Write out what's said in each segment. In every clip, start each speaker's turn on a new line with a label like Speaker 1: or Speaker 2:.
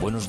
Speaker 1: Buenos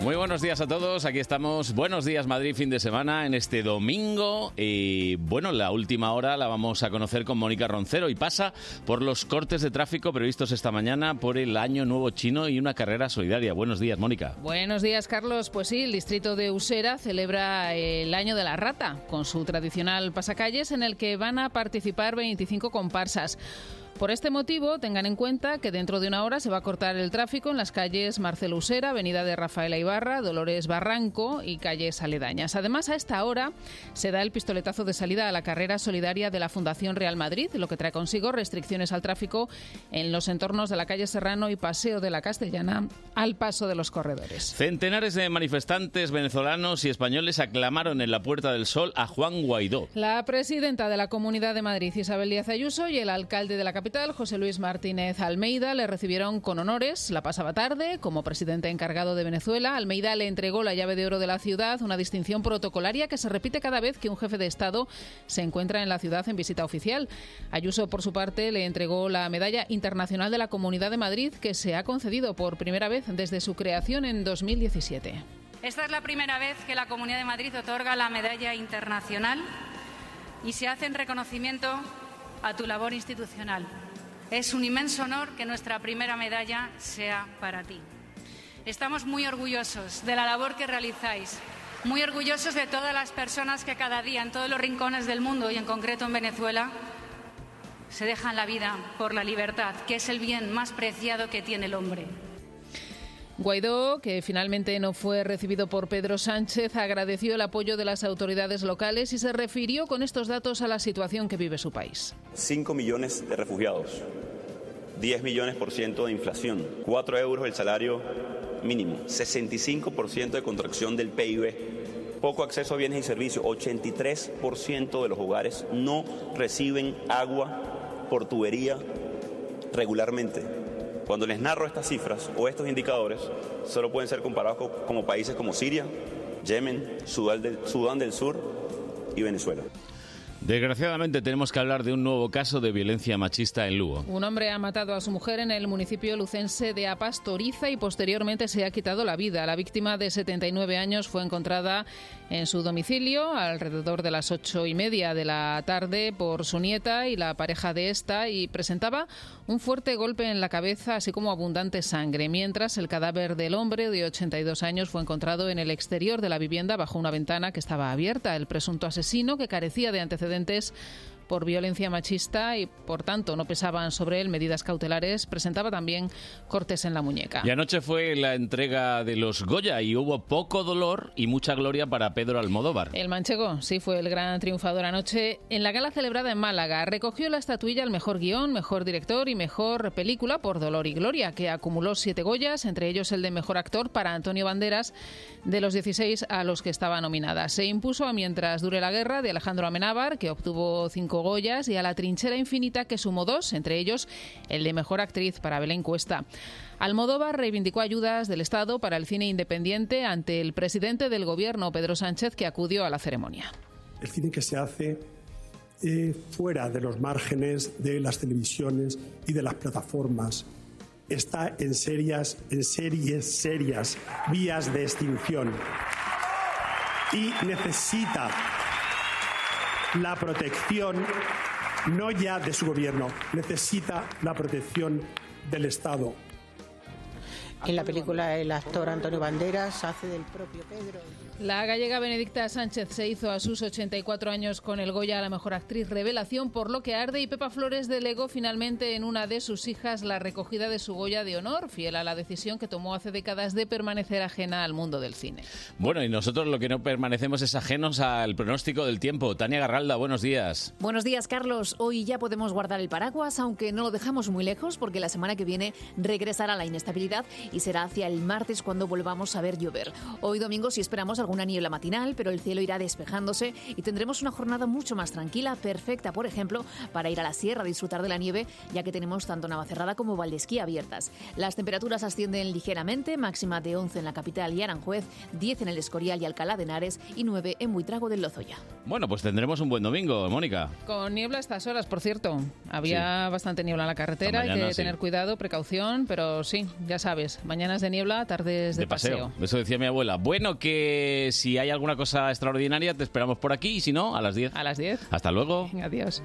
Speaker 2: Muy buenos días a todos, aquí estamos. Buenos días Madrid, fin de semana, en este domingo. Y bueno, la última hora la vamos a conocer con Mónica Roncero y pasa por los cortes de tráfico previstos esta mañana por el Año Nuevo Chino y una carrera solidaria. Buenos días, Mónica.
Speaker 3: Buenos días, Carlos. Pues sí, el distrito de Usera celebra el Año de la Rata con su tradicional pasacalles en el que van a participar 25 comparsas. Por este motivo, tengan en cuenta que dentro de una hora se va a cortar el tráfico en las calles Marcelo Usera, Avenida de Rafaela Ibarra, Dolores Barranco y calles aledañas. Además, a esta hora se da el pistoletazo de salida a la carrera solidaria de la Fundación Real Madrid, lo que trae consigo restricciones al tráfico en los entornos de la calle Serrano y Paseo de la Castellana al paso de los corredores.
Speaker 2: Centenares de manifestantes venezolanos y españoles aclamaron en la Puerta del Sol a Juan Guaidó.
Speaker 3: La presidenta de la Comunidad de Madrid, Isabel Díaz Ayuso, y el alcalde de la capital, José Luis Martínez Almeida, le recibieron con honores la pasada tarde como presidente encargado de Venezuela. Almeida le entregó la llave de oro de la ciudad, una distinción protocolaria que se repite cada vez que un jefe de Estado se encuentra en la ciudad en visita oficial. Ayuso, por su parte, le entregó la medalla internacional de la Comunidad de Madrid que se ha concedido por primera vez desde su creación en 2017.
Speaker 4: Esta es la primera vez que la Comunidad de Madrid otorga la medalla internacional y se hace en reconocimiento a tu labor institucional. Es un inmenso honor que nuestra primera medalla sea para ti. Estamos muy orgullosos de la labor que realizáis, muy orgullosos de todas las personas que cada día en todos los rincones del mundo y en concreto en Venezuela se dejan la vida por la libertad, que es el bien más preciado que tiene el hombre.
Speaker 3: Guaidó, que finalmente no fue recibido por Pedro Sánchez, agradeció el apoyo de las autoridades locales y se refirió con estos datos a la situación que vive su país.
Speaker 5: 5 millones de refugiados, 10 millones por ciento de inflación, 4 euros el salario mínimo, 65% de contracción del PIB, poco acceso a bienes y servicios, 83% de los hogares no reciben agua por tubería regularmente. Cuando les narro estas cifras o estos indicadores, solo pueden ser comparados co- como países como Siria, Yemen, Sudán del- Sudán del Sur y Venezuela.
Speaker 2: Desgraciadamente tenemos que hablar de un nuevo caso de violencia machista en Lugo.
Speaker 3: Un hombre ha matado a su mujer en el municipio lucense de Apastoriza y posteriormente se ha quitado la vida. La víctima de 79 años fue encontrada en su domicilio alrededor de las ocho y media de la tarde por su nieta y la pareja de esta y presentaba un fuerte golpe en la cabeza así como abundante sangre, mientras el cadáver del hombre de 82 años fue encontrado en el exterior de la vivienda bajo una ventana que estaba abierta. El presunto asesino, que carecía de antecedentes por violencia machista y, por tanto, no pesaban sobre él medidas cautelares, presentaba también cortes en la muñeca.
Speaker 2: Y anoche fue la entrega de los Goya y hubo poco dolor y mucha gloria para Pedro Almodóvar.
Speaker 3: El manchego, sí, fue el gran triunfador anoche en la gala celebrada en Málaga. Recogió la estatuilla al mejor guión, mejor director y mejor película por Dolor y Gloria, que acumuló siete Goyas, entre ellos el de mejor actor para Antonio Banderas, de los 16 a los que estaba nominada. Se impuso a Mientras dure la guerra de Alejandro Amenábar, que obtuvo cinco Goyas, y a La trinchera infinita, que sumó dos, entre ellos el de mejor actriz para Belén Cuesta. Almodóvar reivindicó ayudas del Estado para el cine independiente ante el presidente del Gobierno, Pedro Sánchez, que acudió a la ceremonia.
Speaker 6: el cine que se hace eh, fuera de los márgenes de las televisiones y de las plataformas está en serias, en series, serias vías de extinción y necesita la protección no ya de su gobierno, necesita la protección del Estado.
Speaker 7: En la película el actor Antonio Banderas hace del propio Pedro.
Speaker 3: La gallega Benedicta Sánchez se hizo a sus 84 años con el Goya a la mejor actriz revelación por lo que arde y Pepa Flores delegó finalmente en una de sus hijas la recogida de su Goya de honor, fiel a la decisión que tomó hace décadas de permanecer ajena al mundo del cine.
Speaker 2: Bueno, y nosotros lo que no permanecemos es ajenos al pronóstico del tiempo. Tania Garralda, buenos días.
Speaker 8: Buenos días, Carlos. Hoy ya podemos guardar el paraguas, aunque no lo dejamos muy lejos porque la semana que viene regresará la inestabilidad y será hacia el martes cuando volvamos a ver llover. Hoy domingo sí esperamos alguna niebla matinal, pero el cielo irá despejándose y tendremos una jornada mucho más tranquila, perfecta, por ejemplo, para ir a la sierra a disfrutar de la nieve, ya que tenemos tanto Navacerrada como Valdesquía abiertas. Las temperaturas ascienden ligeramente, máxima de 11 en la capital y Aranjuez, 10 en el Escorial y Alcalá de Henares y 9 en Buitrago del Lozoya.
Speaker 2: Bueno, pues tendremos un buen domingo, Mónica.
Speaker 3: Con niebla a estas horas, por cierto. Había bastante niebla en la carretera,
Speaker 2: Esta
Speaker 3: hay
Speaker 2: mañana,
Speaker 3: que
Speaker 2: sí.
Speaker 3: tener cuidado, precaución, pero sí, ya sabes, mañanas de niebla, tardes de,
Speaker 2: Eso decía mi abuela. Bueno, que si hay alguna cosa extraordinaria, te esperamos por aquí y si no, a las 10. A
Speaker 3: las 10.
Speaker 2: Hasta luego.
Speaker 3: Adiós.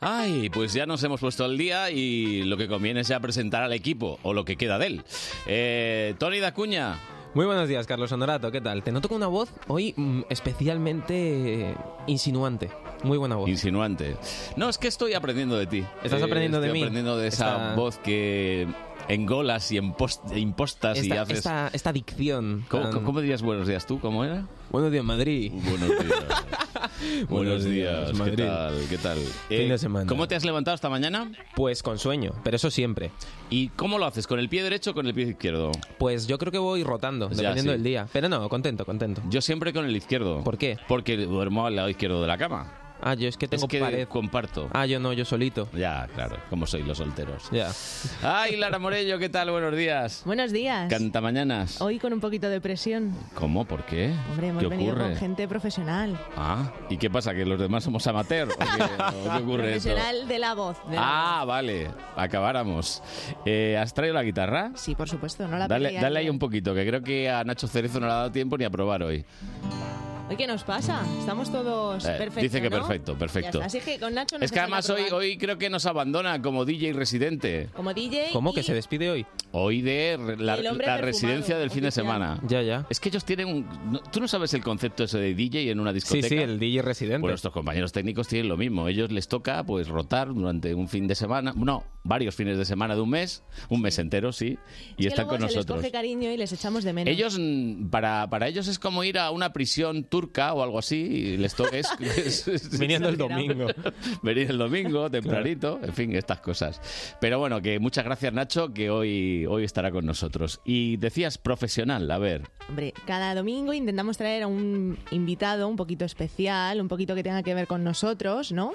Speaker 2: Ay, pues ya nos hemos puesto al día y lo que conviene sea presentar al equipo o lo que queda de él. Eh, Tony Dacuña.
Speaker 9: Muy buenos días, Carlos Pues Honorato. ¿Qué tal? Te noto con una voz hoy mm, especialmente eh, insinuante. Muy buena voz.
Speaker 2: Insinuante. No, es que estoy aprendiendo de ti.
Speaker 9: Estás
Speaker 2: Eh,
Speaker 9: aprendiendo de
Speaker 2: estoy
Speaker 9: mí.
Speaker 2: aprendiendo de esa
Speaker 9: Esta-
Speaker 2: voz que engolas y empos- e impostas y
Speaker 9: Esta,
Speaker 2: haces...
Speaker 9: esta, esta dicción.
Speaker 2: ¿Cómo-
Speaker 9: tan-
Speaker 2: cómo dirías buenos días tú? ¿Cómo era?
Speaker 9: Buenos días, Madrid.
Speaker 2: Buenos días. Buenos días, ¿qué
Speaker 9: Madrid.
Speaker 2: tal? ¿Qué tal? Eh,
Speaker 9: Fin de semana.
Speaker 2: ¿Cómo te has levantado esta mañana?
Speaker 9: Pues con sueño, pero eso siempre.
Speaker 2: ¿Y cómo lo haces? ¿Con el pie derecho o con el pie izquierdo?
Speaker 9: Pues yo creo que voy rotando,
Speaker 2: Ya,
Speaker 9: dependiendo
Speaker 2: sí.
Speaker 9: del día. Pero no, contento, contento.
Speaker 2: Yo siempre con el izquierdo. ¿Por qué? Porque duermo al lado izquierdo de la cama.
Speaker 9: Ah, yo es que tengo
Speaker 2: es que
Speaker 9: pared.
Speaker 2: comparto.
Speaker 9: Ah, yo no, yo solito.
Speaker 2: Ya, claro, como sois los solteros.
Speaker 9: Ya.
Speaker 2: Ay, Lara Morello, ¿qué tal? Buenos días.
Speaker 7: Buenos días.
Speaker 2: Canta mañanas.
Speaker 7: Hoy con un poquito de presión.
Speaker 2: ¿Cómo? ¿Por qué?
Speaker 7: Hombre, hemos
Speaker 2: ¿Qué
Speaker 7: venido
Speaker 2: ocurre?
Speaker 7: con gente profesional.
Speaker 2: Ah, ¿y qué pasa? ¿Que los demás somos amateur? ¿O qué, o qué ocurre esto?
Speaker 7: Profesional de la voz. de la
Speaker 2: Ah, vale, acabáramos. Eh, ¿Has traído la guitarra?
Speaker 7: Sí, por supuesto, no la
Speaker 2: Dale,
Speaker 7: pedí
Speaker 2: dale ahí
Speaker 7: ayer.
Speaker 2: un poquito, que creo que a Nacho Cerezo no le ha dado tiempo ni a probar hoy.
Speaker 7: voz. Oye, ¿qué nos pasa? Estamos todos
Speaker 2: Eh,
Speaker 7: perfectos.
Speaker 2: dice que
Speaker 7: Pues ¿no?
Speaker 2: perfecto, perfecto.
Speaker 7: Ya está, Así que con Nacho nos
Speaker 2: Es que
Speaker 7: echan a
Speaker 2: además hoy,
Speaker 7: probar.
Speaker 2: hoy creo que nos abandona como DJ residente.
Speaker 7: Como DJ. y-
Speaker 2: despide hoy? Hoy de re- la,
Speaker 7: El hombre
Speaker 2: la
Speaker 7: perfumado,
Speaker 2: residencia del fin de
Speaker 7: oficial.
Speaker 2: semana. Ya, ya. Es que ellos tienen un... no- ¿Tú no sabes el concepto ese de DJ en una discoteca?
Speaker 9: sí, el
Speaker 2: DJ residente. Pues nuestros compañeros técnicos tienen lo mismo. Ellos les toca pues rotar durante un fin de semana, no, varios fines de semana de un mes, un mes entero, sí, y
Speaker 7: es que
Speaker 2: están
Speaker 7: luego
Speaker 2: con
Speaker 7: se
Speaker 2: nosotros.
Speaker 7: Les coge cariño y les echamos de menos.
Speaker 2: Ellos, mm, para, para ellos es como ir a una prisión turca o algo así, y les to- es- es- es-
Speaker 9: Viniendo el domingo.
Speaker 2: Venir el domingo, tempranito, en fin, estas cosas. Pero bueno, que muchas gracias Nacho, que hoy, hoy estará con nosotros. Y decías profesional, a ver,
Speaker 7: Hombre, cada domingo intentamos traer a un invitado un poquito especial, un poquito que tenga que ver con nosotros, ¿no?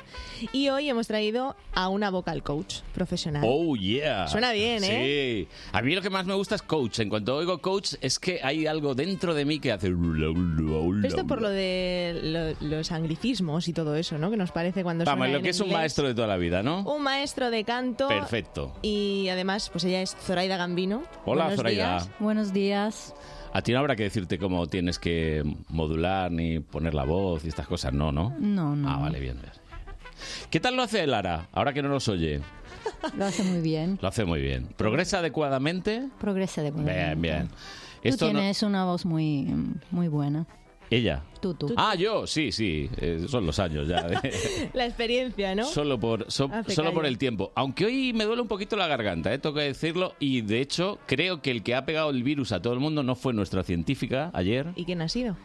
Speaker 7: Y hoy hemos traído a una vocal coach profesional.
Speaker 2: Oh, yeah.
Speaker 7: Ah. Suena bien, ¿eh?
Speaker 2: Sí. A mí lo que más me gusta es coach. En cuanto oigo coach, es que hay algo dentro de mí que hace.
Speaker 7: Pero esto por lo de lo- los anglicismos y todo eso, ¿no? Que nos parece cuando
Speaker 2: Vamos,
Speaker 7: suena
Speaker 2: lo
Speaker 7: en
Speaker 2: que es un
Speaker 7: inglés.
Speaker 2: maestro de toda la vida, ¿no?
Speaker 7: Un maestro de canto.
Speaker 2: Perfecto.
Speaker 7: Y además, pues ella es Zoraida Gambino.
Speaker 2: Hola, Zoraida.
Speaker 10: Buenos días.
Speaker 2: A ti no habrá que decirte cómo tienes que modular ni poner la voz y estas cosas, no, ¿no?
Speaker 10: No, no.
Speaker 2: Ah, vale, bien. bien. ¿Qué tal lo hace Lara, ahora que no nos oye?
Speaker 10: Lo hace muy bien.
Speaker 2: Lo hace muy bien. ¿Progresa adecuadamente?
Speaker 10: Progresa de buen
Speaker 2: Bien, bien.
Speaker 10: Tú
Speaker 2: Esto no-
Speaker 10: tienes una voz muy, muy buena.
Speaker 2: Ella.
Speaker 10: Tú, tú.
Speaker 2: Ah, yo, sí, sí. Eh, son los años ya.
Speaker 7: La experiencia, ¿no? Ah,
Speaker 2: Solo por, so-
Speaker 7: Hace
Speaker 2: solo por
Speaker 7: callo.
Speaker 2: el tiempo. Aunque hoy me duele un poquito la garganta, ¿eh? tengo que decirlo. Y de hecho, creo que el que ha pegado el virus a todo el mundo no fue nuestra científica ayer,
Speaker 7: ¿Y quién ha sido?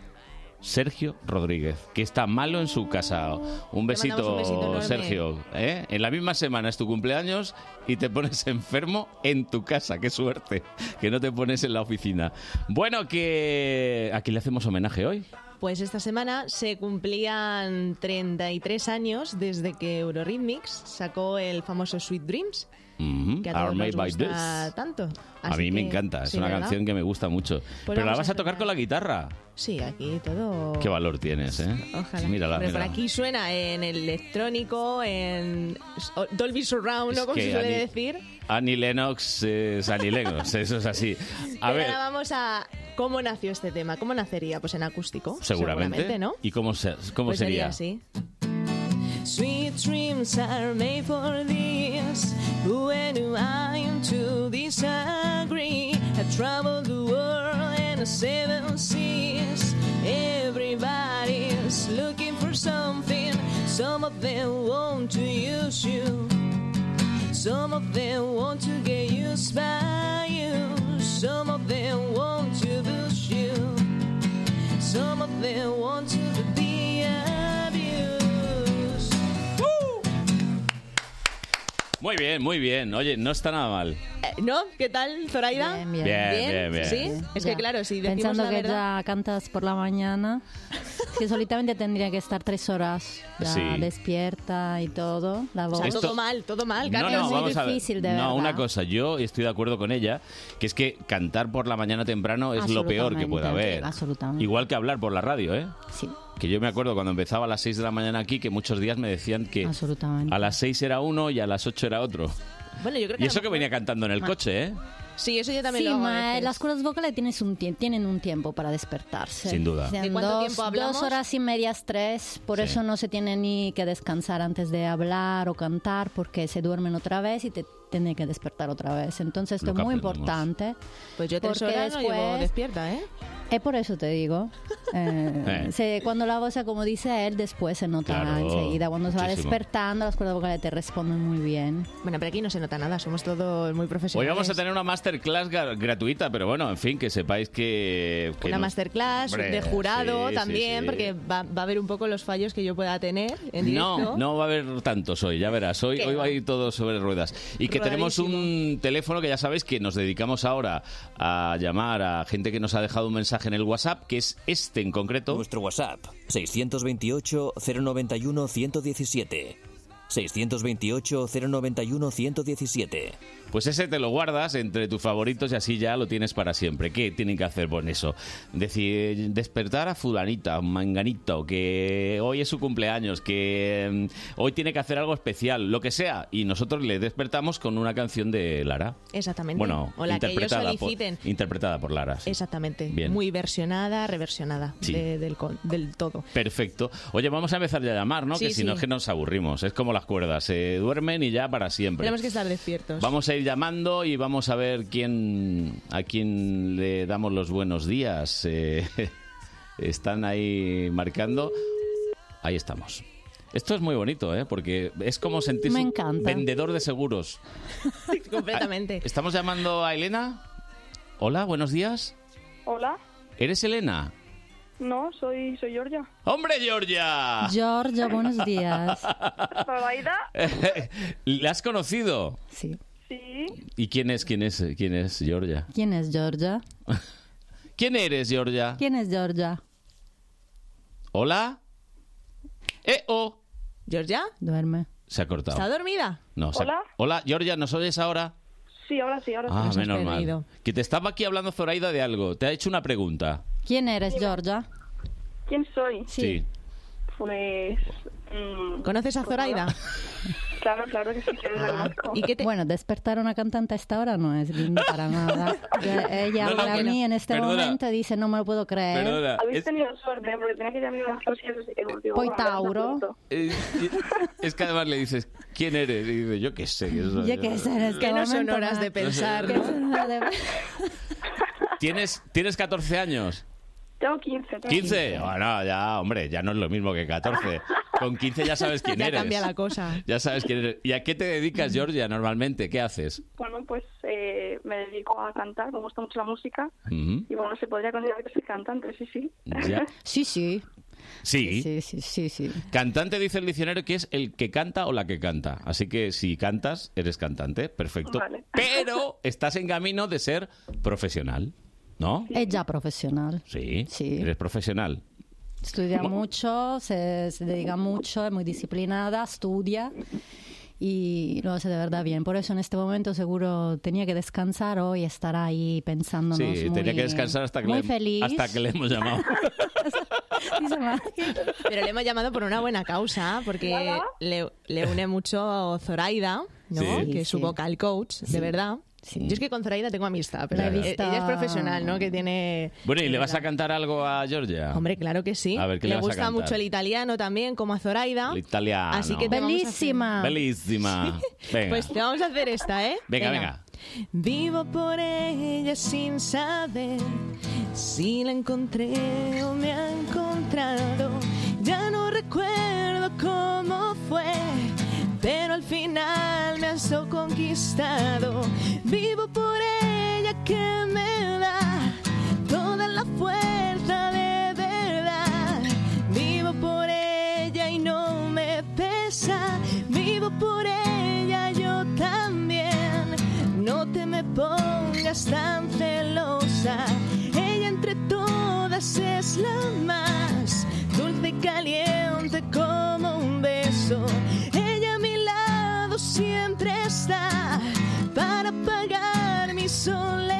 Speaker 2: Sergio Rodríguez, que está malo en su casa. Un
Speaker 7: Mm.
Speaker 2: besito,
Speaker 7: mandamos un besito enorme.
Speaker 2: Sergio. ¿eh? En la misma semana es tu cumpleaños y te pones enfermo en tu casa. Qué suerte que no te pones en la oficina. Bueno, que aquí le hacemos homenaje hoy.
Speaker 7: Pues esta semana se cumplían 33 años desde que Eurorhythmics sacó el famoso Sweet Dreams,
Speaker 2: Mhm.
Speaker 7: que a
Speaker 2: Are
Speaker 7: todos
Speaker 2: Made
Speaker 7: nos
Speaker 2: by
Speaker 7: gusta
Speaker 2: This.
Speaker 7: tanto.
Speaker 2: A
Speaker 7: Así
Speaker 2: mí me
Speaker 7: que-
Speaker 2: encanta, es
Speaker 7: sí,
Speaker 2: una
Speaker 7: ¿verdad? Pues
Speaker 2: canción que me gusta mucho. Pero la
Speaker 7: vamos
Speaker 2: vas a tocar con la guitarra.
Speaker 7: Sí, aquí todo...
Speaker 2: Qué valor tienes, ¿eh?
Speaker 7: Ojalá.
Speaker 2: Mírala,
Speaker 7: Pero por
Speaker 2: mírala.
Speaker 7: aquí suena en electrónico, en Dolby Surround,
Speaker 2: Es
Speaker 7: ¿no? Como
Speaker 2: que
Speaker 7: se suele
Speaker 2: a mí-
Speaker 7: decir.
Speaker 2: Annie Lennox es Annie Lennox, eso es así. A
Speaker 7: Pero
Speaker 2: ver,
Speaker 7: ahora vamos a cómo nació este tema. ¿Cómo nacería? Pues en acústico.
Speaker 2: seguramente.
Speaker 7: ¿no?
Speaker 2: ¿Y cómo, se- cómo
Speaker 7: Pues
Speaker 2: sería?
Speaker 7: así. Sweet dreams are made for this. When I'm to disagree, I travel the world and the seven seas. Everybody's looking for something. Some of them want to use you.
Speaker 10: Some of them want to get used by you. Some of them want to push you. Some of them want to be abused.
Speaker 2: Muy bien, muy bien. Oye, no está nada mal.
Speaker 7: Eh, ¿No? ¿Qué tal, Zoraida? Bien,
Speaker 2: bien. Bien, bien, bien.
Speaker 7: ¿Sí? Es que
Speaker 11: Ya.
Speaker 7: claro, si decimos
Speaker 11: Pensando
Speaker 7: la
Speaker 11: que
Speaker 7: verdad...
Speaker 11: ya cantas por la mañana, que solitamente tendría que estar tres horas ya
Speaker 2: Sí.
Speaker 11: despierta y todo, la voz.
Speaker 2: sea, Esto- todo
Speaker 7: mal, todo mal.
Speaker 2: No,
Speaker 11: es
Speaker 2: no,
Speaker 11: muy
Speaker 2: vamos a ver.
Speaker 11: difícil, de
Speaker 2: No,
Speaker 11: verdad.
Speaker 2: una cosa, yo estoy de acuerdo con ella, que es que cantar por la mañana temprano es lo peor que pueda
Speaker 11: Absolutamente,
Speaker 2: haber.
Speaker 11: Absolutamente.
Speaker 2: Igual que hablar por la radio, ¿eh?
Speaker 11: Sí.
Speaker 2: Que yo me acuerdo cuando empezaba a las 6 de la mañana aquí, que muchos días me decían que
Speaker 7: Ah,
Speaker 11: Absolutamente.
Speaker 2: a las 6 era uno y a las 8 era otro.
Speaker 7: Bueno, yo creo
Speaker 2: Ah, Y
Speaker 7: que...
Speaker 2: eso que venía cantando en el
Speaker 11: Bueno.
Speaker 2: coche, ¿eh?
Speaker 7: Sí, eso yo
Speaker 11: sí, ma- las cuerdas vocales tienes un tie- tienen un tiempo para despertarse.
Speaker 2: Sin duda. ¿De
Speaker 11: Dicen
Speaker 7: cuánto
Speaker 11: dos,
Speaker 7: tiempo hablamos?
Speaker 11: Dos horas y medias, tres. Por
Speaker 2: Sí.
Speaker 11: eso no se tiene ni que descansar antes de hablar o cantar, porque se duermen otra vez y te tienen que despertar otra vez. Entonces, esto
Speaker 7: Lo
Speaker 11: es
Speaker 7: que
Speaker 11: muy
Speaker 7: aprendemos.
Speaker 11: importante.
Speaker 7: Pues yo tres
Speaker 11: porque
Speaker 7: horas no llevo
Speaker 11: después-
Speaker 7: despierta, ¿eh?
Speaker 11: Es por eso te digo. Eh,
Speaker 7: Eh.
Speaker 11: se- cuando la voz, como dice él, después se nota
Speaker 7: Claro,
Speaker 11: enseguida. Cuando se va
Speaker 7: muchísimo.
Speaker 11: despertando, las cuerdas vocales te responden muy bien.
Speaker 7: Bueno, pero aquí no se nota nada, somos todos muy
Speaker 2: Hoy
Speaker 7: profesionales.
Speaker 2: vamos a tener una masterclass gra- gratuita, pero bueno, en fin, que sepáis que... que
Speaker 7: Una
Speaker 2: nos-
Speaker 7: masterclass
Speaker 2: Hombre,
Speaker 7: de jurado
Speaker 2: sí, sí,
Speaker 7: también,
Speaker 2: sí.
Speaker 7: porque va, va a ver un poco los fallos que yo pueda tener en
Speaker 2: No,
Speaker 7: directo.
Speaker 2: no va a haber tantos hoy, ya verás. Hoy,
Speaker 7: ¿Qué
Speaker 2: hoy va
Speaker 7: va?
Speaker 2: a ir todo sobre ruedas. Y que tenemos un teléfono que ya sabéis que nos dedicamos ahora a llamar a gente que nos ha dejado un mensaje en el WhatsApp, que es este en concreto.
Speaker 1: Nuestro WhatsApp, 628-091-117. 628-091-117.
Speaker 2: Pues ese te lo guardas entre tus favoritos y así ya lo tienes para siempre. ¿Qué tienen que hacer con eso? Decir, despertar a fulanita, a manganito, que hoy es su cumpleaños, que mm, hoy tiene que hacer algo especial, lo que sea. Y nosotros le despertamos con una canción de Lara.
Speaker 7: Exactamente.
Speaker 2: Bueno,
Speaker 7: o la que ellos
Speaker 2: interpretada, por,
Speaker 7: soliciten.
Speaker 2: interpretada por Lara. sí.
Speaker 7: Exactamente.
Speaker 2: Bien.
Speaker 7: Muy versionada, reversionada
Speaker 2: Sí.
Speaker 7: de- del, con- del todo.
Speaker 2: Perfecto. Oye, vamos a empezar ya a llamar, ¿no?
Speaker 7: Sí,
Speaker 2: que si
Speaker 7: sí.
Speaker 2: no es que nos aburrimos. Es como las cuerdas, se duermen y ya para siempre.
Speaker 7: Tenemos que estar despiertos.
Speaker 2: Vamos a ir llamando y vamos a ver quién a quién le damos los buenos días. Eh, están ahí marcando. Ahí estamos. Esto es muy bonito, ¿eh? Porque es como sentirse
Speaker 11: Me
Speaker 2: un
Speaker 11: encanta.
Speaker 2: vendedor de seguros.
Speaker 7: Completamente.
Speaker 2: ¿Estamos llamando a Elena? Hola, buenos días.
Speaker 12: Hola,
Speaker 2: ¿Eres Elena?
Speaker 12: no, soy, soy Georgia.
Speaker 2: ¡Hombre, Georgia!
Speaker 11: Georgia, buenos días.
Speaker 12: ¿Zoraida?
Speaker 2: ¿La has conocido?
Speaker 11: Sí.
Speaker 12: Sí.
Speaker 2: ¿Y quién es, quién es, quién es Georgia?
Speaker 11: ¿Quién es Georgia?
Speaker 2: ¿Quién eres, Georgia?
Speaker 11: ¿Quién es Georgia?
Speaker 2: ¿Hola? ¡Eh, oh!
Speaker 7: ¿Georgia?
Speaker 11: Duerme.
Speaker 2: Se ha cortado.
Speaker 7: ¿Está dormida?
Speaker 2: No, se ha-
Speaker 7: ¿Hola?
Speaker 2: Hola, Georgia, ¿nos oyes ahora?
Speaker 12: Sí, ahora sí, ahora
Speaker 2: Ah,
Speaker 11: nos has
Speaker 2: menos
Speaker 11: perdido.
Speaker 2: mal. Que te estaba aquí hablando Zoraida de algo. Te ha hecho una pregunta.
Speaker 11: ¿Quién eres Georgia?
Speaker 12: ¿Quién soy?
Speaker 2: Sí.
Speaker 12: Pues... mm,
Speaker 7: ¿Conoces a Zoraida? Ah.
Speaker 12: Claro, claro que sí que la conozco.
Speaker 11: Bueno, despertar a una cantante a esta hora no es lindo para nada. Que Ella
Speaker 12: No, no,
Speaker 11: habla a
Speaker 12: que no.
Speaker 11: mí en este
Speaker 12: Perdona.
Speaker 11: momento y dice, no me lo puedo creer.
Speaker 2: Perdona,
Speaker 12: Habéis
Speaker 2: es-
Speaker 12: tenido suerte, porque tenía que llamar a las dos y eso sí que contigo.
Speaker 11: Poi Tauro.
Speaker 2: Eh, es que además le dices, ¿quién eres? Y dice, yo qué sé. qué soy".
Speaker 11: Ya que sé, en este
Speaker 7: Que no son
Speaker 11: momento
Speaker 7: horas
Speaker 11: no.
Speaker 7: de pensar,
Speaker 11: Que
Speaker 7: ¿no?
Speaker 11: son horas de-
Speaker 2: ¿Tienes, ¿Tienes 14 años?
Speaker 12: Tengo 15. tengo
Speaker 2: ¿15? Bueno, ya, hombre, ya no es lo mismo que 14. Con 15 ya sabes quién
Speaker 7: ya
Speaker 2: eres.
Speaker 7: cambia la cosa.
Speaker 2: Ya sabes quién eres. ¿Y a qué te dedicas, Georgia, normalmente? ¿Qué haces?
Speaker 12: Bueno, pues eh, me dedico a cantar, me gusta mucho la música.
Speaker 2: Ujú.
Speaker 12: Y bueno, se podría considerar que soy cantante, sí, sí.
Speaker 2: Ya.
Speaker 11: Sí, sí.
Speaker 2: Sí.
Speaker 11: Sí, sí, sí, sí.
Speaker 2: Cantante dice el diccionario que es el que canta o la que canta. Así que si cantas, eres cantante. Perfecto.
Speaker 12: Vale.
Speaker 2: Pero estás en camino de ser profesional, ¿no?
Speaker 11: Es ya profesional.
Speaker 2: Sí. Eres profesional.
Speaker 11: Estudia mucho, se, se dedica mucho, es muy disciplinada, estudia y lo hace de verdad bien. Por eso en este momento seguro tenía que descansar hoy, estar ahí pensándonos
Speaker 2: Sí,
Speaker 11: muy,
Speaker 2: tenía que descansar hasta que,
Speaker 11: muy
Speaker 2: le,
Speaker 11: feliz.
Speaker 2: hasta que le hemos llamado.
Speaker 7: Pero le hemos llamado por una buena causa, porque le, le une mucho Zoraida, ¿no?
Speaker 2: Sí.
Speaker 7: que es su
Speaker 11: Sí.
Speaker 7: vocal coach, de verdad. Yo es que con Zoraida tengo amistad, pero
Speaker 2: La he
Speaker 7: e-
Speaker 2: visto.
Speaker 7: ella es profesional, ¿no? Que tiene...
Speaker 2: Bueno, ¿y le vas a cantar algo a Georgia?
Speaker 7: Hombre, claro que sí.
Speaker 2: A ver, ¿qué le,
Speaker 7: le
Speaker 2: vas a
Speaker 7: gusta
Speaker 2: cantar?
Speaker 7: mucho el italiano también, como a Zoraida.
Speaker 2: El italiano.
Speaker 7: Así que te vamos a hacer-
Speaker 11: Bellísima.
Speaker 2: Bellísima. Venga.
Speaker 7: Pues te vamos a hacer esta, ¿eh?
Speaker 2: venga, venga.
Speaker 10: Vivo por ella sin saber si la encontré o me ha encontrado. Ya no recuerdo cómo fue, pero al fin final me has conquistado. Vivo por ella que me da toda la fuerza de verdad. Vivo por ella y no me pesa. Vivo por ella yo también. No te me pongas tan celosa. Ella entre todas es la más dulce y caliente como un beso. Ella a mi lado siempre está para pagar mi soledad.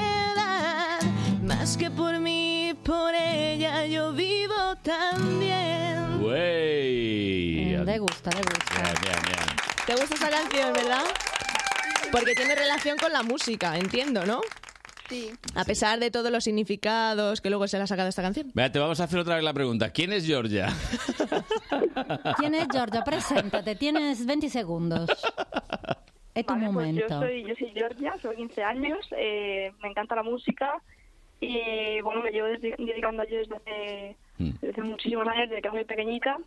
Speaker 10: Más que por mí, por ella yo vivo también.
Speaker 2: Güey.
Speaker 11: Le gusta, le gusta.
Speaker 2: Bien, bien, bien.
Speaker 7: ¿Te gusta esa canción, verdad? Porque tiene relación con la música, entiendo, ¿no?
Speaker 12: Sí.
Speaker 7: A pesar de todos los significados que luego se le ha sacado esta canción.
Speaker 2: Vea, te vamos a hacer otra vez la pregunta. ¿Quién es Georgia?
Speaker 11: Tienes, Giorgia, preséntate. Tienes 20 segundos. Es tu
Speaker 12: Pues
Speaker 11: momento.
Speaker 12: yo soy, yo soy Georgia, soy 15 años, eh, me encanta la música y bueno, me llevo desde- dedicando a ello desde, hace-
Speaker 2: Mm.
Speaker 12: desde muchísimos años, desde que era muy pequeñita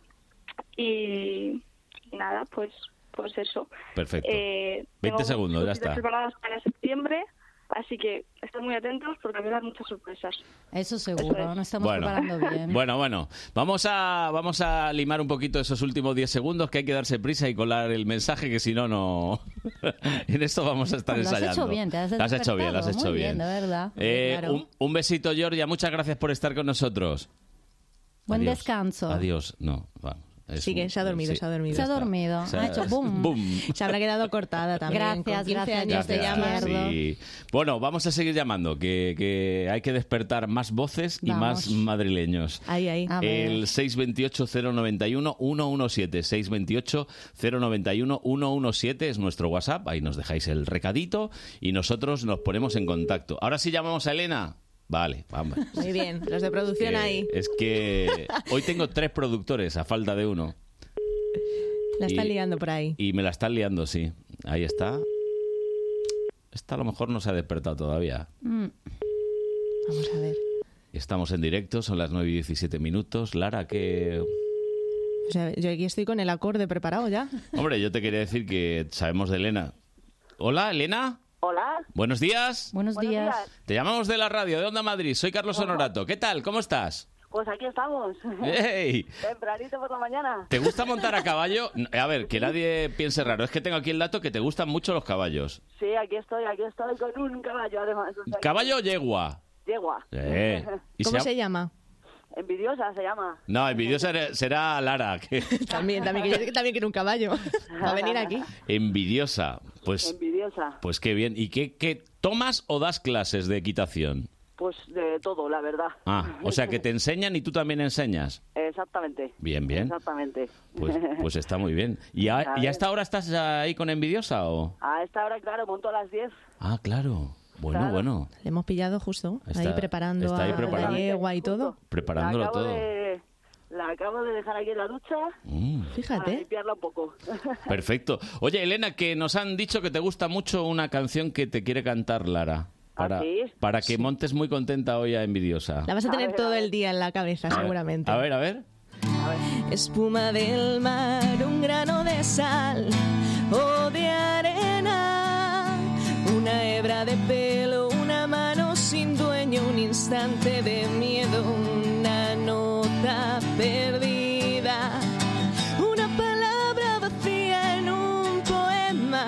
Speaker 12: y, y nada, pues pues eso.
Speaker 2: Perfecto.
Speaker 12: Eh,
Speaker 2: 20
Speaker 12: tengo
Speaker 2: segundos,
Speaker 12: muchas
Speaker 2: ya
Speaker 12: cositas
Speaker 2: está.
Speaker 12: preparadas para septiembre, así que estad muy atentos porque me dan muchas sorpresas.
Speaker 11: Eso seguro, no estamos preparando bien.
Speaker 2: bueno, bueno. Vamos a, vamos a limar un poquito esos últimos 10 segundos que hay que darse prisa y colar el mensaje que si no, no... en esto vamos a estar
Speaker 11: Lo has
Speaker 2: ensayando.
Speaker 11: hecho bien, te has
Speaker 2: Lo hecho
Speaker 11: despertado,
Speaker 2: bien, lo has
Speaker 11: muy
Speaker 2: hecho
Speaker 11: bien,
Speaker 2: bien.
Speaker 11: de verdad.
Speaker 2: Eh,
Speaker 11: Claro.
Speaker 2: un, un besito, Georgia. Muchas gracias por estar con nosotros.
Speaker 11: Buen
Speaker 2: Adiós.
Speaker 11: descanso.
Speaker 2: Adiós. No, vamos. Es
Speaker 7: Sí, que
Speaker 2: un-
Speaker 7: se ha dormido,
Speaker 2: sí.
Speaker 7: se ha dormido.
Speaker 11: Se ha dormido,
Speaker 2: Se
Speaker 11: ha hecho boom.
Speaker 7: Se habrá quedado cortada también.
Speaker 11: Gracias,
Speaker 7: Con 15
Speaker 11: gracias,
Speaker 7: años te
Speaker 2: Gracias,
Speaker 11: este
Speaker 7: llamas.
Speaker 2: sí. Bueno, vamos a seguir llamando, que, que hay que despertar más voces y
Speaker 7: Vamos.
Speaker 2: más madrileños.
Speaker 7: Ahí, ahí.
Speaker 2: El 628-091-117. 628-091-117 es nuestro WhatsApp. Ahí nos dejáis el recadito y nosotros nos ponemos en contacto. Ahora sí llamamos a Elena. Vale, vamos.
Speaker 7: Muy bien, los de producción
Speaker 2: Que-
Speaker 7: ahí.
Speaker 2: Es que hoy tengo tres productores a falta de uno.
Speaker 7: La están
Speaker 2: y-
Speaker 7: liando por ahí.
Speaker 2: Y me la están liando, sí. Ahí está. Esta a lo mejor no se ha despertado todavía.
Speaker 11: Mm.
Speaker 7: Vamos a ver.
Speaker 2: Estamos en directo, son las 9 y 17 minutos. Lara, que...
Speaker 7: O sea, yo aquí estoy con el acorde preparado ya.
Speaker 2: Hombre, yo te quería decir que sabemos de Elena. Hola, Elena.
Speaker 13: Hola.
Speaker 2: Buenos días.
Speaker 11: Buenos, días.
Speaker 2: Te llamamos de la radio, de Onda Madrid. Soy Carlos Honorato. ¿Qué tal? ¿Cómo estás?
Speaker 13: Pues aquí estamos.
Speaker 2: ¡Ey!
Speaker 13: Tempranito por la mañana.
Speaker 2: ¿Te gusta montar a caballo? No, A ver, que nadie piense raro. Es que tengo aquí el dato que te gustan mucho los caballos.
Speaker 13: Sí, aquí estoy, aquí estoy con un caballo además. o sea,
Speaker 2: ¿Caballo o yegua?
Speaker 13: Yegua.
Speaker 2: Eh, y
Speaker 7: ¿Cómo
Speaker 2: ha-
Speaker 7: se llama?
Speaker 13: Envidiosa se llama.
Speaker 2: No, envidiosa era- será Lara. que-
Speaker 7: También, también, que yo también quiero un caballo. Va a venir aquí.
Speaker 2: Envidiosa. Pues,
Speaker 13: Envidiosa.
Speaker 2: pues qué bien. ¿Y qué, qué tomas o das clases de equitación?
Speaker 13: Pues de todo, la verdad.
Speaker 2: Ah, o sea que te enseñan y tú también enseñas.
Speaker 13: Exactamente.
Speaker 2: Bien, bien.
Speaker 13: Exactamente.
Speaker 2: Pues, pues está muy bien. ¿Y, a,
Speaker 13: A
Speaker 2: y
Speaker 13: ver.
Speaker 2: hasta ahora estás ahí con envidiosa o...?
Speaker 13: A esta hora, claro, monto a las 10.
Speaker 2: Ah, claro. Bueno,
Speaker 13: Claro.
Speaker 2: bueno.
Speaker 7: Le hemos pillado justo, ahí
Speaker 2: Está-
Speaker 7: preparando
Speaker 2: está ahí
Speaker 7: a
Speaker 2: preparando.
Speaker 7: la yegua y todo.
Speaker 2: Preparándolo
Speaker 13: la acabo
Speaker 2: todo.
Speaker 13: De, la acabo de dejar aquí en la ducha.
Speaker 2: Mm,
Speaker 13: Para limpiarla un poco.
Speaker 2: perfecto. Oye, Elena, que nos han dicho que te gusta mucho una canción que te quiere cantar Lara. Para,
Speaker 7: sí?
Speaker 2: para que montes muy contenta hoy a envidiosa.
Speaker 7: La vas a tener todo el día en la cabeza,
Speaker 2: A ver,
Speaker 7: seguramente.
Speaker 2: A ver, a ver.
Speaker 7: Espuma del mar, un grano de sal o de arena, una hebra de pelo, una mano sin dueño, un instante de miedo, una nota perdida, una palabra vacía en un poema.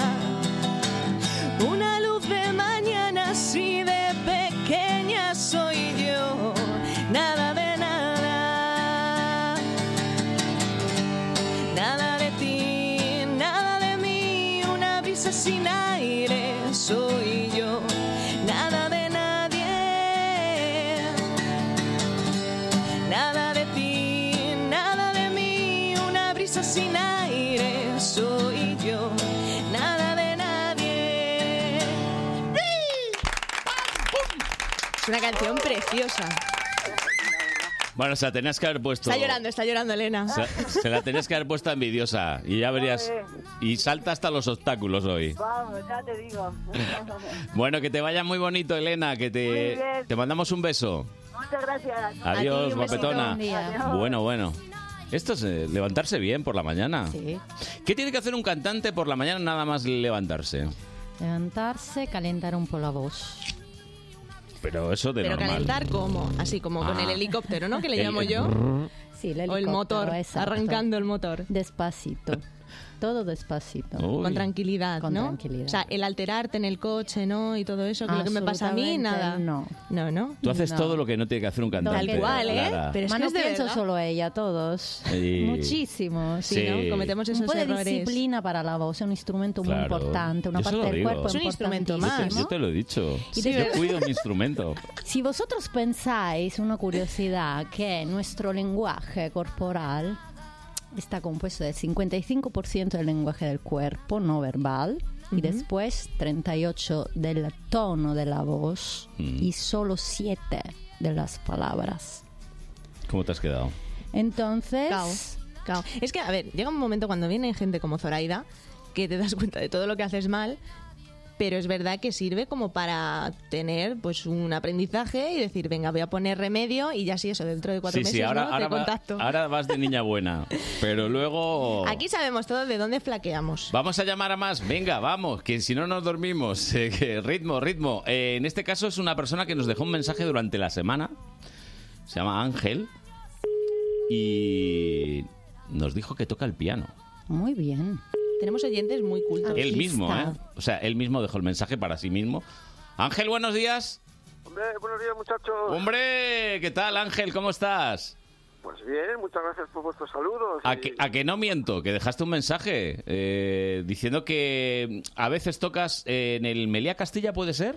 Speaker 7: Una luz de mañana, así de pequeña soy yo, nada de nada, nada de ti, nada de mí, una brisa sin aire soy yo, nada de nadie, nada de ti, nada de mí, una brisa sin aire soy yo, nada de nadie. Es una canción preciosa.
Speaker 2: Bueno, o sea, tenías que haber puesto...
Speaker 7: Está llorando, está llorando Elena.
Speaker 2: Se, se la tenías que haber puesto a envidiosa y ya verías... Y salta hasta los obstáculos hoy.
Speaker 13: Vamos, ya te digo.
Speaker 2: Bueno, que te vaya muy bonito, Elena, que te,
Speaker 13: Muy bien.
Speaker 2: te mandamos un beso.
Speaker 13: Muchas gracias.
Speaker 2: Adiós, guapetona.
Speaker 13: Adiós.
Speaker 2: Bueno, bueno. Esto es eh, levantarse bien por la mañana.
Speaker 11: Sí.
Speaker 2: ¿Qué tiene que hacer un cantante por la mañana nada más levantarse?
Speaker 11: Levantarse, calentar un po' la voz.
Speaker 2: Pero eso de
Speaker 11: Pero
Speaker 2: normal.
Speaker 11: calentar
Speaker 7: como, así como con
Speaker 2: Ah.
Speaker 7: el helicóptero, ¿no? Que le
Speaker 2: El-
Speaker 7: llamo yo.
Speaker 11: Sí, el
Speaker 7: O el
Speaker 11: helicóptero,
Speaker 7: motor,
Speaker 11: exacto.
Speaker 7: arrancando el motor.
Speaker 11: Despacito. Todo despacito.
Speaker 2: Uy.
Speaker 7: Con tranquilidad,
Speaker 11: Con
Speaker 7: ¿no?
Speaker 11: tranquilidad.
Speaker 7: O sea, el alterarte en el coche, ¿no? Y todo eso, que lo que me pasa a mí,
Speaker 11: Absolutamente
Speaker 7: nada.
Speaker 11: No.
Speaker 7: No, no.
Speaker 2: Tú haces todo lo que no tiene que hacer un cantante.
Speaker 7: igual, ¿eh?
Speaker 2: Clara.
Speaker 7: Pero es
Speaker 11: Mano,
Speaker 7: que es de
Speaker 11: pienso
Speaker 7: verdad.
Speaker 11: solo ella, todos.
Speaker 2: Sí.
Speaker 11: Muchísimo.
Speaker 2: Sí, Sí. ¿no? Cometemos
Speaker 11: un
Speaker 7: esos
Speaker 11: poco
Speaker 7: errores.
Speaker 11: de disciplina para la voz, es un instrumento muy
Speaker 2: Claro.
Speaker 11: importante, una
Speaker 2: Yo se lo
Speaker 11: parte del
Speaker 2: digo.
Speaker 11: cuerpo
Speaker 2: Es un
Speaker 7: instrumento
Speaker 11: importantísima.
Speaker 2: Yo te, yo te lo he dicho.
Speaker 11: Y de
Speaker 2: yo
Speaker 11: verdad-
Speaker 2: cuido mi instrumento.
Speaker 11: Si vosotros pensáis, una curiosidad, que nuestro lenguaje corporal está compuesto del 55% del lenguaje del cuerpo no verbal y después 38% del tono de la voz
Speaker 2: Mm.
Speaker 11: y solo 7% de las palabras.
Speaker 2: ¿Cómo te has quedado?
Speaker 11: Entonces...
Speaker 7: Cao, cao. Es que, a ver, llega un momento cuando viene gente como Zoraida que te das cuenta de todo lo que haces mal, pero es verdad que sirve como para tener pues un aprendizaje y decir, venga, voy a poner remedio y ya sí, eso, dentro de cuatro
Speaker 2: sí,
Speaker 7: meses
Speaker 2: sí, ahora,
Speaker 7: ¿no?
Speaker 2: ahora,
Speaker 7: te
Speaker 2: va-
Speaker 7: contacto.
Speaker 2: ahora vas de niña buena. Pero luego.
Speaker 7: Aquí sabemos todo de dónde flaqueamos.
Speaker 2: Vamos a llamar a más. Venga, vamos, que si no nos dormimos. Eh, que ritmo, ritmo. Eh, en este caso es una persona que nos dejó un mensaje durante la semana. Se llama Ángel. Y nos dijo que toca el piano.
Speaker 11: Muy bien.
Speaker 7: Tenemos oyentes muy cultos.
Speaker 2: Él mismo, ¿eh? O sea, él mismo dejó el mensaje para sí mismo. Ángel, buenos días.
Speaker 14: Hombre,
Speaker 2: ¿eh?
Speaker 14: buenos días, muchachos.
Speaker 2: Hombre, ¿qué tal Ángel? ¿Cómo estás?
Speaker 14: Pues bien, muchas gracias por vuestros saludos.
Speaker 2: A que, a que no miento, que dejaste un mensaje eh, diciendo que a veces tocas en el Meliá Castilla, ¿puede ser?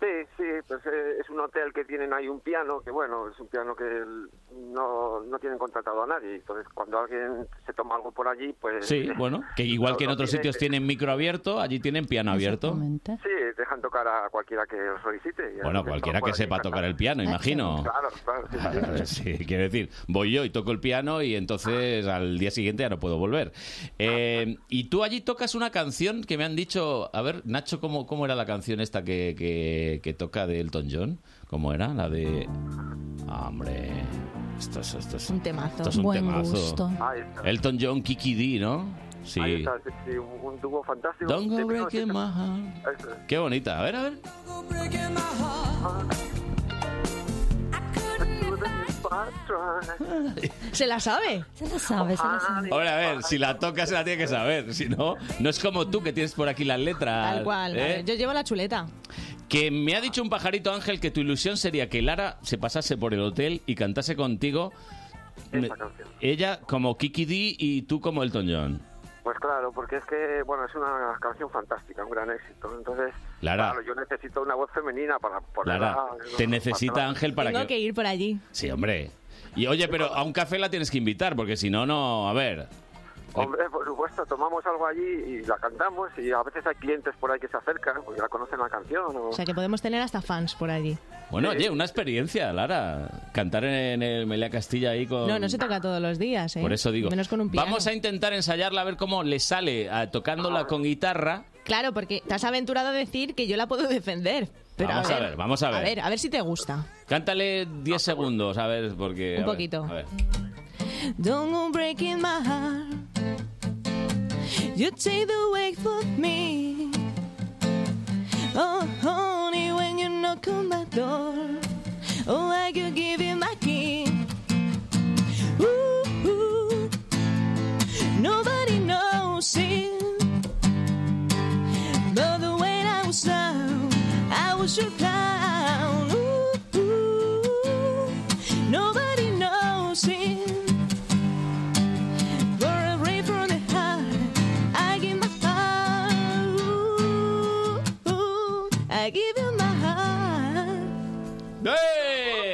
Speaker 14: Sí, sí, pues eh, es un hotel que tienen ahí un piano, que bueno, es un piano que el- no, no tienen contratado a nadie. Entonces, cuando alguien se toma algo por allí, pues...
Speaker 2: Sí, bueno, que igual que en
Speaker 14: No, no
Speaker 2: otros
Speaker 14: tiene-
Speaker 2: sitios tienen micro abierto, allí tienen piano abierto.
Speaker 14: Sí, dejan tocar a cualquiera que lo solicite. Y a
Speaker 2: Bueno,
Speaker 14: los
Speaker 2: cualquiera
Speaker 14: están
Speaker 2: que
Speaker 14: por allí,
Speaker 2: sepa tocar el piano, imagino.
Speaker 14: pues Claro, claro. sí, sí.
Speaker 2: Sí, quiero decir, voy yo y toco el piano y entonces al día siguiente ya no puedo volver. Eh, y tú allí tocas una canción que me han dicho, a ver, Nacho, ¿cómo, cómo era la canción esta que, que- que toca de Elton John? ¿Cómo era? La de... Ah, Hombre, esto es, esto es-
Speaker 7: Un temazo.
Speaker 2: esto es un
Speaker 7: Buen
Speaker 2: temazo.
Speaker 7: gusto.
Speaker 14: Ahí está.
Speaker 2: Elton John, Kiki D, ¿no? Sí.
Speaker 14: Ahí está, sí, sí, un un dúo fantástico.
Speaker 2: Don't go
Speaker 14: Típico,
Speaker 2: breaking my heart.
Speaker 14: Eso es.
Speaker 2: Qué bonita, a ver, a ver.
Speaker 7: ¿Se la sabe?
Speaker 11: Se la sabe, se la sabe.
Speaker 2: Ahora, a ver, si la toca se la tiene que saber, si no, no es como tú que tienes por aquí las letras.
Speaker 7: Tal cual.
Speaker 2: ¿eh?
Speaker 7: a ver, Yo llevo la chuleta.
Speaker 2: Que me ha dicho un pajarito Ángel que tu ilusión sería que Lara se pasase por el hotel y cantase contigo. me- Ella como Kiki D y tú como Elton John.
Speaker 14: Pues claro, porque es que, bueno, es una canción fantástica, un gran éxito. Entonces,
Speaker 2: Lara.
Speaker 14: claro, yo necesito una voz femenina para ponerla...
Speaker 2: Lara, te necesita Ángel para
Speaker 7: Tengo
Speaker 2: que...
Speaker 7: que... ir por allí.
Speaker 2: Sí, hombre. Y oye, pero a un café la tienes que invitar, porque si no, no... A ver.
Speaker 14: Hombre, por supuesto, tomamos algo allí y la cantamos y a veces hay clientes por ahí que se acercan porque la conocen la canción o...
Speaker 7: O sea, que podemos tener hasta fans por allí.
Speaker 2: Bueno, oye, una experiencia, Lara. Cantar en el Melea Castilla ahí con...
Speaker 7: No, no se toca todos los días, ¿eh?
Speaker 2: Em, Por eso digo,
Speaker 7: Menos con un piano.
Speaker 2: vamos a intentar ensayarla a ver cómo le sale a- tocándola con guitarra.
Speaker 7: Claro, porque te has aventurado a decir que yo la puedo defender. Pero
Speaker 2: Vamos a ver, vamos a ver.
Speaker 7: A ver, a ver si te gusta.
Speaker 2: Cántale 10 segundos, a ver, porque...
Speaker 7: Un
Speaker 2: a ver,
Speaker 7: poquito.
Speaker 2: a ver.
Speaker 7: Don't go breaking my heart. You take the wake for me. Oh, honey, when you knock on my door. Oh, I could give you my key. Ooh, ooh. Nobody knows it. But the way I was down, I was so down. Ooh, ooh. Nobody knows it. For a ray from the heart, I give my heart. Ooh, ooh. I give you my heart.
Speaker 2: ¡Eh!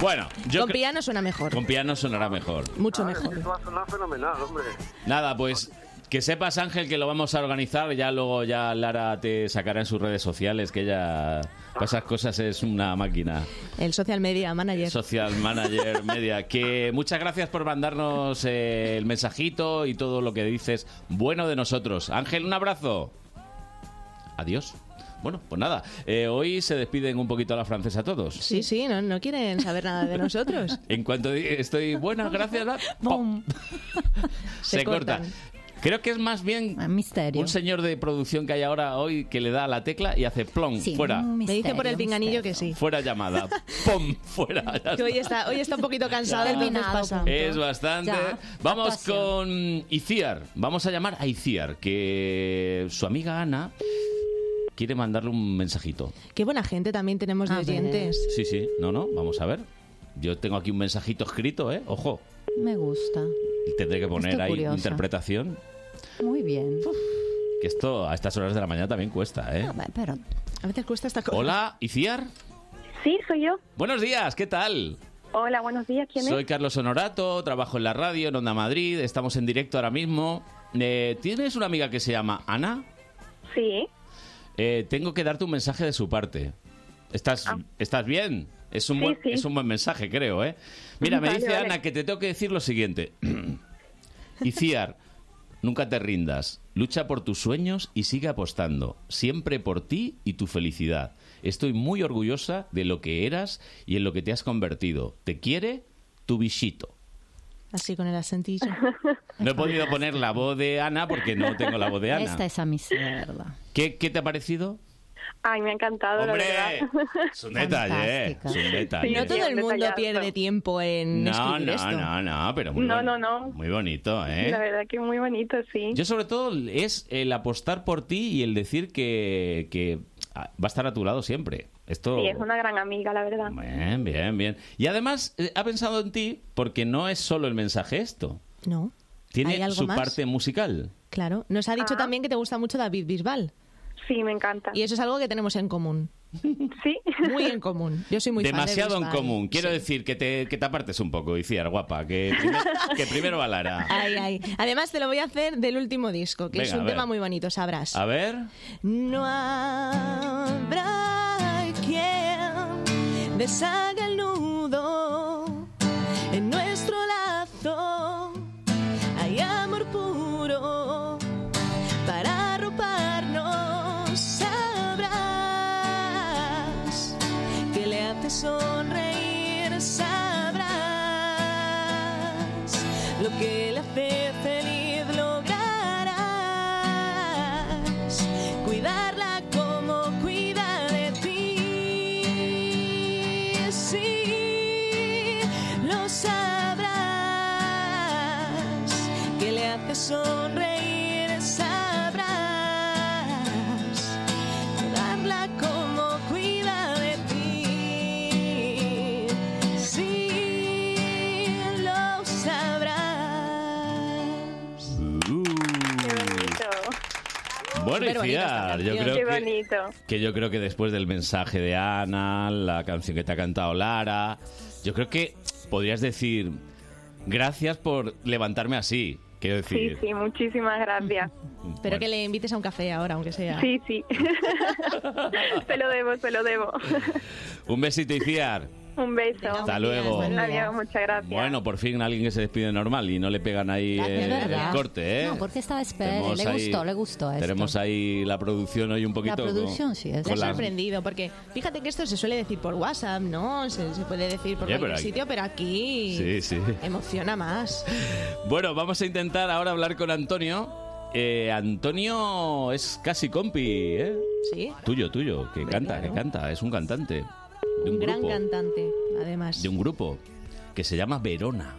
Speaker 2: Bueno, yo
Speaker 7: Con
Speaker 2: cre-
Speaker 7: piano suena mejor.
Speaker 2: con piano sonará mejor.
Speaker 7: Mucho
Speaker 14: Ah, es que Esto va a sonar fenomenal, hombre.
Speaker 2: Nada, pues que sepas, Ángel, que lo vamos a organizar. Ya luego ya Lara te sacará en sus redes sociales, que ella para esas cosas es una máquina.
Speaker 7: El social media manager.
Speaker 2: Social manager media. Que muchas gracias por mandarnos eh, el mensajito y todo lo que dices bueno de nosotros. Ángel, un abrazo. Adiós. Bueno, pues nada, eh, hoy se despiden un poquito a la francesa todos.
Speaker 10: Sí, sí, no, no quieren saber nada de nosotros.
Speaker 2: En cuanto di- estoy buenas, gracias, va,
Speaker 10: ¡Pum!
Speaker 2: se,
Speaker 10: Se
Speaker 2: corta.
Speaker 10: cortan.
Speaker 2: Creo que es más bien un señor de producción que hay ahora hoy que le da a la tecla y hace plom, fuera.
Speaker 10: Me dice por el pinganillo que sí.
Speaker 2: Fuera llamada. ¡Pum! Fuera. ya
Speaker 10: Que hoy
Speaker 2: está.
Speaker 10: está, hoy está un poquito cansado.
Speaker 2: Ya.
Speaker 10: entonces pasa.
Speaker 2: Es bastante.
Speaker 10: Ya,
Speaker 2: Vamos
Speaker 10: actuación.
Speaker 2: con Iciar. Vamos a llamar a Iciar, que su amiga Ana quiere mandarle un mensajito.
Speaker 10: Qué buena gente también tenemos de oyentes.
Speaker 2: Sí, sí. No, no. Vamos a ver. Yo tengo aquí un mensajito escrito, ¿eh? Ojo.
Speaker 15: Me gusta.
Speaker 2: Tendré que poner
Speaker 15: Estoy
Speaker 2: ahí
Speaker 15: curiosa.
Speaker 2: interpretación.
Speaker 15: Muy bien.
Speaker 2: Que esto a estas horas de la mañana también cuesta, ¿eh?
Speaker 15: pero
Speaker 10: a veces cuesta esta cosa.
Speaker 2: Hola, Iciar.
Speaker 16: Sí, soy yo.
Speaker 2: Buenos días, ¿qué tal?
Speaker 16: Hola, buenos días. ¿Quién
Speaker 2: Soy
Speaker 16: es?
Speaker 2: Carlos Honorato, trabajo en la radio, en Onda Madrid, estamos en directo ahora mismo. Eh, ¿Tienes una amiga que se llama Ana?
Speaker 16: Sí.
Speaker 2: Eh, tengo que darte un mensaje de su parte. ¿Estás, ¿estás bien? Es un,
Speaker 16: Ah. Sí,
Speaker 2: buen,
Speaker 16: sí.
Speaker 2: es un buen mensaje, creo, ¿eh? Mira, me
Speaker 16: Vale,
Speaker 2: dice
Speaker 16: vale.
Speaker 2: Ana que te tengo que decir lo siguiente. Iciar, nunca te rindas. Lucha por tus sueños y sigue apostando. Siempre por ti y tu felicidad. Estoy muy orgullosa de lo que eras y en lo que te has convertido. Te quiere tu bichito.
Speaker 10: Así con el acentillo.
Speaker 2: No he podido poner la voz de Ana porque no tengo la voz de Ana.
Speaker 10: Este
Speaker 15: Esta es a mi mierda.
Speaker 2: ¿Qué, qué te ha parecido?
Speaker 16: Ay, me ha encantado,
Speaker 2: Hombre,
Speaker 16: la verdad.
Speaker 2: Es un detalle, ¿eh? es un detalle.
Speaker 10: no todo el
Speaker 16: Un
Speaker 10: mundo
Speaker 16: detallazo.
Speaker 10: pierde tiempo en
Speaker 2: No,
Speaker 10: escribir
Speaker 2: no,
Speaker 10: esto.
Speaker 2: no, no, pero muy,
Speaker 16: No,
Speaker 2: boni-
Speaker 16: no, no.
Speaker 2: muy bonito,
Speaker 16: La
Speaker 2: ¿eh?
Speaker 16: verdad que muy bonito, sí.
Speaker 2: Yo sobre todo es el apostar por ti y el decir que, que ah, va a estar a tu lado siempre. Esto...
Speaker 16: Sí, es una gran amiga, la verdad.
Speaker 2: Bien, bien, bien. Y además eh, ha pensado en ti porque no es solo el mensaje esto.
Speaker 10: No, ¿Hay
Speaker 2: Tiene
Speaker 10: algo
Speaker 2: su
Speaker 10: más?
Speaker 2: parte musical.
Speaker 10: claro. Nos ha dicho también que te gusta mucho David Bisbal.
Speaker 16: Sí, me encanta.
Speaker 10: Y eso es algo que tenemos en común.
Speaker 16: Sí.
Speaker 10: Muy en común. Yo soy muy fan de
Speaker 2: Demasiado en
Speaker 10: Bisbal.
Speaker 2: común. Quiero decir que te, que te apartes un poco, Iciar, guapa. Que, primer- que primero va Lara.
Speaker 10: Ay, ay. Además, te lo voy a hacer del último disco, que
Speaker 2: Venga,
Speaker 10: es
Speaker 2: a
Speaker 10: un
Speaker 2: ver.
Speaker 10: tema muy bonito, sabrás.
Speaker 2: A ver.
Speaker 10: No habrá quien deshaga el nudo en nuestro lazo. Hay amor puro para arroparnos. Sabrás que le hace sonreír. Sabrás lo que le hace feliz. Lograrás cuidarla como cuida de ti. Sí, lo sabrás que le hace sonreír. Sabrás cuidarla como cuida de ti. Sí, lo sabrás.
Speaker 2: Uh. Bueno,
Speaker 10: Súper bonita esta
Speaker 2: Iciar, yo
Speaker 10: canción.
Speaker 2: creo
Speaker 16: Qué
Speaker 2: que...
Speaker 16: bonito.
Speaker 2: que yo creo que después del mensaje de Ana, la canción que te ha cantado Lara, yo creo que podrías decir gracias por levantarme así. Quiero
Speaker 16: Sí,
Speaker 2: decir,
Speaker 16: sí, muchísimas gracias.
Speaker 10: Pero
Speaker 2: Bueno.
Speaker 10: que le invites a un café ahora, aunque sea.
Speaker 16: Sí, sí. se lo debo, se lo debo.
Speaker 2: un besito y ciar.
Speaker 16: Un beso.
Speaker 2: Hasta luego.
Speaker 16: Adiós, muchas gracias.
Speaker 2: Bueno, por fin alguien que se despide normal y no le pegan ahí eh,
Speaker 15: Es
Speaker 2: el
Speaker 15: verdad.
Speaker 2: corte, ¿eh?
Speaker 15: No, porque estaba esperando.
Speaker 2: Tenemos
Speaker 15: Le
Speaker 2: ahí-
Speaker 15: gustó, le gustó. esto.
Speaker 2: Tenemos ahí la producción hoy un poquito. con-
Speaker 10: Me ha
Speaker 2: con la-
Speaker 10: sorprendido, porque fíjate que esto se suele decir por WhatsApp, ¿no? Se, se puede decir por
Speaker 2: Oye, pero
Speaker 10: cualquier
Speaker 2: aquí-
Speaker 10: sitio, pero aquí
Speaker 2: Sí, sí.
Speaker 7: Em.
Speaker 10: emociona más.
Speaker 2: Bueno, vamos a intentar ahora hablar con Antonio. Eh, Antonio es casi compi, ¿eh?
Speaker 10: Sí.
Speaker 2: Tuyo, tuyo, que canta, que canta, es un cantante. De un,
Speaker 10: Un gran
Speaker 2: grupo.
Speaker 10: cantante, además.
Speaker 2: De un grupo que se llama Verona.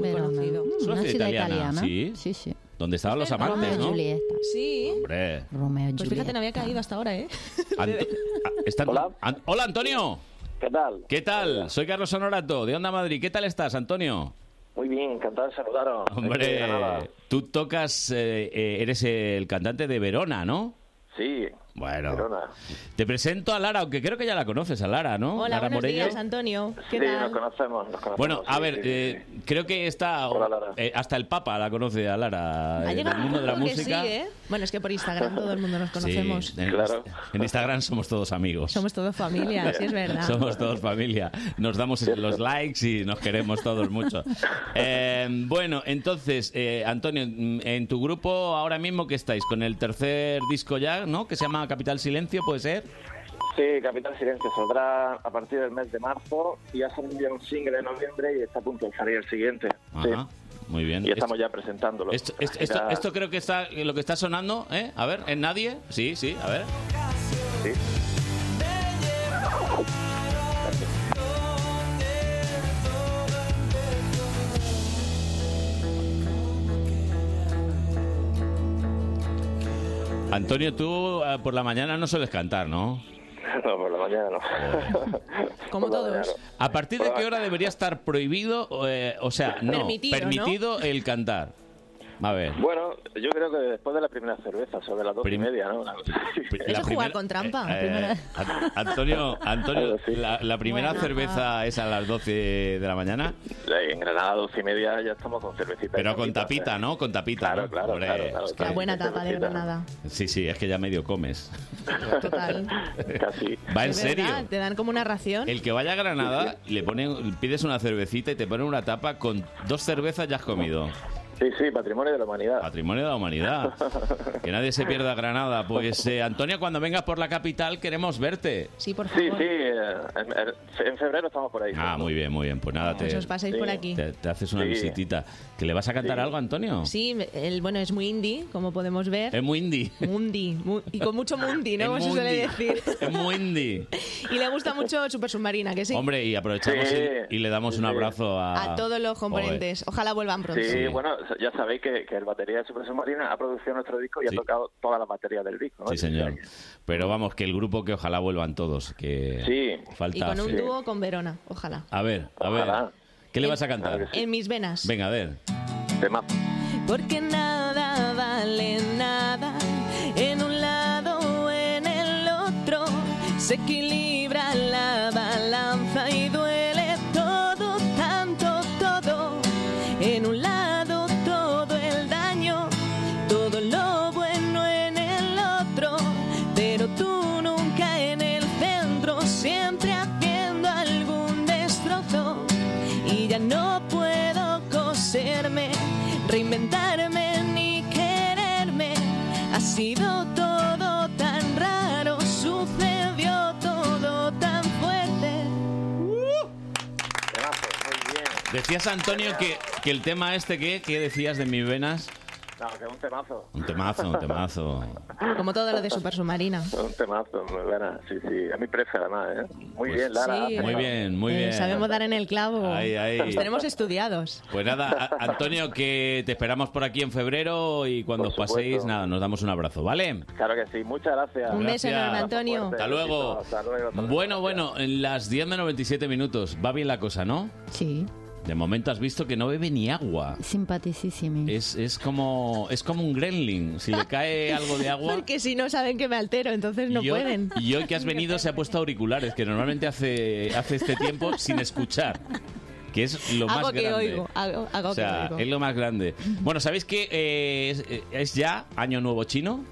Speaker 10: Muy conocido.
Speaker 15: Mm,
Speaker 2: Es una ciudad italiana, ¿sí?
Speaker 15: Sí, sí.
Speaker 2: Donde estaban los
Speaker 15: Romeo
Speaker 2: amantes,
Speaker 15: y
Speaker 2: ¿no?
Speaker 15: Julieta.
Speaker 10: Sí.
Speaker 2: Hombre.
Speaker 15: Romeo y
Speaker 10: Pues
Speaker 15: Julieta.
Speaker 10: fíjate, no había caído hasta ahora, ¿eh?
Speaker 2: Anto- Ah, está- An- Hola, Antonio.
Speaker 17: ¿Qué tal?
Speaker 2: ¿Qué tal? Soy Carlos Honorato, de Onda Madrid. ¿Qué tal estás, Antonio?
Speaker 17: Muy bien, encantado de saludaros. Aquí de Granada.
Speaker 2: Hombre, tú tocas, eh, eh, eres el cantante de Verona, ¿no?
Speaker 17: Sí.
Speaker 2: Bueno.
Speaker 17: Verona.
Speaker 2: Te presento a Lara, aunque creo que ya la conoces, a Lara, ¿no?
Speaker 10: Hola,
Speaker 2: Lara
Speaker 10: buenos días, Antonio. ¿Qué
Speaker 17: sí, nos
Speaker 10: tal?
Speaker 17: conocemos, nos conocemos.
Speaker 2: Bueno, a
Speaker 17: sí,
Speaker 2: ver,
Speaker 17: sí, sí.
Speaker 2: eh, creo que está eh, hasta el Papa la conoce a Lara
Speaker 10: Ha
Speaker 2: en
Speaker 10: llegado un
Speaker 2: el mundo de la
Speaker 10: punto que
Speaker 2: música.
Speaker 10: sí, ¿eh? Bueno, es que por Instagram todo el mundo nos
Speaker 2: Sí,
Speaker 10: conocemos.
Speaker 2: en, en Instagram somos todos amigos.
Speaker 10: Somos todos familia, sí es verdad.
Speaker 2: Somos todos familia. Nos damos los likes y nos queremos todos mucho. Eh, bueno, entonces, eh, Antonio, mm, en tu grupo ahora mismo que estáis con el tercer disco ya, ¿no? Que se llama llama Capital Silencio, ¿puede ser?
Speaker 14: Sí, Capital Silencio saldrá a partir del mes de marzo y ha salido un single en noviembre y está a punto de salir el siguiente. Sí.
Speaker 2: Ajá, Ah, muy bien.
Speaker 14: Y estamos ya
Speaker 2: Esto-
Speaker 14: presentándolo.
Speaker 2: Esto, esto- esto- esto creo que está lo que está sonando, ¿eh? A ver, ¿es nadie? Sí, sí, a ver.
Speaker 14: Sí.
Speaker 2: Antonio, tú eh, por la mañana no sueles cantar, ¿no?
Speaker 14: No, por la mañana no.
Speaker 2: Como todos. ¿A partir de qué hora debería estar prohibido, eh, o sea, no,
Speaker 14: Permitido,
Speaker 2: permitido,
Speaker 14: ¿no?
Speaker 2: el cantar? A ver.
Speaker 14: Bueno, yo creo que después de la primera cerveza, sobre las dos y media, ¿no? Una cosa así.
Speaker 2: la primera-
Speaker 18: con trampa.
Speaker 2: eh, An- Antonio, Antonio la, la primera
Speaker 14: Bueno.
Speaker 2: cerveza es a las 12 de la mañana,
Speaker 14: En Granada, dos y media, ya estamos con cervecita.
Speaker 2: pero con tapita, ¿no? Con tapita. Claro, claro,
Speaker 18: La buena tapa de Granada.
Speaker 2: Sí, sí, es que ya medio comes.
Speaker 7: Total.
Speaker 14: Casi.
Speaker 2: Va en
Speaker 7: Es verdad,
Speaker 2: serio.
Speaker 7: Te dan como una ración.
Speaker 2: El que vaya a Granada, le ponen, pides una cervecita y te ponen una tapa con dos cervezas ya has comido.
Speaker 14: Sí, sí, patrimonio de la humanidad.
Speaker 2: Patrimonio de la humanidad. Que nadie se pierda Granada. Pues eh, Antonio, cuando vengas por la capital queremos verte.
Speaker 7: Sí, por
Speaker 14: Sí,
Speaker 7: favor.
Speaker 14: sí, eh, en, en febrero estamos por ahí.
Speaker 2: Ah, muy bien, muy bien. Pues nada, te,
Speaker 7: Pues os pasáis por aquí.
Speaker 2: te, te haces una
Speaker 14: Sí.
Speaker 2: visitita. ¿Que le vas a cantar algo, Antonio?
Speaker 7: Sí, me- el, bueno, es muy indie, como podemos ver.
Speaker 2: Es muy indie.
Speaker 7: Mundi, mu- y con mucho mundi, ¿no? Como
Speaker 2: Es
Speaker 7: se
Speaker 2: mundi.
Speaker 7: suele decir.
Speaker 2: Es muy indie.
Speaker 7: Y le gusta mucho Super Submarina, que sí.
Speaker 2: Hombre, y aprovechamos
Speaker 14: Sí.
Speaker 2: y, y le damos un abrazo a...
Speaker 7: a todos los componentes. Ojalá vuelvan pronto.
Speaker 14: Sí, bueno, ya sabéis que, que el batería de Super Submarina ha producido nuestro disco y ha tocado toda la batería del disco. ¿no?
Speaker 2: Sí, señor. Pero vamos, que el grupo que ojalá vuelvan todos. Que
Speaker 14: Sí.
Speaker 2: Falta
Speaker 7: Y con un
Speaker 2: hace.
Speaker 7: dúo con Verona, ojalá.
Speaker 2: A ver, a ver. ¿Qué le vas a cantar?
Speaker 7: En mis venas.
Speaker 2: Venga, a ver.
Speaker 7: Porque nada vale nada
Speaker 10: en un lado o en el otro se equilibra la balanza y duele todo tanto todo en un lado todo el daño todo lo bueno en el otro pero tú nunca en el centro siempre haciendo algún destrozo y ya no puedo coserme, reinventarme ni quererme. Ha sido todo tan raro, sucedió todo tan fuerte.
Speaker 14: Temazo, muy bien.
Speaker 2: Decías, Antonio, que, que el tema este, ¿qué? ¿Qué decías de mis venas?
Speaker 14: No, que un temazo.
Speaker 2: Un temazo, un temazo.
Speaker 7: Como todo lo de Super Submarina.
Speaker 14: Un temazo, muy buena. Sí, sí, a mi prefe además, ¿eh?
Speaker 2: Pues
Speaker 14: Muy bien, Lara.
Speaker 7: sí.
Speaker 2: Muy bien, muy
Speaker 7: Eh,
Speaker 2: bien.
Speaker 7: sabemos dar en el clavo.
Speaker 2: Ahí, ahí.
Speaker 7: Los tenemos estudiados.
Speaker 2: Pues nada, a- Antonio, que te esperamos por aquí en febrero y cuando os paséis, nada, nos damos un abrazo, ¿vale?
Speaker 14: Claro que sí, muchas gracias.
Speaker 7: Un beso enorme, Antonio.
Speaker 2: Hasta luego.
Speaker 14: Hasta luego.
Speaker 2: Bueno, bueno, en las 10 menos 27 minutos. Va bien la cosa, ¿no?
Speaker 19: Sí,
Speaker 2: De momento has visto que no bebe ni agua.
Speaker 19: simpaticísimo.
Speaker 2: Es, es como es como un gremlin. Si le cae algo de agua.
Speaker 7: Porque si no saben que me altero, entonces no
Speaker 2: y hoy-
Speaker 7: pueden.
Speaker 2: Y hoy que has venido se ha puesto auriculares, que normalmente hace, hace este tiempo sin escuchar. Que es lo
Speaker 7: hago
Speaker 2: más
Speaker 7: que
Speaker 2: grande.
Speaker 7: oigo, hago, hago
Speaker 2: O sea,
Speaker 7: que oigo.
Speaker 2: es lo más grande. Bueno, ¿sabéis que eh, es, eh, es ya Año Nuevo Chino?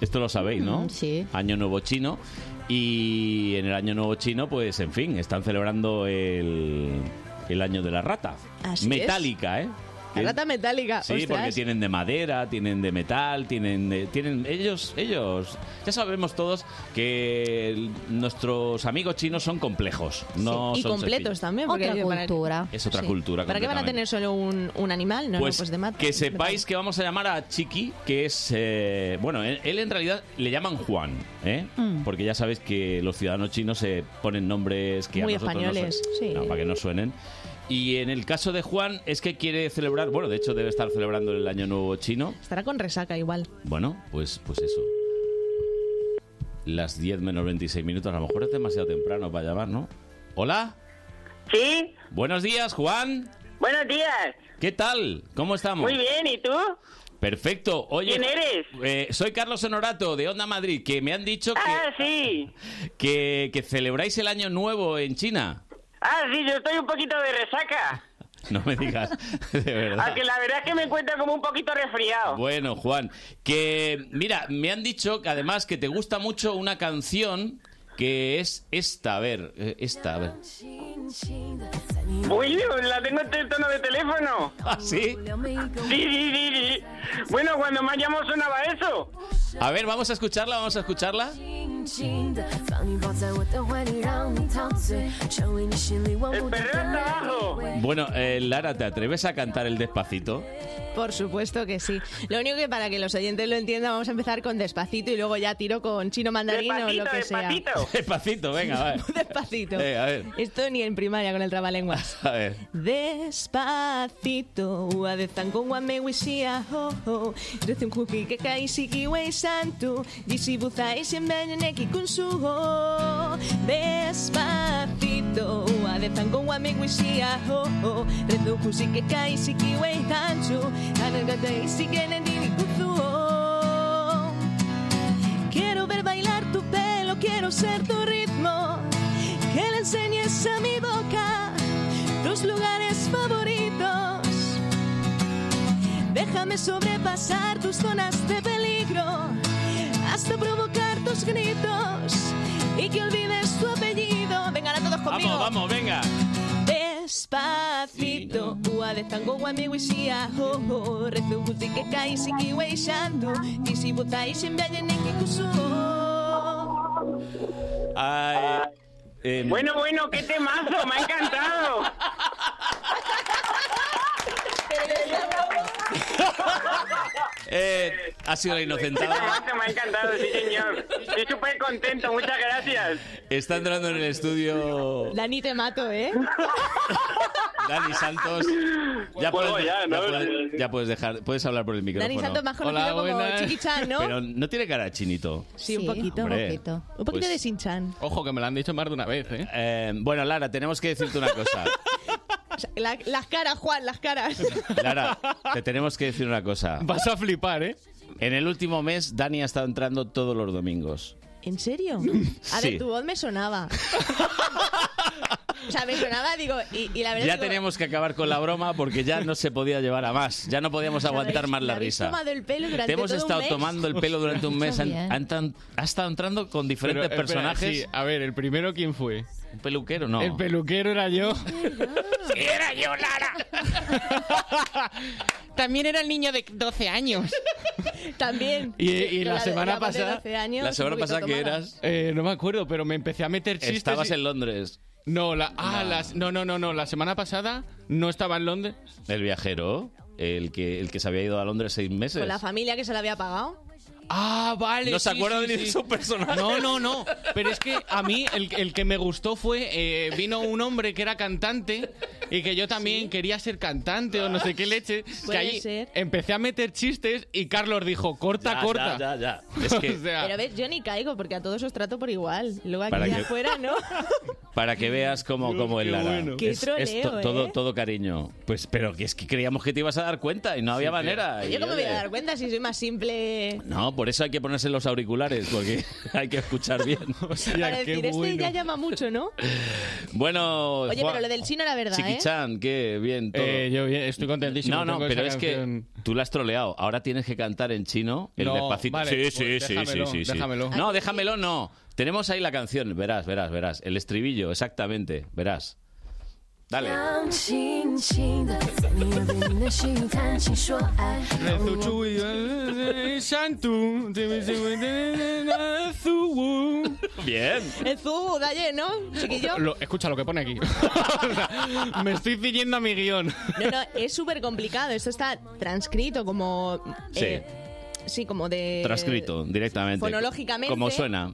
Speaker 2: Esto lo sabéis, ¿no?
Speaker 19: Mm, sí.
Speaker 2: Año Nuevo Chino. Y en el Año Nuevo Chino, pues en fin, están celebrando el, el Año de la Rata.
Speaker 7: Así es.
Speaker 2: Metálica, ¿eh?
Speaker 7: La rata metálica,
Speaker 2: Sí,
Speaker 7: ostras.
Speaker 2: porque tienen de madera, tienen de metal, tienen de- tienen ellos ellos. Ya sabemos todos que el- nuestros amigos chinos son complejos, no
Speaker 7: y
Speaker 2: son
Speaker 7: completos
Speaker 2: sencillos.
Speaker 7: también. porque
Speaker 19: Otra
Speaker 7: ellos van a-
Speaker 19: cultura.
Speaker 2: Es otra
Speaker 7: Sí.
Speaker 2: cultura
Speaker 7: ¿Para qué van a
Speaker 2: completamente.
Speaker 7: tener solo un, un animal? No,
Speaker 2: pues,
Speaker 7: no, pues de mata.
Speaker 2: que sepáis que vamos a llamar a Chiqui, que es... eh, bueno, él, él en realidad le llaman Juan, ¿eh?
Speaker 7: Mm.
Speaker 2: Porque ya sabéis que los ciudadanos chinos se ponen nombres que
Speaker 7: Muy
Speaker 2: a nosotros no suen-
Speaker 7: españoles, sí.
Speaker 2: no, para que no suenen. Y en el caso de Juan es que quiere celebrar... Bueno, de hecho debe estar celebrando el Año Nuevo Chino.
Speaker 7: Estará con resaca igual.
Speaker 2: Bueno, pues, pues eso. Las 10 menos 26 minutos, a lo mejor es demasiado temprano para llamar, ¿no? ¿Hola?
Speaker 12: Sí.
Speaker 2: Buenos días, Juan.
Speaker 12: Buenos días.
Speaker 2: ¿Qué tal? ¿Cómo estamos?
Speaker 12: Muy bien, ¿y tú?
Speaker 2: Perfecto. Oye,
Speaker 12: ¿Quién eres?
Speaker 2: eh, soy Carlos Honorato, de Onda Madrid, que me han dicho que,
Speaker 12: Ah,
Speaker 2: que, que celebráis el año nuevo en China.
Speaker 12: Ah, sí, yo estoy un poquito de resaca.
Speaker 2: No me digas, de verdad.
Speaker 12: Aunque la verdad es que me encuentro como un poquito resfriado.
Speaker 2: Bueno, Juan, que mira, me han dicho que además que te gusta mucho una canción que es esta, a ver, eh, esta, a ver.
Speaker 20: Uy, la tengo en el tono de teléfono.
Speaker 2: ¿Ah,
Speaker 20: Sí,
Speaker 2: sí?
Speaker 20: sí, sí, sí. Bueno, cuando más llamo sonaba eso.
Speaker 2: A ver, vamos a escucharla, vamos a escucharla.
Speaker 21: 轻的，放你抱在我的怀里，让你陶醉，成为你心里万物的依偎。
Speaker 2: Bueno, eh, Lara, ¿te atreves a cantar el despacito?
Speaker 7: Por supuesto que sí. Lo único que para que los oyentes lo entiendan, vamos a empezar con despacito y luego ya tiro con chino mandarín o lo que
Speaker 2: Despacito, venga, a ver.
Speaker 7: sea. Despacito.
Speaker 2: Eh, a ver.
Speaker 7: Esto ni en primaria con el trabalenguas.
Speaker 2: A ver.
Speaker 7: Despacito, ua de tango ua me wisia, ho ho. Rece un juki que kai siki wei santu, disi buza ese meneneki kun su ho. Despacito, ua de tango ua me wisia, ho ho. Rece un juki que kai siki wei santu, anagata isi que nendini kun su ho. Quiero ver bailar tu pelo, quiero ser tu ritmo. Que le enseñes a mi boca tus lugares favoritos. Déjame sobrepasar tus zonas de peligro hasta provocar tus gritos y que olvides tu apellido. Vengan a todos conmigo.
Speaker 2: Vamos, vamos, venga.
Speaker 7: Despacito, ua de tango ua mi wisia, ho ho, rezu guti que kai siki wei shando, y si botai sin vayan en que kusu.
Speaker 2: Ay, eh,
Speaker 20: Bueno, bueno, qué temazo, me ha encantado.
Speaker 2: eh, ha sido la
Speaker 20: Qué
Speaker 2: inocentada.
Speaker 20: temazo, me ha encantado, sí, señor. Estoy súper contento, muchas gracias.
Speaker 2: Está entrando en el estudio
Speaker 7: Dani, te mato, ¿eh?
Speaker 2: Dani Santos. Ya
Speaker 7: Bueno,
Speaker 2: puedes,
Speaker 7: ya, ¿no?
Speaker 2: puedes, ya puedes dejar, puedes hablar por el micrófono.
Speaker 7: Dani Santos, más conocido como Chiquichan, ¿no?
Speaker 2: Pero no tiene cara de chinito.
Speaker 7: Sí, un poquito.
Speaker 2: Hombre,
Speaker 7: Un poquito
Speaker 2: pues-
Speaker 7: de sinchan.
Speaker 2: Ojo, que me lo han dicho más de una vez, ¿eh? Bueno, Lara, tenemos que decirte una cosa.
Speaker 7: O sea, la- las caras, Juan, las caras.
Speaker 2: Lara, te tenemos que decir una cosa. Vas a flipar, ¿eh? En el último mes, Dani ha estado entrando todos los domingos.
Speaker 7: ¿En serio? A ver,
Speaker 2: Sí.
Speaker 7: tu voz me sonaba. o sea, me sonaba, digo, y, y la verdad
Speaker 2: Ya
Speaker 7: digo,
Speaker 2: teníamos que acabar con la broma porque ya no se podía llevar a más. Ya no podíamos
Speaker 7: ¿la habéis-
Speaker 2: aguantar más
Speaker 7: la
Speaker 2: la
Speaker 7: habéis
Speaker 2: risa.
Speaker 7: tomado el pelo durante
Speaker 2: Te hemos
Speaker 7: todo un
Speaker 2: estado
Speaker 7: mes?
Speaker 2: tomando el pelo durante un mes.
Speaker 7: Está
Speaker 2: Han,
Speaker 7: bien.
Speaker 2: han tan- ha estado entrando con diferentes
Speaker 22: Pero, espera,
Speaker 2: personajes.
Speaker 22: sí, a ver, ¿el primero quién fue?
Speaker 2: ¿Un peluquero? No.
Speaker 22: El peluquero era yo.
Speaker 21: ¡Era yo, Lara!
Speaker 7: También era el niño de 12 años. También.
Speaker 22: Y, y la,
Speaker 7: Pero
Speaker 22: semana
Speaker 7: la voz de
Speaker 22: pasada...
Speaker 7: 12 años, un poquito tomada.
Speaker 22: Eh, no me acuerdo, pero me empecé a meter chistes...
Speaker 2: Estabas
Speaker 22: y-
Speaker 2: en Londres.
Speaker 22: este No, la, ah, las- no, no, no, no, la semana pasada no estaba en Londres.
Speaker 2: El viajero, el que, el que se había ido a Londres seis meses.
Speaker 7: Con la familia que se la había pagado.
Speaker 22: Ah, vale.
Speaker 2: No se acuerda ni de su personaje.
Speaker 22: No, no, no. Pero es que a mí el, el que me gustó fue. eh, vino un hombre que era cantante y que yo también quería ser cantante o no sé qué leche. Que
Speaker 7: Puede
Speaker 22: ahí
Speaker 7: ser.
Speaker 22: empecé a meter chistes y Carlos dijo: corta,
Speaker 2: Ya,
Speaker 22: corta.
Speaker 2: ya, ya, ya. Es que-
Speaker 22: O sea,
Speaker 7: Pero ves, yo ni caigo porque a todos os trato por igual. Luego
Speaker 2: Para
Speaker 7: aquí
Speaker 2: que-
Speaker 7: afuera, ¿no?
Speaker 2: Para que veas cómo, cómo es
Speaker 7: qué
Speaker 2: Lara.
Speaker 7: bueno. Qué
Speaker 2: Es- es
Speaker 7: troleo,
Speaker 2: to-
Speaker 7: ¿eh?
Speaker 2: todo, todo cariño. Pues, pero que es que creíamos que te ibas a dar cuenta y no había
Speaker 7: Sí,
Speaker 2: manera.
Speaker 7: pero
Speaker 2: Y,
Speaker 7: Yo cómo me voy a
Speaker 2: oye,
Speaker 7: dar cuenta si soy más simple.
Speaker 2: No, por eso hay que ponerse los auriculares, porque hay que escuchar bien.
Speaker 7: para decir, este ya llama mucho, ¿no?
Speaker 2: Bueno,
Speaker 7: Oye,
Speaker 2: Juan-
Speaker 7: pero lo del chino era verdad, ¿eh?
Speaker 2: Chiquichan, qué bien. Todo.
Speaker 22: Eh, yo bien, estoy contentísimo
Speaker 2: No, no,
Speaker 22: con esa
Speaker 2: pero es
Speaker 22: canción.
Speaker 2: que tú la has troleado. Ahora tienes que cantar en chino el
Speaker 22: No,
Speaker 2: despacito.
Speaker 22: vale,
Speaker 2: sí, sí,
Speaker 22: pues
Speaker 2: sí,
Speaker 22: déjamelo,
Speaker 2: sí, sí, sí.
Speaker 22: déjamelo.
Speaker 2: No, déjamelo, no. Tenemos ahí la canción. Verás, verás, verás. El estribillo, exactamente. Verás. Dale.
Speaker 21: 让轻轻的，你要对你的心谈情说爱，
Speaker 2: Bien.
Speaker 7: El zubu de ayer, ¿no? Chiquillo.
Speaker 22: Lo- escucha lo que pone aquí. me estoy ciñendo a mi guión.
Speaker 7: No, no, es súper complicado. Esto está transcrito como...
Speaker 2: Sí,
Speaker 7: eh, sí, como de...
Speaker 2: transcrito directamente.
Speaker 7: fonológicamente.
Speaker 2: Como suena.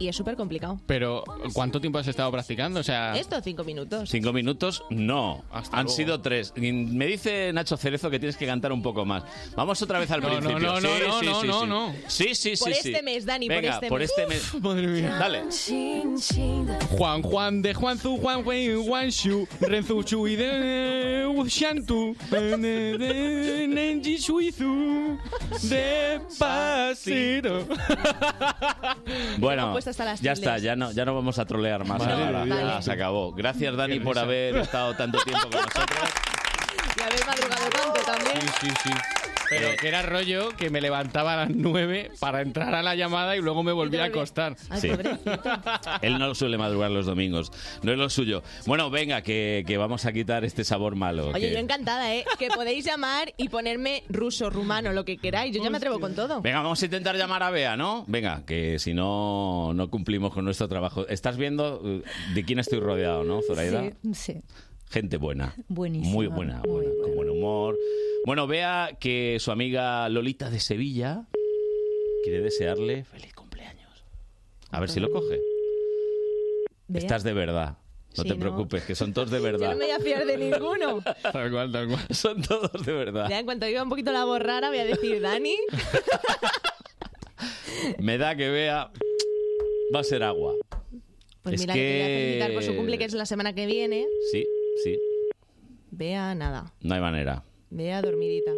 Speaker 7: Y es súper complicado.
Speaker 22: Pero, ¿cuánto tiempo has estado practicando? O
Speaker 2: Ah.
Speaker 22: sea.
Speaker 7: Esto, cinco minutos.
Speaker 2: Cinco minutos, no. Han
Speaker 22: luego.
Speaker 2: sido tres. Y Me dice Nacho Cerezo que tienes que cantar un poco más. Vamos otra vez al
Speaker 22: No, no,
Speaker 2: principio.
Speaker 22: no,
Speaker 2: sí,
Speaker 22: no, no,
Speaker 2: sí,
Speaker 22: no,
Speaker 2: sí,
Speaker 22: no,
Speaker 2: sí.
Speaker 22: no.
Speaker 2: Sí, sí, sí.
Speaker 7: Por
Speaker 2: sí.
Speaker 7: este mes, Dani, por
Speaker 2: Venga,
Speaker 7: este
Speaker 2: por
Speaker 7: mes.
Speaker 2: este mes.
Speaker 22: Madre mía.
Speaker 2: Dale.
Speaker 21: 轻轻的。
Speaker 22: Juan Juan de Juan Zu, Juan Wei, Juan Shu, Renzu Chui de Shantu, Nenji Suizu, Despacito.
Speaker 2: Bueno,
Speaker 7: puesto hasta las
Speaker 2: ya
Speaker 7: tildes.
Speaker 2: está, ya no, ya no vamos a trolear más.
Speaker 22: Madre
Speaker 2: ahora.
Speaker 22: mía.
Speaker 2: Ya se acabó. Gracias, Dani,
Speaker 22: Qué
Speaker 2: por
Speaker 22: risa.
Speaker 2: haber estado tanto tiempo con nosotros.
Speaker 7: Y haber madrugado tanto también.
Speaker 22: Sí, sí, sí.
Speaker 23: Pero que era rollo que me levantaba a las 9 para entrar a la llamada y luego me volvía a acostar.
Speaker 2: Sí. Él no suele madrugar los domingos. No es lo suyo. Bueno, venga, que, que vamos a quitar este sabor malo.
Speaker 7: Oye,
Speaker 2: que-
Speaker 7: yo encantada, ¿eh? Que podéis llamar y ponerme ruso, rumano, lo que queráis. Yo ya me atrevo con todo.
Speaker 2: Venga, vamos a intentar llamar a Bea, ¿no? Venga, que si no, no cumplimos con nuestro trabajo. Estás viendo eh, de quién estoy rodeado, ¿no, Zoraida?
Speaker 11: Sí, sí.
Speaker 2: Gente buena.
Speaker 11: Buenísimo.
Speaker 2: Muy buena, buena, con buen humor. Bueno, vea que su amiga Lolita de Sevilla quiere desearle feliz cumpleaños. A ver si lo coge.
Speaker 7: Bea.
Speaker 2: Estás de verdad. No
Speaker 7: Sí,
Speaker 2: te
Speaker 7: ¿no?
Speaker 2: preocupes, que son todos de
Speaker 7: Yo
Speaker 2: verdad.
Speaker 7: no me voy a fiar de ninguno.
Speaker 2: Tal cual, tal cual. Son todos de verdad.
Speaker 7: Ya en cuanto yo un poquito la borrara, voy a decir, Dani,
Speaker 2: Me da que vea. Va a ser agua.
Speaker 7: pues
Speaker 2: es
Speaker 7: mira,
Speaker 2: que...
Speaker 7: le quería felicitar por su cumple, que es la semana que viene.
Speaker 2: Sí, sí.
Speaker 7: Vea nada,
Speaker 2: No hay manera.
Speaker 7: vea dormidita.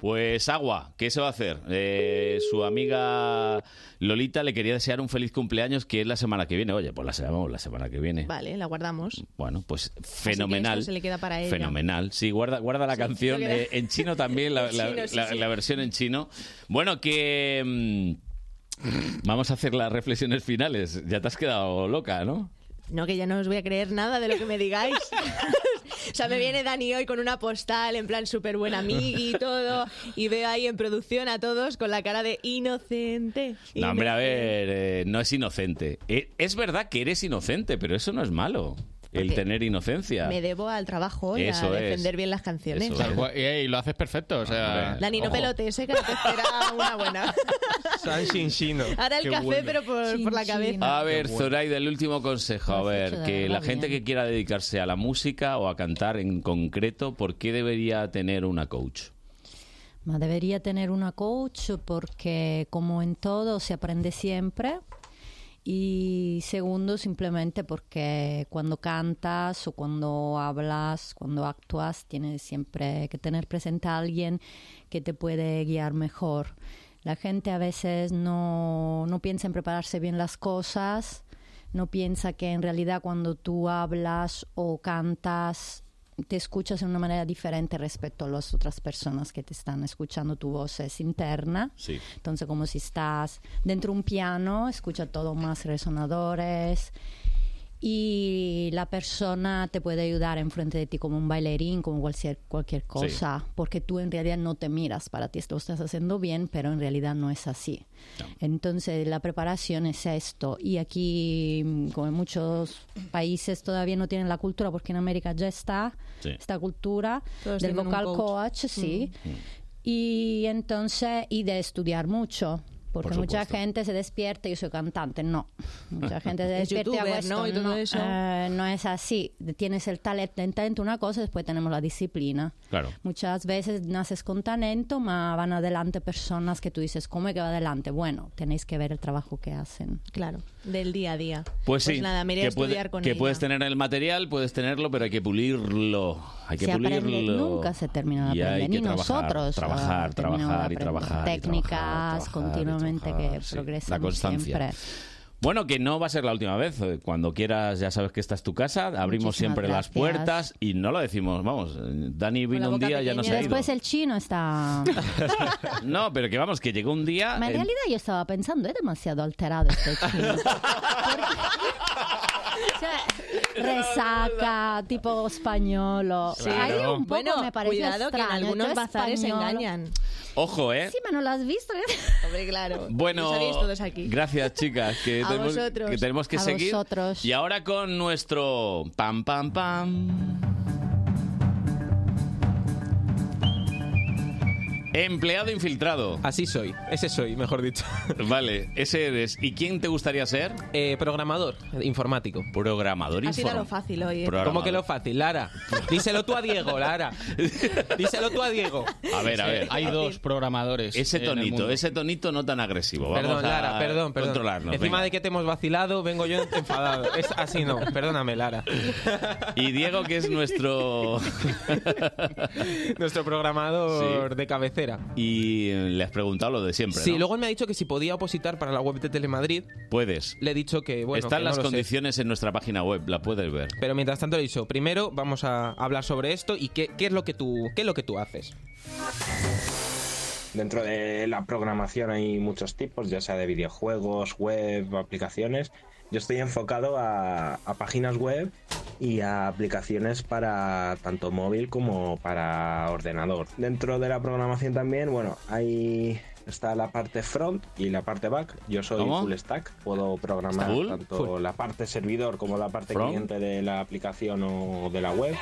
Speaker 2: Pues agua, ¿qué se va a hacer? Eh, su amiga Lolita le quería desear un feliz cumpleaños que es la semana que viene. Oye, pues la semana, la semana que viene.
Speaker 7: Vale, ¿eh? la guardamos.
Speaker 2: Bueno,
Speaker 7: Así
Speaker 2: pues
Speaker 7: que
Speaker 2: fenomenal.
Speaker 7: esto se le queda para ella.
Speaker 2: Fenomenal. Sí, guarda, guarda la canción
Speaker 7: queda.
Speaker 2: eh, en chino también, la,
Speaker 7: En
Speaker 2: la-
Speaker 7: chino, sí,
Speaker 2: la-
Speaker 7: sí.
Speaker 2: la versión en chino. Bueno, que... mm, vamos a hacer las reflexiones finales. Ya te has quedado loca, ¿no?
Speaker 7: No, que ya no os voy a creer nada de lo que me digáis. o sea, me viene Dani hoy con una postal en plan súper buen amigo y todo. Y veo ahí en producción a todos con la cara de inocente.
Speaker 2: No, hombre, a ver, eh, no es inocente. Eh, es verdad que eres inocente, pero eso no es malo. El
Speaker 7: Porque
Speaker 2: tener inocencia.
Speaker 7: Me debo al trabajo hoy a
Speaker 2: Eso es.
Speaker 7: defender bien las canciones.
Speaker 2: Eso es.
Speaker 23: Y, eh, y lo haces perfecto, o sea...
Speaker 7: Dani, no pelotes, eh, que no te espera una buena. Ahora el café, pero por, por la cabeza.
Speaker 2: A ver,
Speaker 23: Qué bueno.
Speaker 2: Zoraida, el último consejo. A ver,
Speaker 7: de
Speaker 2: que
Speaker 7: verdad
Speaker 2: la gente que quiera dedicarse a la música o a cantar en concreto, ¿por qué debería tener una coach?
Speaker 11: Ma debería tener una coach porque como en todo se aprende siempre y segundo simplemente porque cuando cantas o cuando hablas, cuando actúas, tienes siempre que tener presente a alguien que te puede guiar mejor. La gente a veces no, no piensa en prepararse bien las cosas, no piensa que en realidad cuando tú hablas o cantas te escuchas de una manera diferente respecto a las otras personas que te están escuchando. Tu voz es interna.
Speaker 2: Sí.
Speaker 11: Entonces, como si estás dentro de un piano, escucha todo más resonadores. Y la persona te puede ayudar enfrente de ti como un bailarín, como cualquier, cualquier cosa, porque tú en realidad no te miras para ti, lo estás haciendo bien, pero en realidad no es así. Entonces la preparación es esto. Y aquí, mm, como en muchos países, todavía no tienen la cultura, porque en América ya está
Speaker 24: Sí.
Speaker 11: esta cultura
Speaker 24: Todos
Speaker 11: del
Speaker 24: tienen un
Speaker 11: vocal
Speaker 24: coach. Mm.
Speaker 11: coach. sí. Y entonces, y de estudiar mucho. Porque
Speaker 24: Por
Speaker 11: mucha
Speaker 24: supuesto.
Speaker 11: gente se despierta y yo soy cantante. No. Mucha gente se
Speaker 7: Es
Speaker 11: despierta y hago
Speaker 7: youtuber,
Speaker 11: esto.
Speaker 7: ¿no? Y todo eso.
Speaker 11: eh, no es así. Tienes el talento, el talento una cosa, después tenemos la disciplina.
Speaker 2: Claro.
Speaker 11: Muchas veces naces con talento, ma van adelante personas que tú dices, ¿cómo es que va adelante? Bueno, tenéis que ver el trabajo que hacen.
Speaker 7: Claro, del día a día.
Speaker 2: Pues, sí,
Speaker 7: nada, me iré a
Speaker 2: que, puede-
Speaker 7: estudiar con
Speaker 2: que
Speaker 7: ella.
Speaker 2: puedes tener el material, puedes tenerlo, pero hay que pulirlo. Hay que
Speaker 11: se
Speaker 2: pulirlo.
Speaker 11: aprende, nunca se termina
Speaker 2: Y
Speaker 11: de
Speaker 2: hay
Speaker 11: aprender,
Speaker 2: que
Speaker 11: ni
Speaker 2: trabajar,
Speaker 11: nosotros.
Speaker 2: trabajar,
Speaker 11: ah, terminamos de
Speaker 2: trabajar y
Speaker 11: aprender.
Speaker 2: trabajar y
Speaker 11: Técnicas
Speaker 2: trabajar y
Speaker 11: continuamente
Speaker 2: trabajar,
Speaker 11: que
Speaker 2: sí,
Speaker 11: progresan
Speaker 2: la constancia.
Speaker 11: siempre.
Speaker 2: Bueno, que no va a ser la última vez. Eh, Cuando quieras, ya sabes que esta es tu casa. Abrimos
Speaker 11: Muchísimas
Speaker 2: siempre las
Speaker 11: gracias.
Speaker 2: puertas y no lo decimos. Vamos, eh, Dani vino un día y ya no se ha ido.
Speaker 11: Después el chino está...
Speaker 2: No, pero que vamos, que llegó un día.
Speaker 11: Ma en
Speaker 2: en-
Speaker 11: realidad yo estaba pensando, es demasiado alterado este chino. Porque- o sea, resaca, tipo españolo.
Speaker 2: Sí.
Speaker 11: Ahí
Speaker 2: Claro.
Speaker 11: un poco
Speaker 7: Bueno,
Speaker 11: me pareció
Speaker 7: cuidado, que en
Speaker 11: extraño.
Speaker 7: algunos
Speaker 11: yo
Speaker 7: bazares
Speaker 11: españolo.
Speaker 7: engañan.
Speaker 2: Ojo, ¿eh?
Speaker 11: Sí, ma, ¿no lo has visto?
Speaker 7: Hombre, claro.
Speaker 2: Bueno,
Speaker 7: Lo sabéis todos aquí.
Speaker 2: gracias chicas, que,
Speaker 7: A
Speaker 2: tenemos,
Speaker 7: vosotros.
Speaker 2: que tenemos que
Speaker 7: A
Speaker 2: seguir.
Speaker 7: vosotros.
Speaker 2: Y ahora con nuestro pam pam pam. Empleado infiltrado.
Speaker 9: Así soy, ese soy, mejor dicho.
Speaker 2: Vale, ese eres. ¿Y quién te gustaría ser?
Speaker 9: Eh, programador informático.
Speaker 2: Programador
Speaker 7: Ha sido a lo
Speaker 2: informático.
Speaker 7: fácil hoy. ¿eh?
Speaker 9: ¿Cómo que lo fácil, Lara? Díselo tú a Diego, Lara. Díselo tú a Diego.
Speaker 2: A ver, a
Speaker 9: Sí,
Speaker 2: ver.
Speaker 9: hay dos
Speaker 2: programadores. Ese
Speaker 9: en el mundo.
Speaker 2: tonito, ese tonito no tan agresivo. Pues Vamos
Speaker 9: Perdón,
Speaker 2: a
Speaker 9: Lara, perdón, perdón.
Speaker 2: Controlarnos.
Speaker 9: Encima
Speaker 2: venga.
Speaker 9: de que te hemos vacilado, vengo yo enfadado. Es así no, perdóname, Lara.
Speaker 2: Y Diego, que es nuestro...
Speaker 9: Nuestro programador de cabecera.
Speaker 2: Y eh, le has preguntado lo de siempre,
Speaker 9: Sí,
Speaker 2: ¿no?
Speaker 9: luego él me ha dicho que si podía opositar para la web de Telemadrid,
Speaker 2: Puedes.
Speaker 9: le he dicho que, bueno,
Speaker 2: Están
Speaker 9: que no
Speaker 2: las
Speaker 9: lo sé.
Speaker 2: condiciones en nuestra página web, la puedes ver.
Speaker 9: Pero mientras tanto le he dicho, primero vamos a hablar sobre esto y qué, qué es lo que tú, qué es lo que tú haces.
Speaker 25: Dentro de la programación hay muchos tipos, ya sea de videojuegos, web, aplicaciones. Yo estoy enfocado a, a páginas web y a aplicaciones para tanto móvil como para ordenador. Dentro de la programación también, bueno, hay está la parte front y la parte back. Yo soy
Speaker 2: ¿Cómo?
Speaker 25: full stack, puedo programar
Speaker 2: ¿Full?
Speaker 25: tanto
Speaker 2: Full.
Speaker 25: la parte servidor como la parte
Speaker 2: Front.
Speaker 25: cliente de la aplicación o de la web.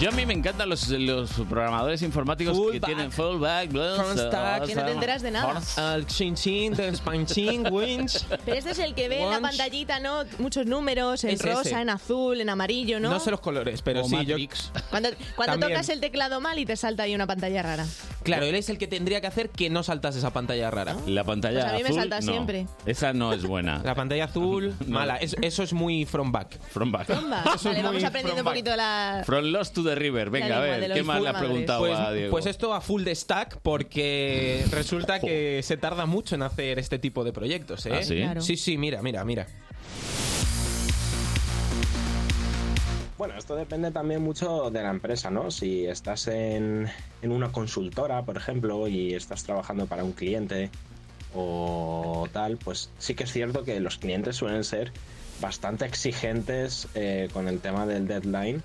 Speaker 2: Yo a mí me encantan los, los programadores informáticos que tienen fullback, blah,
Speaker 9: Front
Speaker 2: blah,
Speaker 9: stack,
Speaker 2: blah,
Speaker 9: que no te
Speaker 2: blah.
Speaker 9: enteras
Speaker 7: de nada.
Speaker 2: Front-
Speaker 9: Al chin chin, del span chin, wins.
Speaker 7: Pero este es el que ve en la
Speaker 9: Once.
Speaker 7: pantallita, ¿no? Muchos números, en
Speaker 9: Es
Speaker 7: rosa,
Speaker 9: ese.
Speaker 7: en azul, en amarillo, ¿no?
Speaker 9: No sé los colores, pero
Speaker 26: O
Speaker 9: sí, yo...
Speaker 7: Cuando, cuando
Speaker 9: También.
Speaker 7: tocas el teclado mal y te salta ahí una pantalla rara.
Speaker 9: Claro, él es el que tendría que hacer que no saltase esa pantalla rara.
Speaker 2: Ah. La pantalla
Speaker 7: Pues a mí me
Speaker 2: azul,
Speaker 7: salta
Speaker 2: no.
Speaker 7: siempre.
Speaker 2: Esa no es buena.
Speaker 9: La pantalla azul, mala. Es- eso es muy from back.
Speaker 2: From back.
Speaker 7: Zumba. Vale, vamos aprendiendo un poquito la...
Speaker 2: From Lost to the River. Venga, a
Speaker 7: lengua de
Speaker 2: ver,
Speaker 7: los
Speaker 2: ¿qué más le ha
Speaker 7: informadores.
Speaker 2: preguntado
Speaker 9: Pues,
Speaker 2: a Diego?
Speaker 9: pues esto a full de stack porque resulta que se tarda mucho en hacer este tipo de proyectos, ¿eh?
Speaker 2: ¿Ah, sí? Claro.
Speaker 9: sí, sí, mira, mira, mira.
Speaker 25: Bueno, esto depende también mucho de la empresa, ¿no? Si estás en, en una consultora, por ejemplo, y estás trabajando para un cliente o tal, pues sí que es cierto que los clientes suelen ser bastante exigentes eh, con el tema del deadline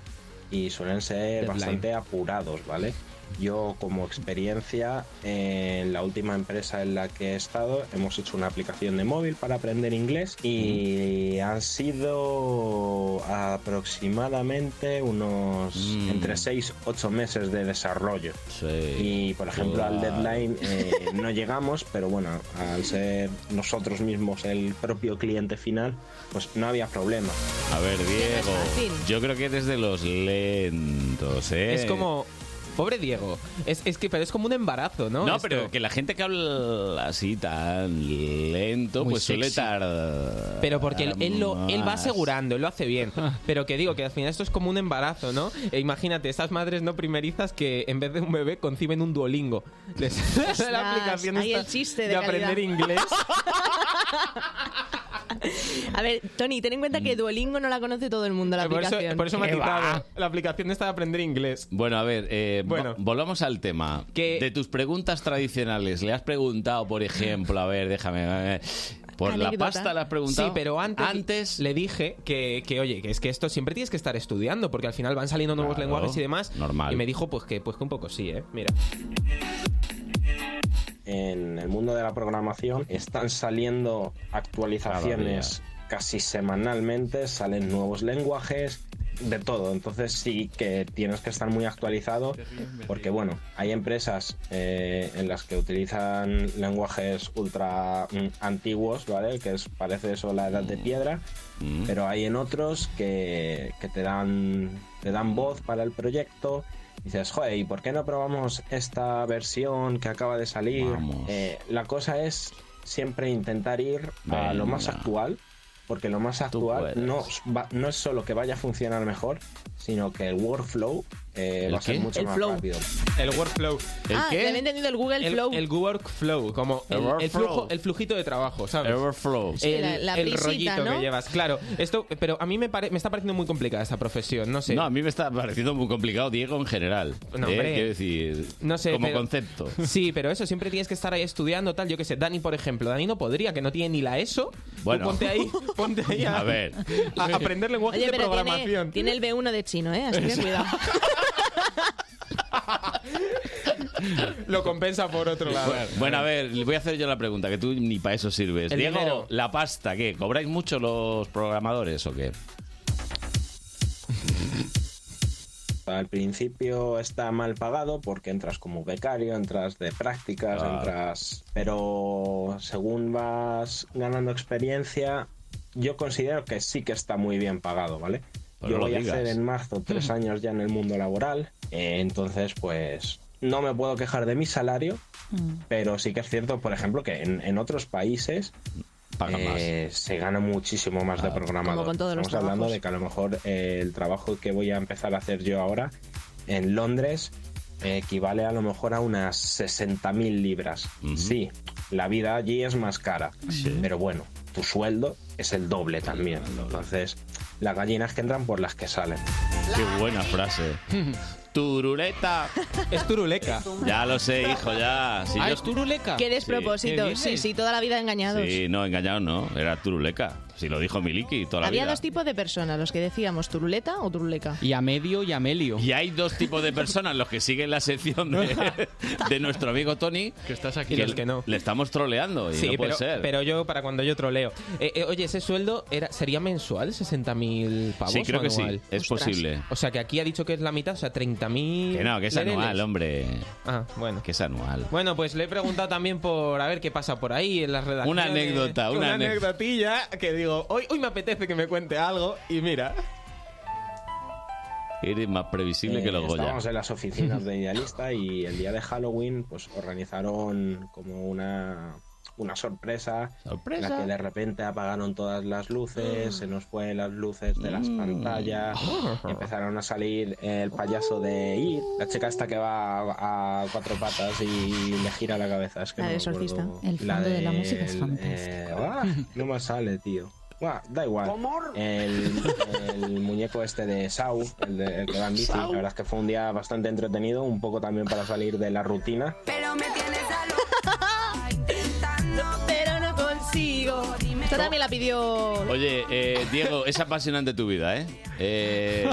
Speaker 25: y suelen ser
Speaker 9: Deadline.
Speaker 25: bastante apurados, ¿vale? Yo como experiencia, eh, en la última empresa en la que he estado, hemos hecho una aplicación de móvil para aprender inglés y han sido aproximadamente unos entre 6 8 meses de desarrollo. Y por ejemplo al
Speaker 2: Claro.
Speaker 25: deadline eh, no llegamos, pero bueno, al ser nosotros mismos el propio cliente final, pues no había problema.
Speaker 2: A ver, Diego.
Speaker 25: fácil.
Speaker 2: Yo creo que eres de los lentos, ¿eh?
Speaker 9: Es como... Pobre Diego. Es, es que pero es como un embarazo, ¿no?
Speaker 2: No,
Speaker 9: Esto.
Speaker 2: pero que la gente que habla así tan lento,
Speaker 9: Muy
Speaker 2: pues suele
Speaker 9: sexy.
Speaker 2: tardar.
Speaker 9: Pero porque él, él lo, él va
Speaker 2: más.
Speaker 9: asegurando, él lo hace bien. Pero que digo que al final esto es como un embarazo, ¿no? E imagínate, estas madres no primerizas que en vez de un bebé conciben un duolingo. Les la aplicación
Speaker 7: Ahí
Speaker 9: esta
Speaker 7: el chiste de,
Speaker 9: de aprender
Speaker 7: calidad.
Speaker 9: inglés.
Speaker 7: A ver, Tony, ten en cuenta que Duolingo no la conoce todo el mundo, la
Speaker 9: Mm. Eh, Por eso,
Speaker 7: aplicación.
Speaker 9: por eso me ha quitado la aplicación esta de aprender inglés.
Speaker 2: Bueno, a ver, eh, vo- volvamos al tema. De tus preguntas tradicionales, le has preguntado, por ejemplo, a ver, déjame. a ver, por la pasta le has preguntado.
Speaker 9: Sí, pero antes, le dije que, que, oye, que es que esto siempre tienes que estar estudiando, porque al final van saliendo nuevos
Speaker 2: Claro,
Speaker 9: lenguajes y demás.
Speaker 2: normal.
Speaker 9: Y me dijo pues que, pues que un poco sí, ¿eh? Mira.
Speaker 25: en el mundo de la programación están saliendo actualizaciones casi semanalmente, salen nuevos lenguajes, de todo. Entonces sí que tienes que estar muy actualizado porque bueno, hay empresas eh, en las que utilizan lenguajes ultra mm, antiguos, ¿vale? Que es- parece eso la edad de piedra, pero hay en otros que, que te dan te dan voz para el proyecto. Dices, joder, ¿y por qué no probamos esta versión que acaba de salir? Eh, la cosa es siempre intentar ir a lo más
Speaker 2: Venga.
Speaker 25: actual, porque lo más actual no, va- no es solo que vaya a funcionar mejor, sino que el workflow eh,
Speaker 9: ¿El
Speaker 25: va a ser
Speaker 9: qué?
Speaker 25: mucho
Speaker 9: El
Speaker 25: más
Speaker 9: flow.
Speaker 25: rápido.
Speaker 9: El workflow.
Speaker 7: ah, te había entendido el Google
Speaker 9: El,
Speaker 7: Flow.
Speaker 9: el workflow, como el,
Speaker 2: El
Speaker 9: el
Speaker 2: workflow.
Speaker 9: flujo- el flujito de trabajo, ¿sabes?
Speaker 2: El workflow.
Speaker 7: Sí, la- la
Speaker 9: el
Speaker 7: prisita,
Speaker 9: rollito
Speaker 7: ¿no?
Speaker 9: que llevas, claro. Esto, pero a mí me, pare- me está pareciendo muy complicada esta profesión, no sé.
Speaker 2: No, a mí me está pareciendo muy complicado, Diego, en general.
Speaker 9: No,
Speaker 2: ¿eh?
Speaker 9: hombre.
Speaker 2: Quiero decir,
Speaker 9: No sé,
Speaker 2: como
Speaker 9: pero-
Speaker 2: concepto.
Speaker 9: Sí, pero eso, siempre tienes que estar ahí estudiando, tal, yo qué sé. Dani, por ejemplo, Dani no podría, que no tiene ni la ESO. Tú
Speaker 2: Bueno.
Speaker 9: ponte ahí, ponte ahí a,
Speaker 2: A ver.
Speaker 9: a aprender lenguaje
Speaker 7: Oye,
Speaker 9: de
Speaker 7: pero
Speaker 9: programación.
Speaker 7: tiene, tiene el B1 de chino, ¿eh? Así que cuidado.
Speaker 9: Lo compensa por otro lado.
Speaker 2: Bueno, a ver, le voy a hacer yo la pregunta, que tú ni para eso sirves.
Speaker 9: El
Speaker 2: Diego,
Speaker 9: dinero.
Speaker 2: la pasta, ¿qué? ¿Cobráis mucho los programadores o qué?
Speaker 25: Al principio está mal pagado porque entras como becario, entras de prácticas,
Speaker 2: Claro.
Speaker 25: entras... Pero según vas ganando experiencia, yo considero que sí que está muy bien pagado, ¿vale?
Speaker 2: Pero
Speaker 25: yo
Speaker 2: no lo
Speaker 25: voy a hacer
Speaker 2: digas. Mm.
Speaker 25: en marzo tres años ya en el mundo laboral, eh, entonces pues no me puedo quejar de mi salario, pero sí que es cierto, por ejemplo, que en, en otros países eh, se gana muchísimo más de programador.
Speaker 7: Como con todos los
Speaker 25: Estamos hablando
Speaker 7: trabajos.
Speaker 25: de que a lo mejor eh, el trabajo que voy a empezar a hacer yo ahora en Londres eh, equivale a lo mejor a unas 60.000 libras. Sí, la vida allí es más cara, pero bueno, tu sueldo es el doble también. Entonces, las gallinas que entran por las que salen.
Speaker 9: Hmm.
Speaker 2: Qué buena frase. Turuleta.
Speaker 9: Es turuleca.
Speaker 2: Ya lo sé, hijo, ya. Si
Speaker 9: Ah,
Speaker 2: yo-
Speaker 9: es turuleca.
Speaker 7: Qué despropósito. Sí, sí, toda la vida engañados.
Speaker 2: Sí, no, engañado no. Era turuleca. Si lo dijo Miliki toda la
Speaker 7: Había
Speaker 2: vida.
Speaker 7: dos tipos de personas, los que decíamos turuleta o turuleca.
Speaker 9: Y a medio y a melio.
Speaker 2: Y hay dos tipos de personas, los que siguen la sección de, de nuestro amigo Tony. Que estás
Speaker 9: aquí. Y los que no.
Speaker 2: Le estamos troleando y
Speaker 9: Sí,
Speaker 2: no puede
Speaker 9: pero,
Speaker 2: ser.
Speaker 9: pero yo para cuando yo troleo. Eh, eh, oye, ese sueldo era, sería mensual, 60.000 pavos.
Speaker 2: Sí, creo
Speaker 9: o
Speaker 2: que sí.
Speaker 9: anual?
Speaker 2: Es
Speaker 9: Ostras.
Speaker 2: posible.
Speaker 9: O sea, que aquí ha dicho que es la mitad, o sea, 30.000.
Speaker 2: Que no, que es
Speaker 9: lereles.
Speaker 2: anual, hombre.
Speaker 9: Ah, bueno.
Speaker 2: Que es anual.
Speaker 9: Bueno, pues le he preguntado también por a ver qué pasa por ahí en las redacciones.
Speaker 2: Una anécdota, una
Speaker 9: una
Speaker 2: ane-
Speaker 9: anecdotilla que digo, hoy, hoy me apetece que me cuente algo y mira.
Speaker 2: Eres más previsible
Speaker 25: Eh,
Speaker 2: que los Goya.
Speaker 25: Estábamos en las oficinas de Idealista y el día de Halloween pues organizaron como una, una sorpresa,
Speaker 2: ¿Sorpresa?
Speaker 25: en la que de repente apagaron todas las luces, se nos fueron las luces de
Speaker 7: Mm.
Speaker 25: las pantallas,
Speaker 7: Ah.
Speaker 25: empezaron a salir el payaso de It, la chica esta que va a, a cuatro patas y le gira la cabeza. Es que
Speaker 7: La
Speaker 25: no
Speaker 7: de
Speaker 25: me acuerdo.
Speaker 7: Exorcista.
Speaker 25: La
Speaker 7: El fondo de la música es
Speaker 25: del, eh,
Speaker 7: fantástico.
Speaker 25: ah, no me sale, tío. Buah, da igual. El, el muñeco este de Sau, el, de, el que va en bici, la
Speaker 27: Sau.
Speaker 25: verdad es que fue un día bastante entretenido, un poco también para salir de la rutina.
Speaker 7: Pero me tienes pero no consigo. Esta también la pidió.
Speaker 2: Oye, eh, Diego, es apasionante tu vida, ¿eh? Eh,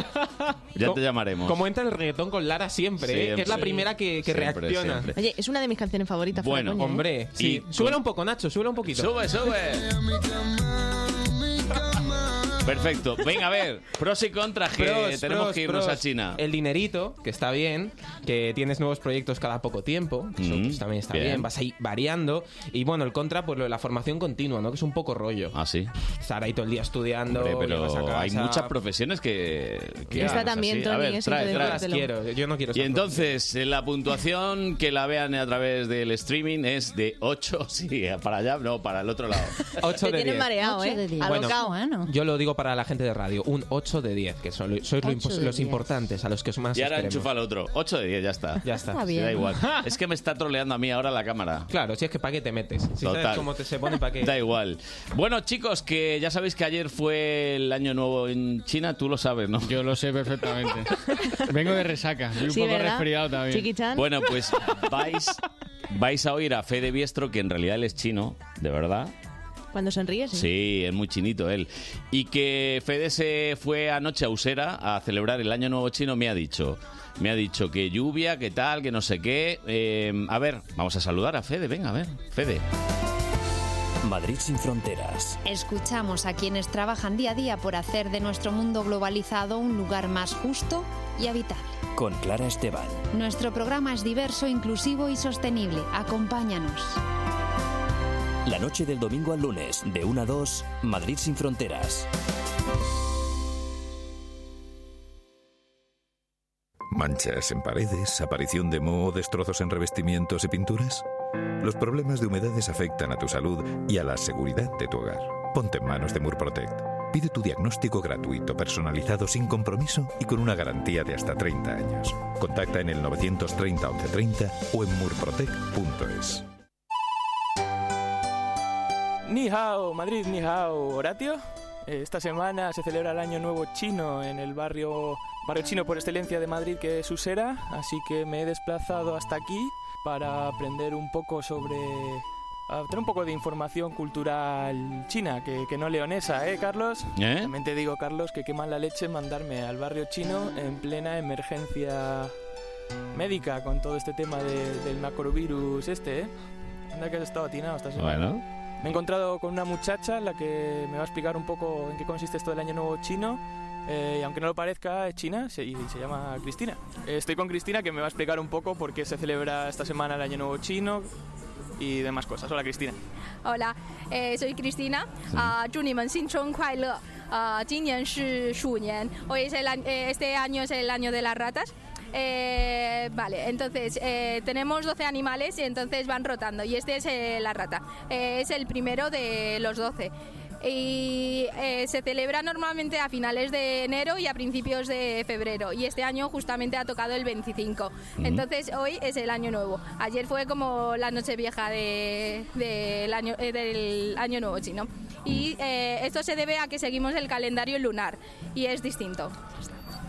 Speaker 2: ya te llamaremos.
Speaker 9: Como entra el reggaetón con Lara siempre, ¿eh?
Speaker 2: Siempre.
Speaker 9: que es la primera que, que
Speaker 2: Siempre,
Speaker 9: reacciona.
Speaker 2: siempre.
Speaker 7: Oye, es una de mis canciones favoritas. fuera
Speaker 2: Bueno,
Speaker 7: coña, ¿eh?
Speaker 9: Hombre,
Speaker 2: Y
Speaker 9: sí.
Speaker 2: con-
Speaker 9: Súbela un poco, Nacho, súbela un poquito.
Speaker 2: Sube, sube. Perfecto. Venga, a ver. Pros y contras que
Speaker 9: Pros,
Speaker 2: tenemos
Speaker 9: pros,
Speaker 2: que irnos
Speaker 9: pros.
Speaker 2: a China.
Speaker 9: El dinerito, que está bien, que tienes nuevos proyectos cada poco tiempo, que eso, pues, también está
Speaker 2: Mm, bien.
Speaker 9: bien. vas ahí variando. Y bueno, el contra, pues lo de la formación continua, ¿no? Que es un poco rollo.
Speaker 2: Ah, sí.
Speaker 9: Estar ahí todo el día estudiando,
Speaker 2: Hombre,
Speaker 9: llegas a
Speaker 2: pero
Speaker 9: casa.
Speaker 2: hay muchas profesiones que... que
Speaker 9: Esta
Speaker 2: no es
Speaker 9: también,
Speaker 2: así.
Speaker 9: Tony,
Speaker 2: A ver,
Speaker 9: es
Speaker 2: trae,
Speaker 9: siempre
Speaker 2: trae.
Speaker 9: de Las quiero, yo no quiero
Speaker 2: Y
Speaker 9: esas
Speaker 2: entonces, eh, la puntuación que la vean a través del streaming es de 8, sí, para allá, no, para el otro lado.
Speaker 9: 8
Speaker 7: Te
Speaker 9: de
Speaker 7: tienen
Speaker 9: 10.
Speaker 7: mareado,
Speaker 11: Ocho de
Speaker 7: ¿eh?
Speaker 11: diez.
Speaker 9: Bueno,
Speaker 7: Alocao.
Speaker 9: yo lo digo para la gente de radio, un 8 de 10, que son, sois lo
Speaker 7: Ocho
Speaker 9: impos-
Speaker 7: de
Speaker 9: los
Speaker 7: diez.
Speaker 9: importantes, a los que os más
Speaker 2: Y ahora
Speaker 9: os queremos.
Speaker 2: enchufa al otro. 8 de 10, ya está.
Speaker 9: Ya está. Está
Speaker 2: Sí, Da
Speaker 9: bien.
Speaker 2: igual. Es que me está troleando a mí ahora la cámara.
Speaker 9: Claro, si es que para qué te metes. Si
Speaker 2: Total.
Speaker 9: sabes cómo te se pone, para qué.
Speaker 2: Da igual. Bueno, chicos, que ya sabéis que ayer fue el año nuevo en China, tú lo sabes, ¿no? Yo lo sé perfectamente.
Speaker 19: Vengo de resaca. Y un
Speaker 2: Sí,
Speaker 19: poco
Speaker 2: ¿verdad?
Speaker 19: resfriado también.
Speaker 2: Bueno, pues vais, vais a oír a Fede Biestro, que en realidad él es chino, de verdad.
Speaker 7: Cuando sonríes. ¿eh?
Speaker 2: Sí, es muy chinito él. Y que Fede se fue anoche a Usera a celebrar el Año Nuevo Chino, me ha dicho. Me ha dicho que lluvia, que tal, que no sé qué. Eh, a ver, vamos a saludar a Fede, venga, a ver. Fede.
Speaker 1: Madrid sin fronteras.
Speaker 28: Escuchamos a quienes trabajan día a día por hacer de nuestro mundo globalizado un lugar más justo y habitable.
Speaker 1: Con Clara Esteban.
Speaker 28: Nuestro programa es diverso, inclusivo y sostenible. Acompáñanos.
Speaker 1: La noche del domingo al lunes, de 1 a 2, Madrid sin fronteras.
Speaker 29: ¿Manchas en paredes, aparición de moho, destrozos en revestimientos y pinturas? Los problemas de humedades afectan a tu salud y a la seguridad de tu hogar. Ponte en manos de Murprotect. Pide tu diagnóstico gratuito, personalizado, sin compromiso y con una garantía de hasta 30 años. Contacta en el 930 1130 o en murprotect.es.
Speaker 23: Ni hao, Madrid, ni hao, Horatio. Eh, Esta semana se celebra el Año Nuevo Chino en el barrio, barrio chino por excelencia de Madrid, que es Usera, así que me he desplazado hasta aquí para aprender un poco sobre. a tener un poco de información cultural china, que, que no leonesa, ¿eh, Carlos?
Speaker 2: ¿Eh?
Speaker 23: También te digo, Carlos, que qué mala leche mandarme al barrio chino en plena emergencia médica con todo este tema de- del macrovirus este, ¿eh? Anda que has estado atinado esta semana.
Speaker 2: Bueno.
Speaker 23: Me he encontrado con una muchacha la que me va a explicar un poco en qué consiste esto del Año Nuevo Chino. eh, y aunque no lo parezca, es china se- y se llama Cristina. Eh, estoy con Cristina que me va a explicar un poco por qué se celebra esta semana el Año Nuevo Chino y demás cosas. Hola Cristina.
Speaker 30: 好啦，诶，所以 Christina 啊、祝你们新春快乐。啊、今年是鼠年，hoy es el año- eh, este año es el año de las ratas. Eh, vale, entonces eh, tenemos 12 animales y entonces van rotando y este es eh, la rata. Eh, es el primero de los 12 y eh, se celebra normalmente a finales de enero y a principios de febrero y este año justamente ha tocado el 25
Speaker 4: Ujú.
Speaker 30: entonces hoy es el año nuevo ayer fue como la noche vieja de- del año eh, del año nuevo chino y eh, esto se debe a que seguimos el calendario lunar y es distinto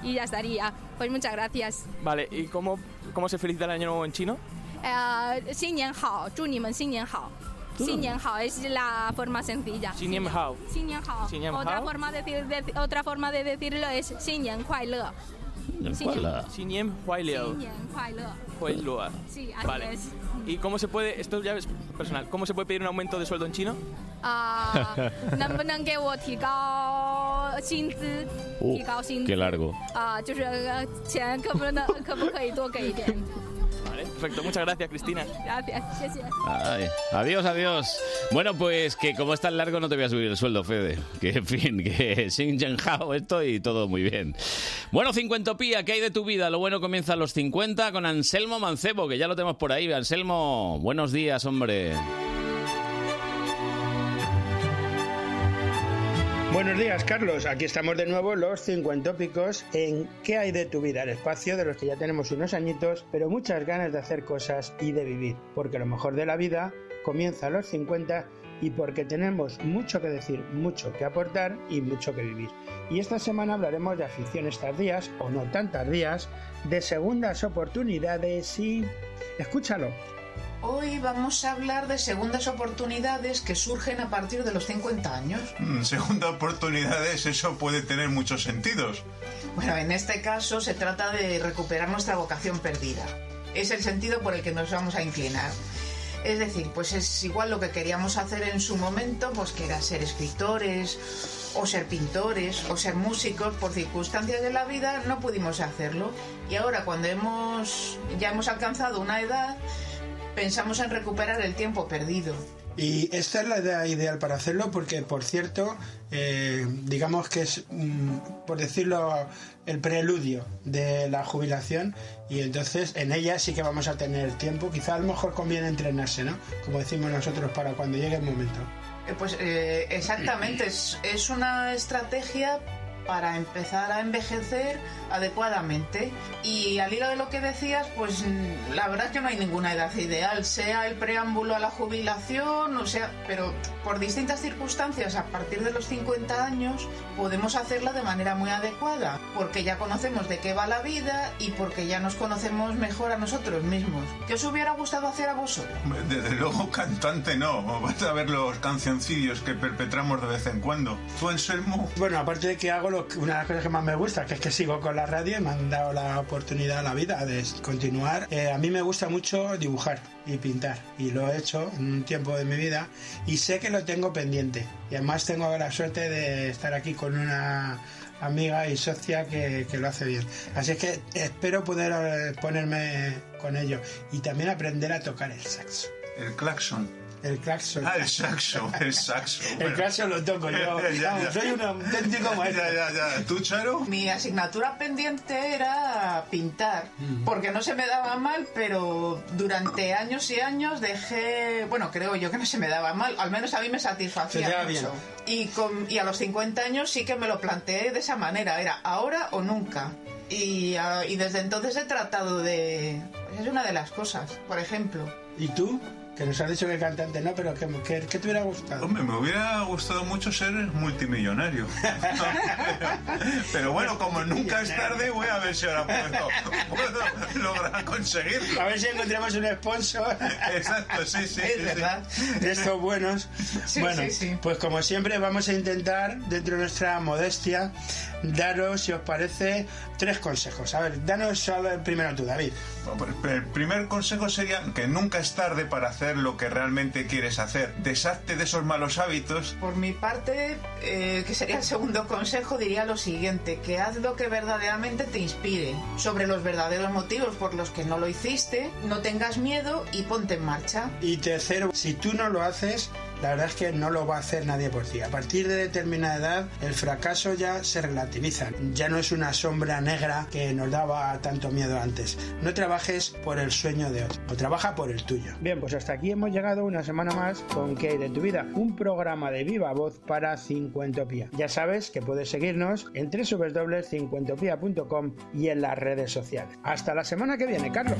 Speaker 30: y ya estaría. Pues muchas gracias.
Speaker 23: Vale, ¿y cómo, cómo se felicita el año nuevo en chino?
Speaker 30: Eh, 新年好,祝你们新年好.
Speaker 23: Tú.
Speaker 30: 新年好 es la forma sencilla.
Speaker 23: 新年好.
Speaker 30: 新年好.
Speaker 23: 新年好.
Speaker 30: Otra forma de, decir- de- otra forma de decirlo es 新年快乐.新年快乐.
Speaker 23: Xinyan Huailiao.
Speaker 30: 新年快乐.
Speaker 23: Huailua.
Speaker 30: Sí, así
Speaker 23: Vale.
Speaker 30: es.
Speaker 23: ¿Y cómo se puede, esto ya es personal, cómo se puede pedir un aumento de sueldo en chino?
Speaker 30: 啊、 能不能给我提高薪资？
Speaker 2: Uh,
Speaker 30: 提高薪
Speaker 23: 哦
Speaker 2: qué
Speaker 30: 资
Speaker 2: largo.
Speaker 30: 啊、就是、呃钱可不能呃可不可以多给一点？
Speaker 23: Vale, perfecto. Muchas gracias, Cristina.
Speaker 30: Gracias，谢谢。
Speaker 2: Ay, adiós, adiós. Bueno, pues que como es tan largo no te voy a subir el sueldo, Fede. Que en fin, que sin Hao esto y todo muy bien. Bueno, cincuentopía, ¿qué hay de tu vida? Lo bueno comienza a los 50 con Anselmo Mancebo, que ya lo tenemos por ahí. Anselmo, buenos días, hombre.
Speaker 31: Buenos días, Carlos. Aquí estamos de nuevo los cincuentópicos en ¿Qué hay de tu vida? El espacio de los que ya tenemos unos añitos, pero muchas ganas de hacer cosas y de vivir, porque lo mejor de la vida comienza a los 50 y porque tenemos mucho que decir, mucho que aportar y mucho que vivir. Y esta semana hablaremos de aficiones tardías o no tan tardías, de segundas oportunidades y... Escúchalo.
Speaker 32: Hoy vamos a hablar de segundas oportunidades que surgen a partir de los 50 años.
Speaker 33: Mm, Segunda oportunidades, eso puede tener muchos sentidos.
Speaker 32: Bueno, en este caso se trata de recuperar nuestra vocación perdida. Es el sentido por el que nos vamos a inclinar. Es decir, pues es igual lo que queríamos hacer en su momento, pues que era ser escritores, o ser pintores, o ser músicos, por circunstancias de la vida no pudimos hacerlo. Y ahora cuando hemos ya hemos alcanzado una edad, pensamos en recuperar el tiempo perdido.
Speaker 31: Y esta es la idea ideal para hacerlo porque, por cierto, eh, digamos que es, mm, por decirlo, el preludio de la jubilación y entonces en ella sí que vamos a tener tiempo. Quizá a lo mejor conviene entrenarse, ¿no? Como decimos nosotros, para cuando llegue el momento.
Speaker 32: Eh, Pues eh, exactamente, es, es una estrategia para empezar a envejecer adecuadamente. Y al hilo de lo que decías, pues mm, la verdad es que no hay ninguna edad ideal, sea el preámbulo a la jubilación, o sea, pero por distintas circunstancias, a partir de los 50 años, podemos hacerla de manera muy adecuada, porque ya conocemos de qué va la vida y porque ya nos conocemos mejor a nosotros mismos. ¿Qué os hubiera gustado hacer a vosotros?
Speaker 33: Desde luego, cantante no. Vas a ver los cancioncillos que perpetramos de vez en cuando. Tú, Anselmo,
Speaker 31: Bueno, aparte de que hago lo que- una de las cosas que más me gusta, que es que sigo con la radio y me han dado la oportunidad a la vida de continuar. Eh, a mí me gusta mucho dibujar y pintar y lo he hecho en un tiempo de mi vida y sé que lo tengo pendiente. Y además tengo la suerte de estar aquí con una amiga y socia que, que lo hace bien. Así es que espero poder eh, ponerme con ello y también aprender a tocar el saxo.
Speaker 33: el claxon.
Speaker 31: El claxon.
Speaker 33: Ah, el saxo, el saxo.
Speaker 31: El claxon lo toco yo. Vamos, soy un auténtico maestro.
Speaker 33: Ya, ya, ya. ¿Tú, Charo?
Speaker 32: Mi asignatura pendiente era pintar, porque no se me daba mal, pero durante años y años dejé, bueno, creo yo que no se me daba mal, al menos a mí me satisfacía
Speaker 31: Se te daba
Speaker 32: mucho. Y, con- y a los 50 años sí que me lo planteé de esa manera, era ahora o nunca. Y, ah, y desde entonces he tratado de... Es una de las cosas, por ejemplo.
Speaker 31: ¿Y tú? Que nos has dicho que cantante no, pero que, que, que te hubiera gustado.
Speaker 33: Hombre, me hubiera gustado mucho ser multimillonario. Pero bueno, como nunca es tarde, voy a ver si ahora puedo, puedo lograr conseguirlo.
Speaker 31: A ver si encontramos un sponsor.
Speaker 33: Exacto, sí, sí. sí, sí.
Speaker 31: De estos buenos.
Speaker 33: Sí,
Speaker 31: bueno,
Speaker 33: sí, sí.
Speaker 31: pues como siempre vamos a intentar, dentro de nuestra modestia, daros, si os parece, tres consejos. A ver, danos solo el primero tú, David.
Speaker 33: Pues, El primer consejo sería que nunca es tarde para hacer lo que realmente quieres hacer. Deshazte de esos malos hábitos.
Speaker 32: Por mi parte, eh, que sería el segundo consejo, diría lo siguiente, que haz lo que verdaderamente te inspire. Sobre los verdaderos motivos por los que no lo hiciste, no tengas miedo y ponte en marcha.
Speaker 31: Y tercero, si tú no lo haces, la verdad es que no lo va a hacer nadie por ti. A partir de determinada edad, el fracaso ya se relativiza. Ya no es una sombra negra que nos daba tanto miedo antes. No trabajes por el sueño de otro, o trabaja por el tuyo. Bien, pues hasta aquí hemos llegado una semana más con ¿Qué hay de tu vida? Un programa de viva voz para Cincuentopía. Ya sabes que puedes seguirnos en www.cincuentopía.com y en las redes sociales. Hasta la semana que viene, Carlos.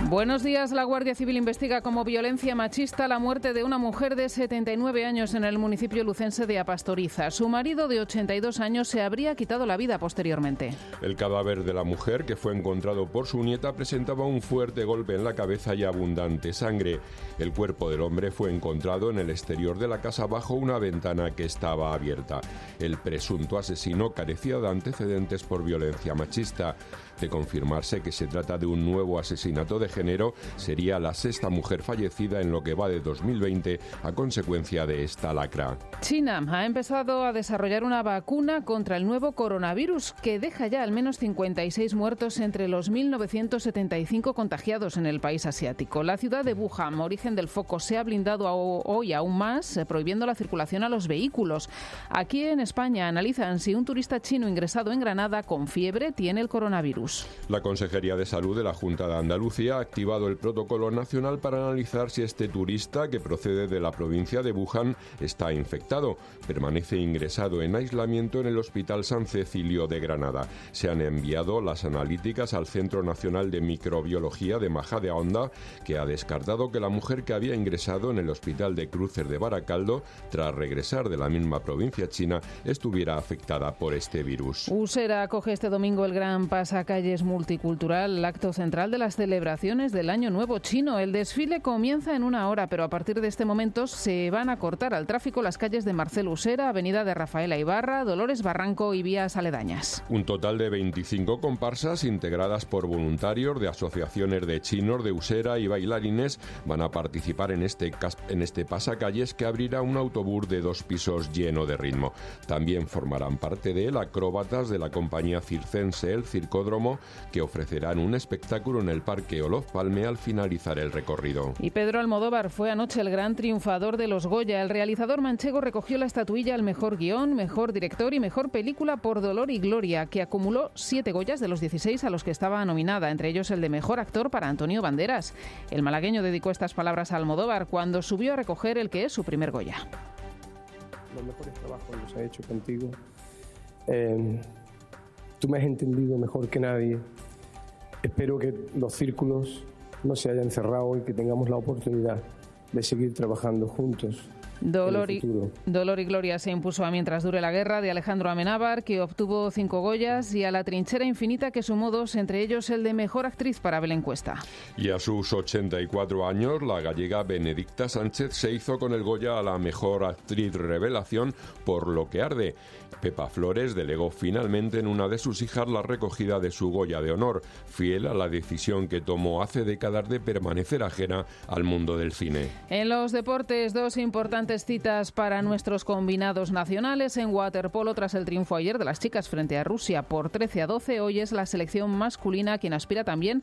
Speaker 3: Buenos días. La Guardia Civil investiga como violencia machista la muerte de una mujer de 79 años en el municipio lucense de Apastoriza. Su marido de 82 años se habría quitado la vida posteriormente.
Speaker 34: El cadáver de la mujer, que fue encontrado por su nieta, presentaba un fuerte golpe en la cabeza y abundante sangre. El cuerpo del hombre fue encontrado en el exterior de la casa bajo una ventana que estaba abierta. El presunto asesino carecía de antecedentes por violencia machista. De confirmarse que se trata de un nuevo asesinato de género, sería la sexta mujer fallecida en lo que va de 2020 a consecuencia de esta lacra.
Speaker 3: China ha empezado a desarrollar una vacuna contra el nuevo coronavirus que deja ya al menos 56 muertos entre los 1.975 contagiados en el país asiático. La ciudad de Wuhan, origen del foco, se ha blindado a- hoy aún más, eh, prohibiendo la circulación a los vehículos. Aquí en España analizan si un turista chino ingresado en Granada con fiebre tiene el coronavirus.
Speaker 34: La Consejería de Salud de la Junta de Andalucía ha activado el protocolo nacional para analizar si este turista que procede de la provincia de Wuhan está infectado. Permanece ingresado en aislamiento en el Hospital San Cecilio de Granada. Se han enviado las analíticas al Centro Nacional de Microbiología de Maja de Onda, que ha descartado que la mujer que había ingresado en el Hospital de Cruces de Baracaldo, tras regresar de la misma provincia china, estuviera afectada por este virus.
Speaker 3: Usera acoge este domingo el gran pasacalles multicultural, el acto central de las celebraciones del Año Nuevo chino. El desfile comienza en una hora, pero a partir de este momento se van a cortar al tráfico las calles de Marcelo Usera, Avenida de Rafaela Ibarra, Dolores Barranco y vías aledañas.
Speaker 34: Un total de 25 comparsas integradas por voluntarios de asociaciones de chinos, de usera y bailarines van a participar en este, cas- en este pasacalles que abrirá un autobús de dos pisos lleno de ritmo. También formarán parte de él acróbatas de la compañía circense El Circódromo que ofrecerán un espectáculo en el Parque Olof Palme al finalizar el recorrido.
Speaker 3: Y Pedro Almodóvar fue anoche el gran triunfador de los Goya. El realizador manchego recogió la estatuilla al mejor guión, mejor director y mejor película por Dolor y Gloria, que acumuló siete Goyas de los 16 a los que estaba nominada, entre ellos el de mejor actor para Antonio Banderas. El malagueño dedicó estas palabras a Almodóvar cuando subió a recoger el que es su primer Goya.
Speaker 12: los mejores trabajos los he hecho contigo. Eh, tú me has entendido mejor que nadie. Espero que los círculos no se hayan cerrado y que tengamos la oportunidad de seguir trabajando juntos. en el
Speaker 3: Dolor y,
Speaker 12: futuro.
Speaker 3: Dolor y Gloria se impuso a Mientras dure la guerra de Alejandro Amenábar, que obtuvo cinco Goyas, y a La trinchera infinita, que sumó dos, entre ellos el de mejor actriz para Belén Cuesta.
Speaker 34: Y a sus 84 años, la gallega Benedicta Sánchez se hizo con el Goya a la mejor actriz revelación por Lo que arde. Pepa Flores delegó finalmente en una de sus hijas la recogida de su Goya de honor, fiel a la decisión que tomó hace décadas de permanecer ajena al mundo del cine.
Speaker 3: En los deportes, dos importantes citas para nuestros combinados nacionales. En waterpolo, tras el triunfo ayer de las chicas frente a Rusia por 13 a 12, hoy es la selección masculina quien aspira también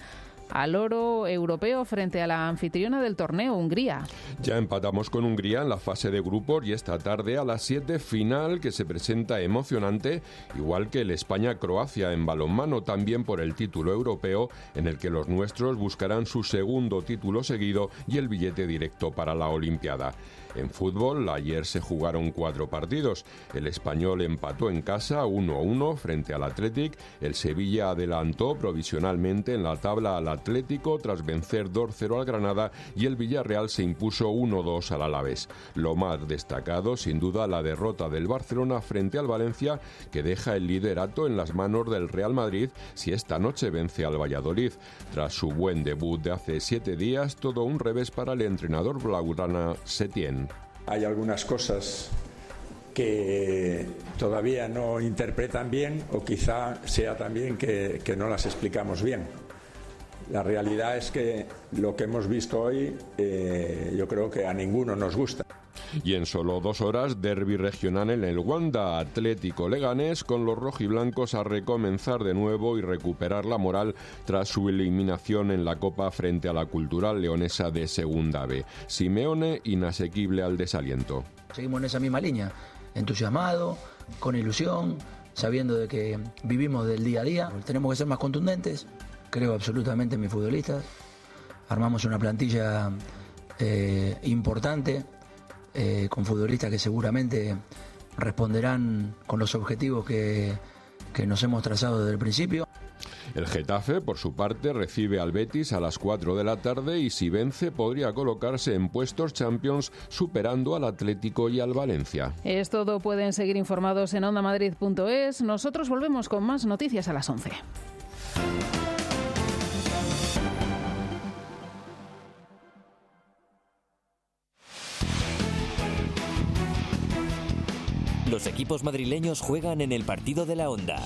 Speaker 3: al oro europeo frente a la anfitriona del torneo, Hungría.
Speaker 34: Ya empatamos con Hungría en la fase de grupos y esta tarde a las 7 final que se presenta emocionante, igual que el España-Croacia en balonmano también por el título europeo en el que los nuestros buscarán su segundo título seguido y el billete directo para la Olimpiada. En fútbol, ayer se jugaron cuatro partidos. El español empató en casa 1-1 frente al Athletic. El Sevilla adelantó provisionalmente en la tabla al Atlético tras vencer 2-0 al Granada y el Villarreal se impuso 1-2 al Alavés. Lo más destacado, sin duda, la derrota del Barcelona frente al Valencia, que deja el liderato en las manos del Real Madrid si esta noche vence al Valladolid. Tras su buen debut de hace siete días, todo un revés para el entrenador blaugrana Setién.
Speaker 14: Hay algunas cosas que todavía no interpretan bien o quizá sea también que, que no las explicamos bien.
Speaker 35: La realidad es que lo que hemos visto hoy eh, yo creo que a ninguno nos gusta.
Speaker 34: Y en solo dos horas, derby regional en el Wanda Atlético Leganés, con los rojiblancos a recomenzar de nuevo y recuperar la moral tras su eliminación en la Copa frente a la Cultural Leonesa de Segunda B. Simeone inasequible al desaliento.
Speaker 36: Seguimos en esa misma línea, entusiasmado, con ilusión, sabiendo de que vivimos del día a día. Tenemos que ser más contundentes, creo absolutamente en mis futbolistas. Armamos una plantilla eh, importante, eh, con futbolistas que seguramente responderán con los objetivos que, que nos hemos trazado desde el principio.
Speaker 34: El Getafe, por su parte, recibe al Betis a las 4 de la tarde y si vence podría colocarse en puestos Champions superando al Atlético y al Valencia.
Speaker 3: Es todo, pueden seguir informados en ondamadrid.es. Nosotros volvemos con más noticias a las 11.
Speaker 1: Los equipos madrileños juegan en el partido de la onda.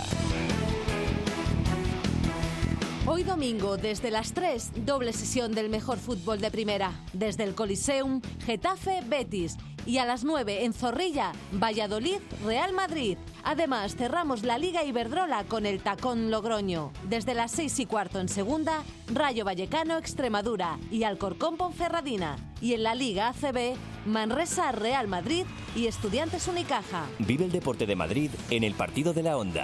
Speaker 24: Hoy domingo, desde las 3, doble sesión del mejor fútbol de primera. Desde el Coliseum, Getafe, Betis. Y a las 9, en Zorrilla, Valladolid, Real Madrid. Además, cerramos la Liga Iberdrola con el Tacón Logroño. Desde las 6 y cuarto en segunda, Rayo Vallecano, Extremadura. Y Alcorcón, Ponferradina. Y en la Liga ACB, Manresa, Real Madrid y Estudiantes Unicaja.
Speaker 1: Vive el deporte de Madrid en el partido de la onda.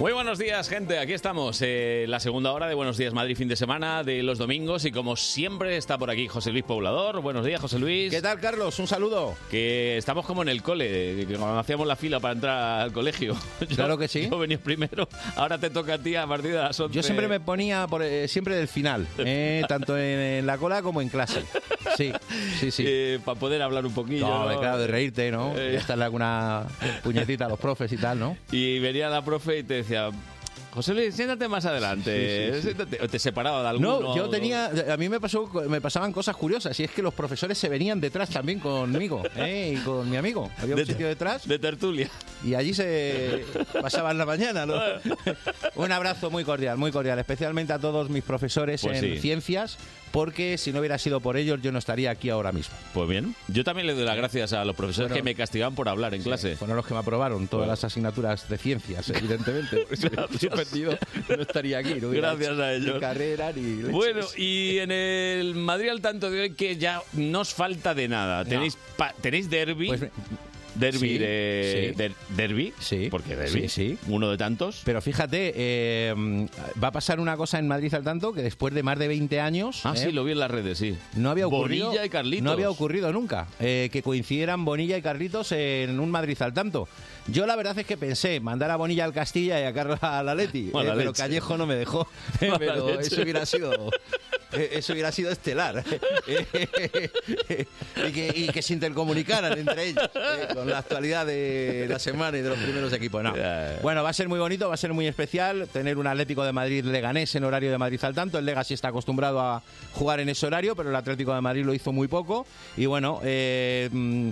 Speaker 2: Muy buenos días, gente. Aquí estamos, eh, la segunda hora de Buenos Días Madrid, fin de semana, de los domingos. Y como siempre, está por aquí José Luis Poblador. Buenos días, José Luis. ¿Qué
Speaker 16: tal, Carlos? Un saludo.
Speaker 2: Que estamos como en el cole, eh, que cuando hacíamos la fila para entrar al colegio. claro que sí. Yo venía primero, ahora te toca a ti a partir de las 11.
Speaker 16: Yo siempre me ponía por, eh, siempre del final, eh, tanto en, en la cola como en clase. Sí, sí, sí.
Speaker 2: para Eh, poder hablar un poquillo.
Speaker 16: No,
Speaker 2: ¿no?
Speaker 16: claro, de reírte, ¿no?
Speaker 2: Eh.
Speaker 16: Estarle alguna puñetita a los profes y tal, ¿no?
Speaker 2: Y venía la profe y te decía, José Luis, siéntate más adelante.
Speaker 16: Sí, sí, sí.
Speaker 2: siéntate". O te separaba de alguno.
Speaker 16: No, yo tenía, a mí me pasó, me pasaban cosas curiosas y es que los profesores se venían detrás también conmigo, ¿eh? y con mi amigo. Había un
Speaker 2: De-
Speaker 16: sitio detrás
Speaker 2: De tertulia.
Speaker 16: y allí se pasaban la mañana. ¿no? un abrazo muy cordial, muy cordial, especialmente a todos mis profesores
Speaker 2: Pues
Speaker 16: en
Speaker 2: sí.
Speaker 16: ciencias, porque si no hubiera sido por ellos yo no estaría aquí ahora mismo.
Speaker 2: Pues bien, yo también le doy las gracias a los profesores
Speaker 16: Bueno,
Speaker 2: que me castigaban por hablar en clase.
Speaker 16: Fueron los que me aprobaron todas
Speaker 2: Bueno.
Speaker 16: las asignaturas de ciencias, evidentemente. Si hubiera suspendido, no estaría aquí. no hubiera
Speaker 2: Gracias
Speaker 16: hecho
Speaker 2: a ellos.
Speaker 16: Ni carrera ni leches.
Speaker 2: Bueno, y en el Madrid al tanto de hoy que ya no os falta de nada. Tenéis pa- tenéis derby. derby
Speaker 16: Pues sí,
Speaker 2: de,
Speaker 16: sí.
Speaker 2: der- derbi, porque derby,
Speaker 16: Sí, sí.
Speaker 2: uno de tantos.
Speaker 16: Pero fíjate, eh, va a pasar una cosa en Madrid al tanto que después de más de 20 años.
Speaker 2: Ah,
Speaker 16: eh,
Speaker 2: sí, lo vi en las redes, sí.
Speaker 16: No había ocurrido.
Speaker 2: Bonilla y Carlitos.
Speaker 16: No había ocurrido nunca eh, que coincidieran Bonilla y Carlitos en un Madrid al tanto. Yo la verdad es que pensé mandar a Bonilla al Castilla y a Carlos al Atleti,
Speaker 2: Mala
Speaker 16: eh, pero
Speaker 2: leche.
Speaker 16: Callejo no me dejó. Eh,
Speaker 2: Mala
Speaker 16: pero
Speaker 2: leche.
Speaker 16: eso hubiera sido eh, eso hubiera sido estelar. Eh, y, que, y que se intercomunicaran entre ellos eh, con la actualidad de la semana y de los primeros equipos. No.
Speaker 2: Eh.
Speaker 16: Bueno, va a ser muy bonito, va a ser muy especial tener un Atlético de Madrid leganés en horario de Madrid al tanto. El Legacy está acostumbrado a jugar en ese horario, pero el Atlético de Madrid lo hizo muy poco. Y bueno, eh, mm,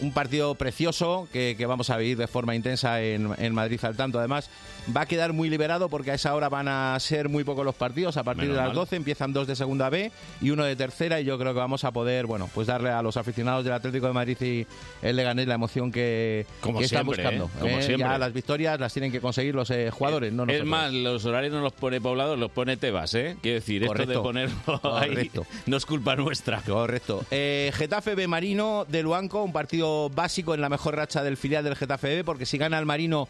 Speaker 16: un partido precioso que, que vamos a vivir de forma intensa en, en Madrid al tanto. Además, va a quedar muy liberado porque a esa hora van a ser muy pocos los partidos. A partir
Speaker 2: Menos
Speaker 16: de las
Speaker 2: mal.
Speaker 16: 12 empiezan dos de segunda B y uno de tercera. Y yo creo que vamos a poder, bueno, pues darle a los aficionados del Atlético de Madrid y el Leganés la emoción que,
Speaker 2: Como
Speaker 16: que están
Speaker 2: siempre,
Speaker 16: buscando.
Speaker 2: ¿eh? Como
Speaker 16: Ya
Speaker 2: siempre.
Speaker 16: las victorias las tienen que conseguir los eh, jugadores, no
Speaker 2: Es
Speaker 16: nosotros.
Speaker 2: más, los horarios no los pone Poblador, los pone Tebas, ¿eh? Quiero decir, esto de
Speaker 16: Correcto.
Speaker 2: ponerlo
Speaker 16: Correcto.
Speaker 2: ahí no es culpa nuestra.
Speaker 16: Correcto. Eh, Getafe B Marino de Luanco, un partido básico en la mejor racha del filial del Getafe B, porque si gana el Marino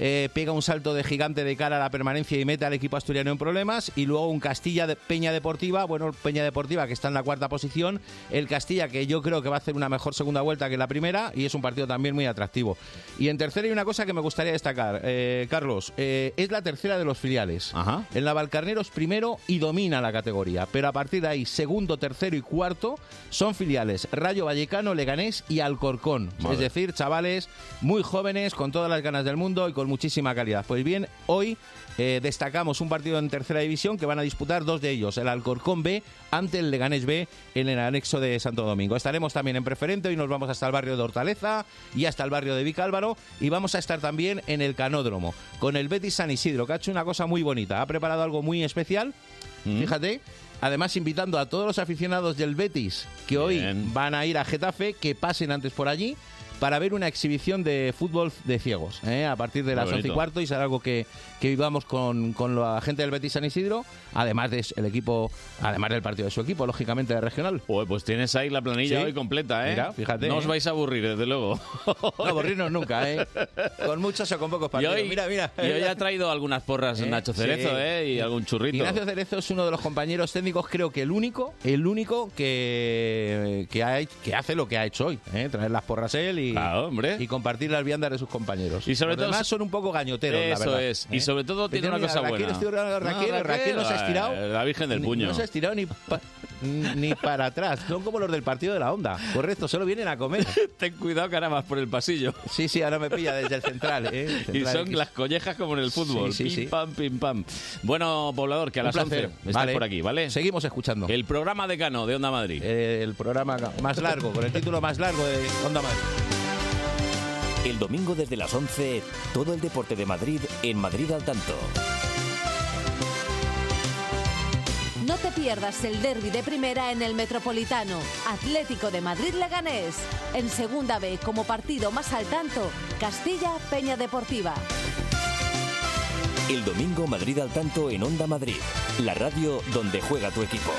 Speaker 16: eh, pega un salto de gigante de cara a la permanencia y mete al equipo asturiano en problemas. Y luego un Castilla de Peña Deportiva, bueno, Peña Deportiva que está en la cuarta posición. El Castilla que yo creo que va a hacer una mejor segunda vuelta que la primera y es un partido también muy atractivo. Y en tercera hay una cosa que me gustaría destacar, eh, Carlos. eh, es la tercera de los filiales. El Navalcarneros primero y domina la categoría. Pero a partir de ahí, segundo, tercero y cuarto son filiales. Rayo Vallecano, Leganés y Alcorcón.
Speaker 2: Madre.
Speaker 16: Es decir, chavales muy jóvenes, con todas las ganas del mundo y con muchísima calidad. Pues bien, hoy eh, destacamos un partido en tercera división que van a disputar dos de ellos, el Alcorcón B ante el Leganés B en el anexo de Santo Domingo. Estaremos también en preferente y nos vamos hasta el barrio de Hortaleza y hasta el barrio de Vicálvaro y vamos a estar también en el Canódromo con el Betis San Isidro, que ha hecho una cosa muy bonita, ha preparado algo muy especial. Fíjate, además invitando a todos los aficionados del Betis que hoy van a ir a Getafe, que pasen antes por allí para ver una exhibición de fútbol de ciegos ¿eh? a partir de
Speaker 2: Muy
Speaker 16: las
Speaker 2: bonito.
Speaker 16: 11 y cuarto y será algo que, que vivamos con, con la gente del Betis San Isidro, además del equipo, además del partido de su equipo, lógicamente del regional.
Speaker 2: pues tienes ahí la planilla
Speaker 16: Sí.
Speaker 2: hoy completa, ¿eh?
Speaker 16: Mira, fíjate,
Speaker 2: No os
Speaker 16: ¿eh?
Speaker 2: vais a aburrir, desde luego.
Speaker 16: No aburrirnos nunca, ¿eh? Con muchos o con pocos
Speaker 2: Y
Speaker 16: partidos.
Speaker 2: hoy,
Speaker 16: mira, mira.
Speaker 2: y hoy ha traído algunas porras
Speaker 16: Eh,
Speaker 2: Nacho
Speaker 16: sí.
Speaker 2: Cerezo, ¿eh? Y algún churrito.
Speaker 16: Ignacio Cerezo es uno de los compañeros técnicos, creo que el único, el único que, que, ha- que hace lo que ha hecho hoy, ¿eh? traer las porras él y, y compartir las viandas de sus compañeros.
Speaker 2: Y sobre
Speaker 16: los
Speaker 2: todo-
Speaker 16: demás son un poco gañoteros, la
Speaker 2: Eso
Speaker 16: verdad.
Speaker 2: es.
Speaker 16: ¿eh?
Speaker 2: Y sobre todo tiene
Speaker 16: Decían,
Speaker 2: una
Speaker 16: mira,
Speaker 2: cosa
Speaker 16: Raquel,
Speaker 2: buena.
Speaker 16: estoy hablando de
Speaker 2: No,
Speaker 16: Raquel, Raquel, no se ha
Speaker 2: eh,
Speaker 16: estirado.
Speaker 2: La Virgen del
Speaker 16: Ni-
Speaker 2: Puño.
Speaker 16: No se ha estirado ni, pa- ni para atrás. Son como los del partido de la onda. Correcto, solo vienen a comer.
Speaker 2: Ten cuidado que ahora vas por el pasillo.
Speaker 16: Sí, sí, ahora me pilla desde el central. ¿eh?
Speaker 2: Y
Speaker 16: Central
Speaker 2: son
Speaker 16: X.
Speaker 2: las collejas como en el fútbol.
Speaker 16: Sí, sí,
Speaker 2: pim,
Speaker 16: sí.
Speaker 2: pam, pim, pam. Bueno, poblador, que a
Speaker 16: Un
Speaker 2: las
Speaker 16: placer.
Speaker 2: 11 estás
Speaker 16: Vale.
Speaker 2: por aquí, ¿vale?
Speaker 16: Seguimos escuchando. Eh,
Speaker 2: El programa decano de Onda Madrid.
Speaker 16: el programa más largo, con el título más largo de Onda Madrid.
Speaker 1: El domingo desde las 11, todo el deporte de Madrid en Madrid al tanto.
Speaker 10: No te pierdas el derby de primera en el Metropolitano. Atlético de Madrid Leganés. En segunda B, como partido más al tanto, Castilla Peña Deportiva.
Speaker 1: El domingo Madrid al tanto en Onda Madrid, la radio donde juega tu equipo.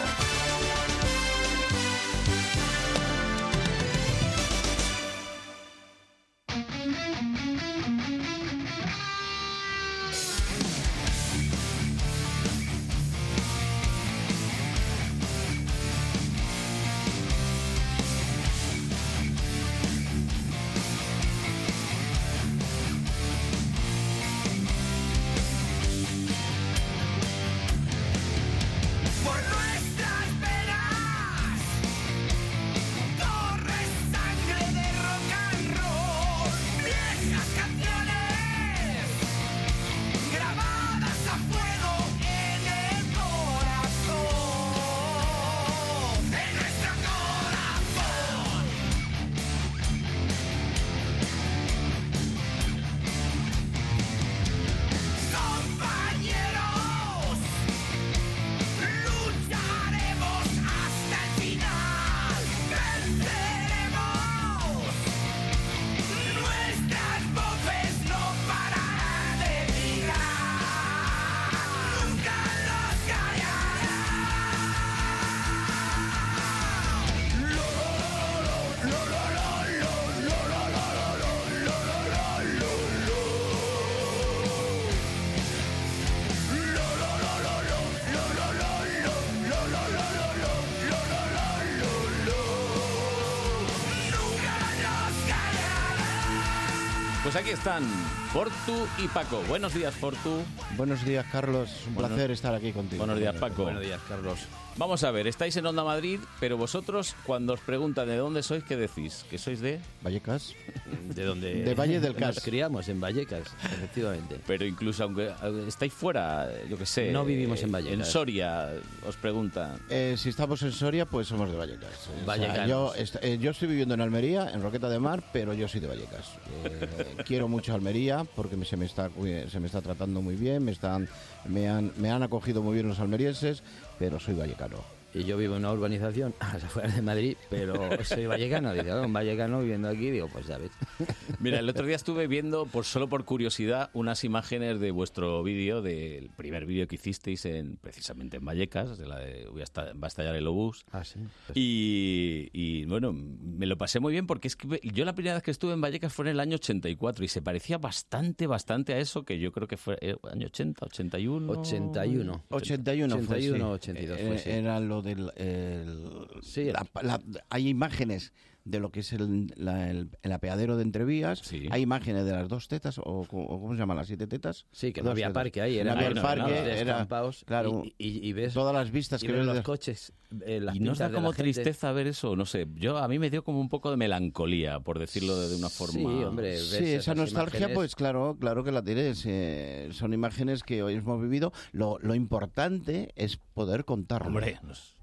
Speaker 19: Por nuestras venas corre sangre de rock and roll, viejas canciones grabadas a fuego en el corazón, en nuestro corazón. Compañeros. Lucharemos hasta el final, venceremos. Nuestras voces no pararán de vibrar, nunca nos callarán. Lo, lo, lo, lo, lo, lo, lo, lo, lo, lo, lo,
Speaker 2: Pues aquí están Portu y Paco. Buenos días, Portu.
Speaker 15: Buenos días, Carlos. Es un
Speaker 2: Bueno-
Speaker 15: placer estar aquí contigo.
Speaker 2: Buenos días, Paco.
Speaker 15: Buenos
Speaker 2: días, Carlos. Vamos a ver, estáis en Onda Madrid, pero vosotros cuando os preguntan de dónde sois, ¿qué decís? ¿Que sois de...?
Speaker 15: Vallecas.
Speaker 21: De donde
Speaker 15: De Valle del Cas.
Speaker 21: nos criamos, en Vallecas, efectivamente.
Speaker 2: Pero incluso aunque aunque estáis fuera, yo que sé...
Speaker 21: No vivimos
Speaker 2: eh,
Speaker 21: en Vallecas.
Speaker 2: En Soria, os preguntan.
Speaker 15: Eh, si estamos en Soria, pues somos de Vallecas. O sea,
Speaker 2: Vallecanos.
Speaker 15: yo, est- eh, yo estoy viviendo en Almería, en Roqueta de Mar, pero yo soy de Vallecas. Eh, quiero mucho Almería porque me- se, me está, cu- eh, se me está tratando muy bien, me, están, me, han, me han acogido muy bien los almerienses, pero soy vallecano.
Speaker 21: Y yo vivo en una urbanización a las afueras de Madrid, pero soy vallecano. Dice, "Ah, un vallecano viviendo aquí. Digo, pues ya ves.
Speaker 2: Mira, el otro día estuve viendo, por solo por curiosidad, unas imágenes de vuestro vídeo, del primer vídeo que hicisteis en, precisamente en Vallecas, de la de voy a esta- va a estallar el obús.
Speaker 21: Ah, sí.
Speaker 2: Y, y, bueno, me lo pasé muy bien porque es que yo la primera vez que estuve en Vallecas fue en el año 84 y se parecía bastante, bastante a eso que yo creo que fue el año 80, 81.
Speaker 21: 81.
Speaker 15: 81, fue, sí.
Speaker 21: 81, 82 fue,
Speaker 15: Eh,
Speaker 21: sí.
Speaker 15: Era lo del... el- la- la- hay imágenes de lo que es el, la- el- el apeadero de Entrevías. Hay imágenes de las dos tetas, o, o ¿cómo se llaman? Las siete tetas.
Speaker 21: Sí, que no
Speaker 15: Dos
Speaker 21: había
Speaker 15: tetas.
Speaker 21: parque ahí, era
Speaker 15: No había
Speaker 21: ahí, no,
Speaker 15: parque,
Speaker 21: no,
Speaker 15: era-
Speaker 21: descampados,
Speaker 15: claro,
Speaker 21: y- y- y ves-
Speaker 15: todas las vistas
Speaker 21: y
Speaker 15: que
Speaker 21: ves
Speaker 15: ves
Speaker 21: los
Speaker 15: de-
Speaker 21: coches, eh, las
Speaker 2: y nos
Speaker 21: pintas
Speaker 2: da
Speaker 21: de la
Speaker 2: como
Speaker 21: gente.
Speaker 2: tristeza ver eso, no sé. Yo a mí me dio como un poco de melancolía, por decirlo de, de una forma.
Speaker 15: Sí, esa nostalgia, pues claro, claro que la tienes. eh, son imágenes que hoy hemos vivido. Lo, lo importante es poder contarlo.
Speaker 2: Hombre, eh,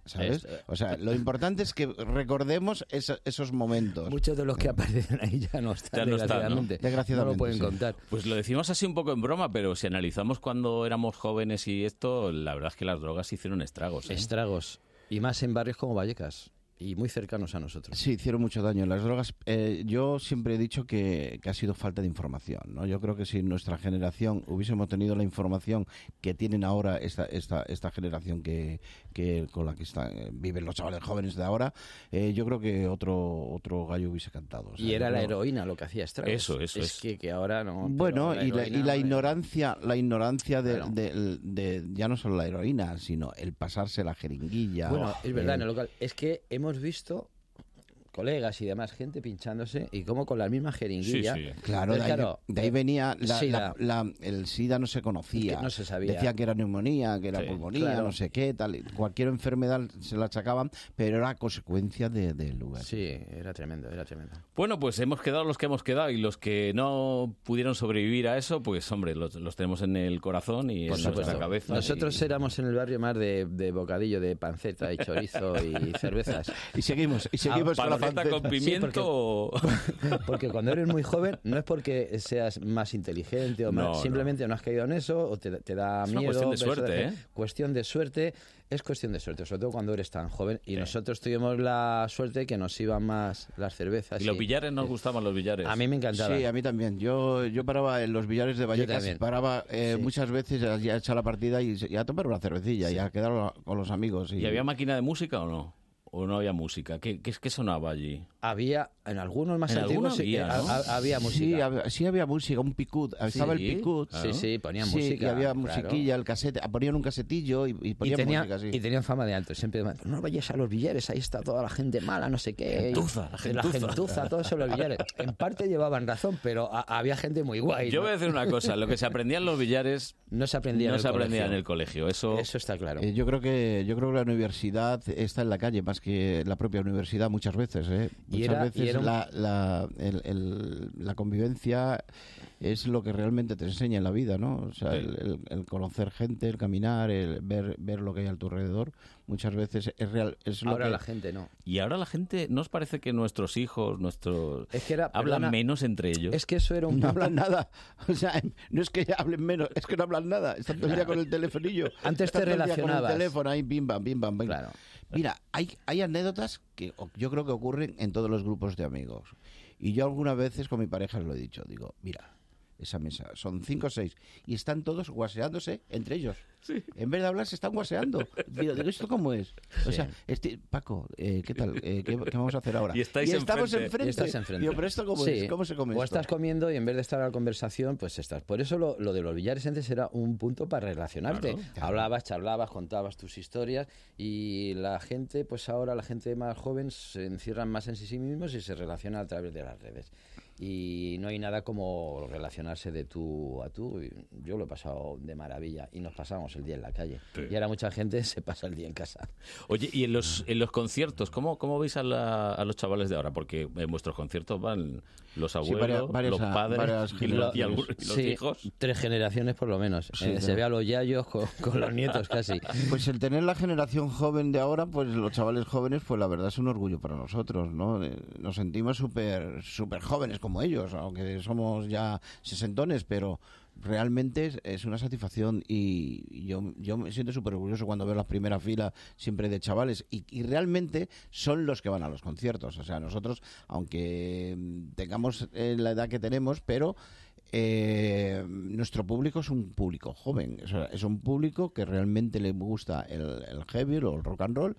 Speaker 15: ¿sabes?
Speaker 21: es-
Speaker 15: O sea, lo importante es que recordemos esa- esos momentos.
Speaker 21: Muchos de los que aparecen ahí ya no están,
Speaker 2: Ya no están, ¿no?
Speaker 21: desgraciadamente. No lo pueden
Speaker 15: sí.
Speaker 21: contar.
Speaker 2: Pues lo decimos así un poco en broma, pero si analizamos cuando éramos jóvenes y esto, la verdad es que las drogas hicieron estragos. ¿eh?
Speaker 21: Estragos. Y más en barrios como Vallecas. Y muy cercanos a nosotros.
Speaker 15: Sí, hicieron mucho daño. Las drogas, eh, yo siempre he dicho que, que ha sido falta de información. ¿no? Yo creo que si nuestra generación hubiésemos tenido la información que tienen ahora esta, esta, esta generación que, que con la que están, eh, viven los chavales jóvenes de ahora, eh, yo creo que otro, otro gallo hubiese cantado. o sea,
Speaker 21: Y era
Speaker 15: yo
Speaker 21: la
Speaker 15: creo-
Speaker 21: heroína lo que hacía estragos.
Speaker 2: Eso, eso
Speaker 21: Es
Speaker 2: es.
Speaker 21: que, que ahora no. pero
Speaker 15: Bueno, y la,
Speaker 21: heroína,
Speaker 15: y la
Speaker 21: hombre.
Speaker 15: ignorancia, la ignorancia de, de- de- ya no solo la heroína, sino el pasarse la jeringuilla.
Speaker 21: Bueno,
Speaker 15: o-
Speaker 21: es verdad,
Speaker 15: eh,
Speaker 21: en el local. Es que hemos visto colegas y demás, gente pinchándose y como con la misma jeringuilla.
Speaker 15: Claro, de
Speaker 21: Entonces,
Speaker 15: ahí, de ahí
Speaker 21: eh,
Speaker 15: venía la-
Speaker 21: sí,
Speaker 15: la- la- el SIDA no se conocía,
Speaker 21: Que no se sabía.
Speaker 15: decía que era neumonía, que era
Speaker 21: Sí,
Speaker 15: pulmonía,
Speaker 21: claro.
Speaker 15: no sé qué, tal, y cualquier enfermedad se la achacaban, pero era consecuencia de- del lugar.
Speaker 21: Sí, era tremendo, era tremendo.
Speaker 2: Bueno, pues hemos quedado los que hemos quedado y los que no pudieron sobrevivir a eso, pues hombre, los, los tenemos en el corazón y en
Speaker 21: Por
Speaker 2: nuestra
Speaker 21: supuesto.
Speaker 2: cabeza.
Speaker 21: Nosotros éramos en el barrio más de, de bocadillo, de panceta y chorizo y cervezas.
Speaker 15: Y seguimos, y seguimos
Speaker 21: Ah,
Speaker 15: con la
Speaker 21: panceta
Speaker 15: panceta.
Speaker 21: con pimiento porque, porque cuando eres muy joven no es porque seas más inteligente o más,
Speaker 2: No, no.
Speaker 21: simplemente no. has caído en eso o te, te da
Speaker 2: Es una
Speaker 21: miedo.
Speaker 2: cuestión de
Speaker 21: eso
Speaker 2: suerte,
Speaker 21: hace-
Speaker 2: ¿eh?
Speaker 21: Cuestión de suerte, es cuestión de suerte, sobre todo cuando eres tan joven. Y nosotros tuvimos la suerte que nos iban más las cervezas.
Speaker 2: Y los billares nos
Speaker 21: eh,
Speaker 2: gustaban, los billares.
Speaker 21: A mí me encantaba.
Speaker 15: Sí, a mí también. Yo, yo paraba en los billares de Vallecas,
Speaker 21: también.
Speaker 15: paraba eh, muchas veces ya- ya hecha la partida y, se- y a tomar una cervecilla y a quedar con los amigos. Y,
Speaker 2: ¿Y había máquina de música o no? ¿O no había música? ¿Qué, qué, qué sonaba allí?
Speaker 21: Había, en algunos más
Speaker 2: En
Speaker 21: antiguos,
Speaker 2: algunos
Speaker 21: sí,
Speaker 2: había,
Speaker 21: eh,
Speaker 2: ¿no?
Speaker 21: ha- ha- había música.
Speaker 15: Sí, había, sí había música, un picut. Estaba el picut.
Speaker 21: Sí, sí, ponían
Speaker 15: Sí,
Speaker 21: música.
Speaker 15: Y había
Speaker 21: claro.
Speaker 15: musiquilla, el casete. Ponían un casetillo y, y
Speaker 21: Y
Speaker 15: ponían
Speaker 21: tenía-
Speaker 15: música, sí.
Speaker 21: y tenían fama de alto. Siempre decían, no vayas a los billares, ahí está toda la gente mala, no sé qué.
Speaker 2: Gentuza, la gentuza.
Speaker 21: gentuza, todo eso en los billares. En parte llevaban razón, pero a- había gente muy guay.
Speaker 2: Yo
Speaker 21: ¿no?
Speaker 2: voy a decir una cosa, lo que se aprendía en los billares
Speaker 21: no se aprendía,
Speaker 2: no
Speaker 21: en, el
Speaker 2: se aprendía
Speaker 21: colegio.
Speaker 2: en el colegio. Eso,
Speaker 21: Eso está claro.
Speaker 15: Eh, yo creo que yo creo que la universidad está en la calle más que la propia universidad muchas veces. ¿eh?
Speaker 21: Y
Speaker 15: Muchas
Speaker 21: era- y
Speaker 15: veces
Speaker 21: era un-
Speaker 15: la, la- el- el- la convivencia es lo que realmente te enseña en la vida, ¿no? O sea,
Speaker 2: Sí.
Speaker 15: el, el- el conocer gente, el caminar, el ver, ver lo que hay a tu alrededor, muchas veces es real. Es lo
Speaker 21: Ahora
Speaker 15: que-
Speaker 21: la gente no.
Speaker 2: Y ahora la gente, ¿no os parece que nuestros hijos, nuestros...
Speaker 21: Es que era-
Speaker 2: hablan
Speaker 21: perdona,
Speaker 2: menos entre ellos?
Speaker 21: Es que eso era un
Speaker 15: No
Speaker 21: punto-
Speaker 15: hablan nada. O sea, no es que hablen menos, es que no hablan nada. Están todo el día con el telefonillo.
Speaker 21: Antes te
Speaker 15: Están todo el día Con
Speaker 21: relacionabas.
Speaker 15: el teléfono ahí, bim, bam, bim, bam, bim. Mira, hay, hay anécdotas que o- yo creo que ocurren en todos los grupos de amigos. Y yo algunas veces con mi pareja lo he dicho. Digo, mira, esa mesa, son cinco o seis. Y están todos guaseándose entre ellos. En vez de hablar, se están guaseando. Digo, digo, ¿esto cómo es? O
Speaker 21: Sí.
Speaker 15: sea, este, Paco, eh, ¿qué tal? Eh, ¿qué, qué vamos a hacer ahora?
Speaker 21: Y estáis
Speaker 15: estamos
Speaker 21: enfrente.
Speaker 15: enfrente.
Speaker 21: Y estás enfrente.
Speaker 15: Digo, ¿pero esto cómo
Speaker 21: Sí.
Speaker 15: es? ¿Cómo se come
Speaker 21: O
Speaker 15: esto?
Speaker 21: estás comiendo y en vez de estar a la conversación, pues estás. Por eso lo, lo de los billares antes era un punto para relacionarte.
Speaker 15: Claro.
Speaker 21: Hablabas, charlabas, contabas tus historias y la gente, pues ahora la gente más joven se encierran más en sí mismos y se relaciona a través de las redes. Y no hay nada como relacionarse de tú a tú. Y Yo lo he pasado de maravilla y nos pasábamos el día en la calle. Y ahora mucha gente se pasa el día en casa.
Speaker 2: Oye, y en los, en los conciertos, ¿cómo, cómo veis a, la- a los chavales de ahora? Porque en vuestros conciertos van los abuelos,
Speaker 21: varias- varias-
Speaker 2: los
Speaker 15: ah,
Speaker 2: padres
Speaker 21: varias
Speaker 2: y los, y
Speaker 21: generaciones.
Speaker 2: algún- y los
Speaker 21: Sí.
Speaker 2: hijos.
Speaker 21: Tres generaciones por lo menos.
Speaker 15: Sí,
Speaker 21: Eh,
Speaker 15: claro.
Speaker 21: Se ve a los yayos con, con los nietos casi.
Speaker 15: Pues el tener la generación joven de ahora, pues los chavales jóvenes, pues la verdad es un orgullo para nosotros, ¿no? Eh, Nos sentimos súper súper jóvenes como ellos, aunque somos ya sesentones, pero realmente es, es una satisfacción y yo, yo me siento súper orgulloso cuando veo las primeras filas siempre de chavales y, y realmente son los que van a los conciertos. O sea, nosotros, aunque mm, tengamos eh, la edad que tenemos, pero... eh, nuestro público es un público joven, o sea, es un público que realmente le gusta el, el heavy o el rock and roll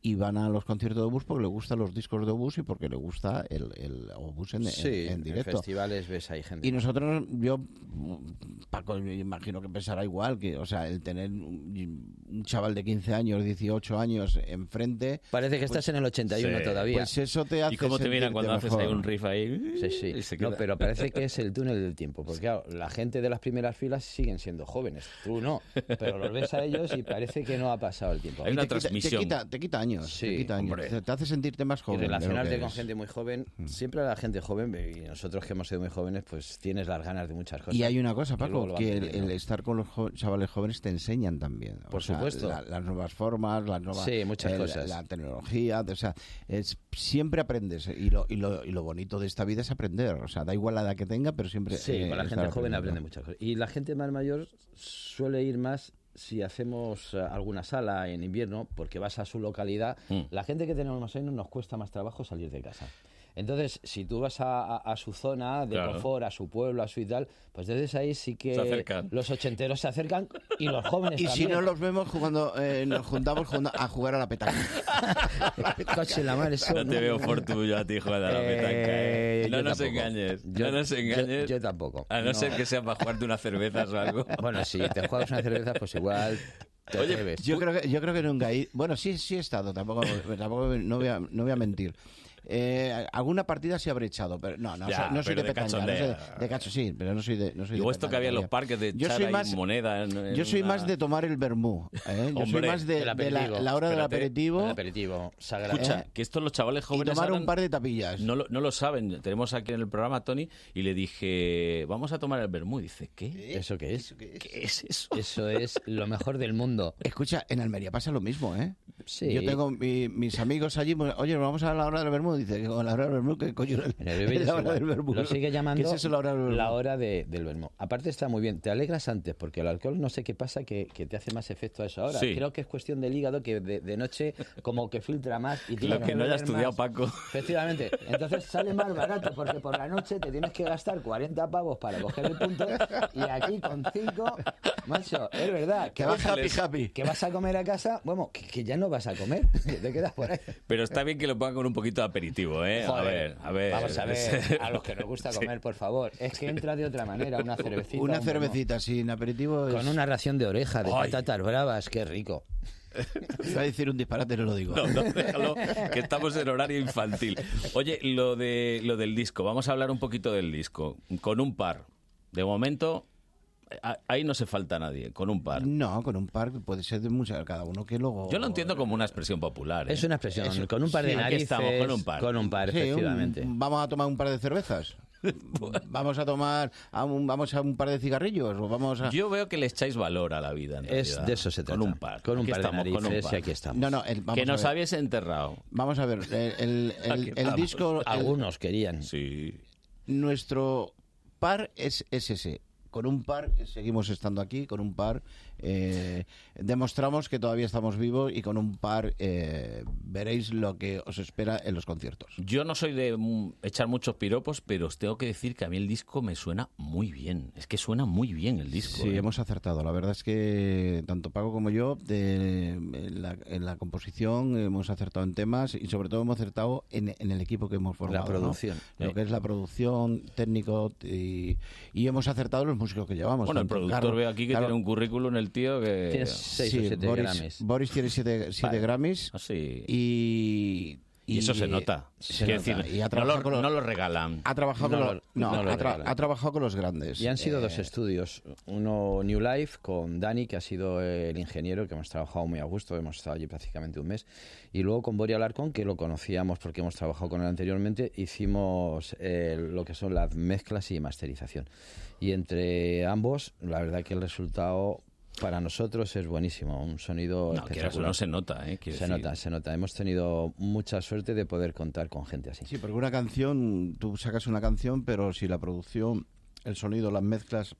Speaker 15: y van a los conciertos de Obús porque le gustan los discos de Obús y porque le gusta el, el Obús en, en-
Speaker 21: sí,
Speaker 15: en directo.
Speaker 21: festivales ves ahí gente.
Speaker 15: Y nosotros, yo, mm, Paco, me imagino que pensará igual, que, o sea, el tener un, un chaval de 15 años, 18 años enfrente.
Speaker 21: Parece que estás en el 81 todavía.
Speaker 15: Pues eso te hace. sentirte mejor.
Speaker 21: riff ahí? Sí, sí.
Speaker 15: se
Speaker 21: No,
Speaker 15: queda.
Speaker 21: pero parece que es el túnel del tiempo, porque claro, la gente de las primeras filas siguen siendo jóvenes, tú no, pero los ves a ellos y parece que no ha pasado el tiempo.
Speaker 15: Y te quita- Te quita, te quita años. te quita años.
Speaker 21: hombre.
Speaker 15: Te- Te hace sentirte más
Speaker 21: Y
Speaker 15: joven. de lo
Speaker 21: relacionarte
Speaker 15: que Mm.
Speaker 21: con
Speaker 15: eres.
Speaker 21: gente muy joven, siempre la gente joven, y nosotros que hemos sido muy jóvenes, pues tienes las ganas de muchas cosas.
Speaker 15: Y hay una cosa,
Speaker 21: Y luego
Speaker 15: Paco,
Speaker 21: lo vas
Speaker 15: que el,
Speaker 21: teniendo.
Speaker 15: el estar con los jo- chavales jóvenes te enseñan también. O
Speaker 21: Por
Speaker 15: sea,
Speaker 21: supuesto.
Speaker 15: la- las nuevas formas, las nuevas.
Speaker 21: Sí, muchas
Speaker 15: eh, la-
Speaker 21: cosas.
Speaker 15: La, tecnología, o sea, es, siempre aprendes. Y lo, y, lo, y lo bonito de esta vida es aprender. O sea, da igual la edad que tenga, pero siempre.
Speaker 21: Sí,
Speaker 15: eh,
Speaker 21: con la
Speaker 15: estar
Speaker 21: gente joven
Speaker 15: aprendiendo.
Speaker 21: aprende muchas cosas. Y la gente más mayor suele ir más si hacemos eh, alguna sala en invierno, porque vas a su localidad.
Speaker 15: Mm.
Speaker 21: La gente que tenemos más años nos cuesta más trabajo salir de casa. Entonces, si tú vas a, a- a su zona de
Speaker 9: Claro.
Speaker 21: confort, a su pueblo, a su y tal, pues desde ahí sí que
Speaker 9: Se acercan.
Speaker 21: los ochenteros se acercan y los jóvenes
Speaker 15: Y si
Speaker 21: también.
Speaker 15: no los vemos jugando, eh, nos juntamos jugando- a jugar a la petaca.
Speaker 21: Coche, la madre, eso,
Speaker 2: No te veo fortuyo a ti, Juan, a la
Speaker 21: Eh,
Speaker 2: petanca. ¿eh? No
Speaker 21: yo
Speaker 2: nos
Speaker 21: tampoco.
Speaker 2: engañes.
Speaker 21: Yo-
Speaker 2: no nos
Speaker 21: yo-
Speaker 2: engañes.
Speaker 21: yo tampoco.
Speaker 2: A no,
Speaker 21: No.
Speaker 2: ser que sea para jugarte unas cervezas o algo.
Speaker 21: Bueno, si te juegas una cerveza, pues igual te
Speaker 15: Oye,
Speaker 21: atreves.
Speaker 15: yo creo que yo creo que nunca he ido- bueno sí sí he estado tampoco, tampoco no, voy a, no voy a mentir Eh, alguna partida sí habré echado pero no no,
Speaker 2: Ya,
Speaker 15: soy- no soy
Speaker 2: pero
Speaker 15: de,
Speaker 2: de
Speaker 15: petanca, no
Speaker 2: cachondeo.
Speaker 15: soy de, de cacho sí pero no soy de no soy
Speaker 2: Digo,
Speaker 15: de
Speaker 2: esto que había en los
Speaker 15: petanca
Speaker 2: parques de
Speaker 15: Yo
Speaker 2: echar
Speaker 15: soy
Speaker 2: ahí
Speaker 15: más-
Speaker 2: moneda. en-
Speaker 15: todavía.
Speaker 2: en
Speaker 15: yo soy
Speaker 2: una-
Speaker 15: más de tomar el vermú ¿eh? yo soy
Speaker 2: Hombre,
Speaker 15: más de,
Speaker 2: el
Speaker 15: de la,
Speaker 2: aperitivo.
Speaker 15: la hora del
Speaker 2: Espérate.
Speaker 15: aperitivo ¿Eh?
Speaker 2: El
Speaker 21: aperitivo sagrado.
Speaker 2: Escucha, que esto los chavales jóvenes
Speaker 15: tomar
Speaker 2: ahora
Speaker 15: un par de tapillas
Speaker 2: no lo, no lo saben. Tenemos aquí en el programa a Tony y le dije, vamos a tomar el vermú. Y dice, ¿qué?
Speaker 21: ¿Eso qué es?
Speaker 2: ¿Qué es eso?
Speaker 21: Eso es lo mejor del mundo.
Speaker 15: Escucha, en Almería pasa lo mismo, ¿eh?
Speaker 21: Sí.
Speaker 15: Yo tengo mi- mis amigos allí, pues, oye, vamos a la hora del vermú. Dice, "Con la hora del vermú, ¿qué coño es
Speaker 21: En el Berberi es
Speaker 15: la hora
Speaker 21: igual.
Speaker 15: del vermú?
Speaker 21: Lo sigue llamando
Speaker 15: ¿Qué es eso, la hora del vermú?
Speaker 21: de- del vermú. Aparte está muy bien. Te alegras antes porque el alcohol no sé qué pasa que, que te hace más efecto a esa hora.
Speaker 2: Sí.
Speaker 21: Creo que es cuestión del hígado que de, de noche como que filtra más y tienes
Speaker 2: Lo que no haya
Speaker 21: beber
Speaker 2: estudiado
Speaker 21: más.
Speaker 2: Paco.
Speaker 21: Efectivamente. Entonces sale más barato porque por la noche te tienes que gastar 40 pavos para coger el punto y aquí con 5, macho, es verdad.
Speaker 15: Te vas happy, happy.
Speaker 21: Que vas a comer a casa, bueno, que, que ya no vas a comer, que te quedas por ahí.
Speaker 2: Pero está bien que lo pongan con un poquito de aperitivo, ¿eh? a
Speaker 21: Joder,
Speaker 2: ver, a ver.
Speaker 21: Vamos a ver, a los que nos gusta
Speaker 2: Sí.
Speaker 21: comer, por favor. Es que entra de otra manera una cervecita.
Speaker 15: Una
Speaker 21: un vermú.
Speaker 15: cervecita sin aperitivo.
Speaker 2: pues.
Speaker 15: es-
Speaker 21: Con una ración de oreja, de
Speaker 15: Ay.
Speaker 21: patatas bravas, qué rico.
Speaker 15: Iba a decir un disparate, no lo digo.
Speaker 2: No, no, déjalo, que estamos en horario infantil. Oye, lo, de, lo del disco, vamos a hablar un poquito del disco. Con un par. De momento, a- ahí no se falta nadie, con un par.
Speaker 15: No, con un par puede ser de muchas, cada uno que luego...
Speaker 2: Yo lo entiendo como una expresión popular. ¿eh?
Speaker 21: Es una expresión, con un par de
Speaker 2: Aquí
Speaker 21: narices,
Speaker 2: estamos, con un par.
Speaker 21: con un par,
Speaker 15: Sí, un-
Speaker 21: efectivamente.
Speaker 15: vamos a tomar un par de cervezas. vamos a tomar a un, vamos a un par de cigarrillos o vamos a
Speaker 2: Yo veo que le echáis valor a la vida. en
Speaker 21: Es-
Speaker 2: realidad.
Speaker 21: de eso se trata.
Speaker 2: Con un par.
Speaker 21: Con un
Speaker 2: Aquí
Speaker 21: par de
Speaker 2: estamos, con un
Speaker 21: narices
Speaker 2: par.
Speaker 21: y aquí estamos.
Speaker 15: No, no, el- vamos
Speaker 2: que
Speaker 15: a
Speaker 2: nos
Speaker 15: ver.
Speaker 2: habéis enterrado.
Speaker 15: vamos a ver el, el- el-
Speaker 2: Aquí
Speaker 15: el
Speaker 2: estamos.
Speaker 15: disco el-
Speaker 21: Algunos querían.
Speaker 2: Sí.
Speaker 15: nuestro par es, es ese. Con un par eh, seguimos estando aquí, con un par eh, demostramos que todavía estamos vivos y con un par eh, veréis lo que os espera en los conciertos.
Speaker 2: Yo no soy de mm, echar muchos piropos, pero os tengo que decir que a mí el disco me suena muy bien. Es que suena muy bien el disco.
Speaker 15: Sí,
Speaker 2: ¿eh?
Speaker 15: hemos acertado. La verdad es que tanto Paco como yo de- en, la, en la composición hemos acertado en temas y sobre todo hemos acertado en, en el equipo que hemos formado. ¿no?
Speaker 21: producción.
Speaker 15: Lo
Speaker 2: eh.
Speaker 15: que es la producción, técnico y, y hemos acertado en los músicos que llevamos.
Speaker 2: bueno, el
Speaker 15: Tanto
Speaker 2: productor
Speaker 15: Carlos-
Speaker 2: veo aquí que
Speaker 15: Carlos-
Speaker 2: tiene un currículum, el tío que...
Speaker 15: Sí, Boris, Boris tiene 7 Grammys. Y,
Speaker 2: Ah, Y eso se nota.
Speaker 15: se
Speaker 2: Quiero
Speaker 15: nota.
Speaker 2: decir,
Speaker 15: Y ha
Speaker 2: no
Speaker 15: trabajado
Speaker 2: lo-
Speaker 15: con los-
Speaker 2: no lo regalan.
Speaker 15: Ha trabajado
Speaker 2: No
Speaker 15: con los,
Speaker 2: lo-
Speaker 15: no,
Speaker 2: no lo
Speaker 15: ha, tra-
Speaker 2: regalan.
Speaker 15: ha trabajado con los grandes.
Speaker 21: Y han sido
Speaker 15: Eh,
Speaker 21: dos estudios. Uno New Life con Dani, que ha sido el ingeniero, que hemos trabajado muy a gusto, hemos estado allí prácticamente un mes. Y luego con Boria Alarcón, que lo conocíamos porque hemos trabajado con él anteriormente, hicimos eh, lo que son las mezclas y masterización. Y entre ambos, la verdad que el resultado para nosotros es buenísimo. Un
Speaker 15: Oh,
Speaker 21: sonido
Speaker 2: No, quieras o
Speaker 21: espectacular.
Speaker 2: no, se nota, ¿eh? Quiero
Speaker 21: Se
Speaker 2: decir-
Speaker 21: nota, se nota. Hemos tenido mucha suerte de poder contar con gente así.
Speaker 15: Sí, porque una canción, tú sacas una canción, pero si la producción, el sonido, las mezclas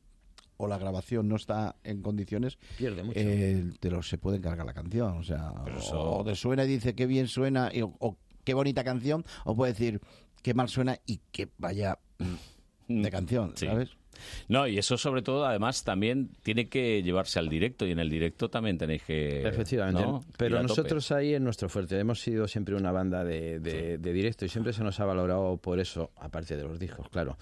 Speaker 15: o la grabación no está en condiciones,
Speaker 21: Pierde mucho.
Speaker 15: eh, te lo, se puede cargar la canción. O sea,
Speaker 21: eso-
Speaker 15: o te suena y dice qué bien suena y- o, o qué bonita canción, o puede decir qué mal suena y que vaya mm, de canción, ¿sabes?
Speaker 2: No, y eso sobre todo, además, también tiene que llevarse al directo y en el directo también tenéis que...
Speaker 21: Efectivamente.
Speaker 2: Eh, ¿no? Ir
Speaker 21: Pero
Speaker 2: a tope.
Speaker 21: nosotros ahí es nuestro fuerte. Hemos sido siempre una banda de, de- de directo y siempre se nos ha valorado por eso, aparte de los discos, claro.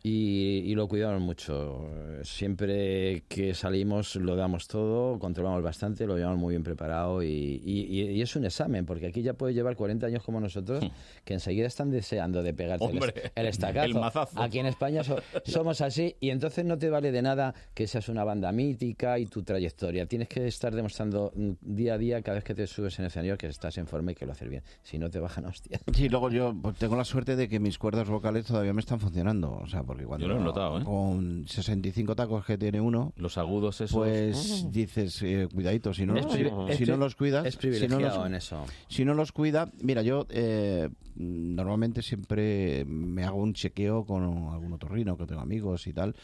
Speaker 21: Y, y lo cuidamos mucho. Siempre que salimos lo damos todo, controlamos bastante, lo llevamos muy bien preparado y, y- y- y es un examen, porque aquí ya puede llevar 40 años como nosotros, que enseguida están deseando de pegarte el,
Speaker 2: Hombre,
Speaker 21: est- el estacazo.
Speaker 2: el mazazo.
Speaker 21: Aquí en España so- somos así y entonces no te vale de nada que seas una banda mítica y tu trayectoria. Tienes que estar demostrando mm, día a día, cada vez que te subes en el escenario, que estás en forma y que lo haces bien. Si no, te bajan a hostia.
Speaker 15: Sí, luego yo pues, tengo la suerte de que mis cuerdas vocales todavía me están funcionando. O sea, porque cuando.
Speaker 2: Yo lo he notado, ¿eh?
Speaker 15: Con 65 tacos que tiene uno.
Speaker 2: Los agudos esos.
Speaker 15: Pues dices, eh, cuidadito, si no,
Speaker 21: Mm. Es
Speaker 15: los,
Speaker 21: privi-
Speaker 15: cuida-
Speaker 21: es
Speaker 15: si no
Speaker 21: pri-
Speaker 15: los cuidas.
Speaker 21: es
Speaker 15: si no
Speaker 21: privilegiado
Speaker 15: los,
Speaker 21: en eso.
Speaker 15: Si no los cuida, mira, yo eh, normalmente siempre me hago un chequeo con algún otorrino que tengo amigos y tal.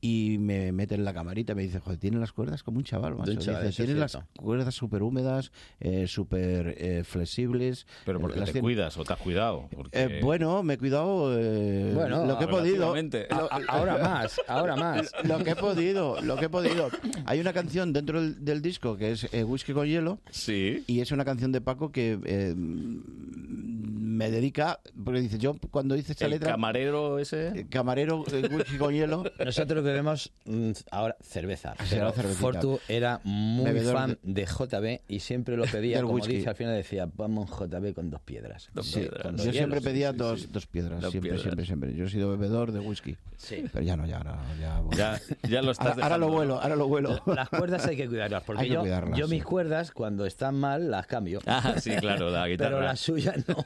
Speaker 15: Y me meten en la camarita y me dice, joder, tienen las cuerdas como un chaval, macho".
Speaker 21: un chaval,
Speaker 15: Dice,
Speaker 21: eso es
Speaker 15: "Tiene las
Speaker 21: cierto".
Speaker 15: cuerdas súper húmedas, eh, súper eh, flexibles. Eh,
Speaker 2: Pero porque
Speaker 15: las
Speaker 2: te
Speaker 15: tiene-
Speaker 2: cuidas o te has Pues, ah, cuidado. porque-
Speaker 15: eh, bueno, me he cuidado eh,
Speaker 2: Bueno,
Speaker 15: lo que he podido.
Speaker 2: relativamente.
Speaker 15: Lo-
Speaker 2: A- ahora más, ahora más.
Speaker 15: Lo que he podido, lo que he podido. Hay una canción dentro del, del disco que es eh, Whisky con hielo.
Speaker 2: Sí.
Speaker 15: Y es una canción de Paco que eh, me dedica, porque dice, yo cuando hice esta
Speaker 2: el
Speaker 15: letra...
Speaker 2: camarero ese.
Speaker 15: Camarero, eh, whisky con hielo.
Speaker 21: Nosotros bebemos mm, ahora cerveza.
Speaker 15: Será
Speaker 21: Pero
Speaker 15: cervecita.
Speaker 21: Fortu era muy
Speaker 15: Bebedor
Speaker 21: fan de... JB y siempre lo pedía,
Speaker 15: Del
Speaker 21: como
Speaker 15: whisky.
Speaker 21: dice, al final decía, vamos JB con dos piedras.
Speaker 15: Sí,
Speaker 21: Con dos
Speaker 15: yo siempre
Speaker 21: hielos.
Speaker 15: pedía
Speaker 21: Sí, sí,
Speaker 15: dos,
Speaker 21: sí.
Speaker 15: dos piedras,
Speaker 21: Dos
Speaker 15: siempre,
Speaker 21: piedras.
Speaker 15: siempre, siempre. Yo he sido bebedor de whisky.
Speaker 21: Sí.
Speaker 15: Pero ya no, ya no, ya.
Speaker 2: Ya, ya lo
Speaker 15: ahora,
Speaker 2: estás
Speaker 15: ahora lo
Speaker 2: dejando.
Speaker 15: vuelo, ahora lo vuelo.
Speaker 21: Las cuerdas hay que cuidarlas, porque
Speaker 15: Hay que
Speaker 21: yo,
Speaker 15: cuidarlas,
Speaker 21: yo
Speaker 15: sí.
Speaker 21: mis cuerdas, cuando están mal, las cambio.
Speaker 2: Ah, sí, claro, la guitarra.
Speaker 21: Pero las suyas no.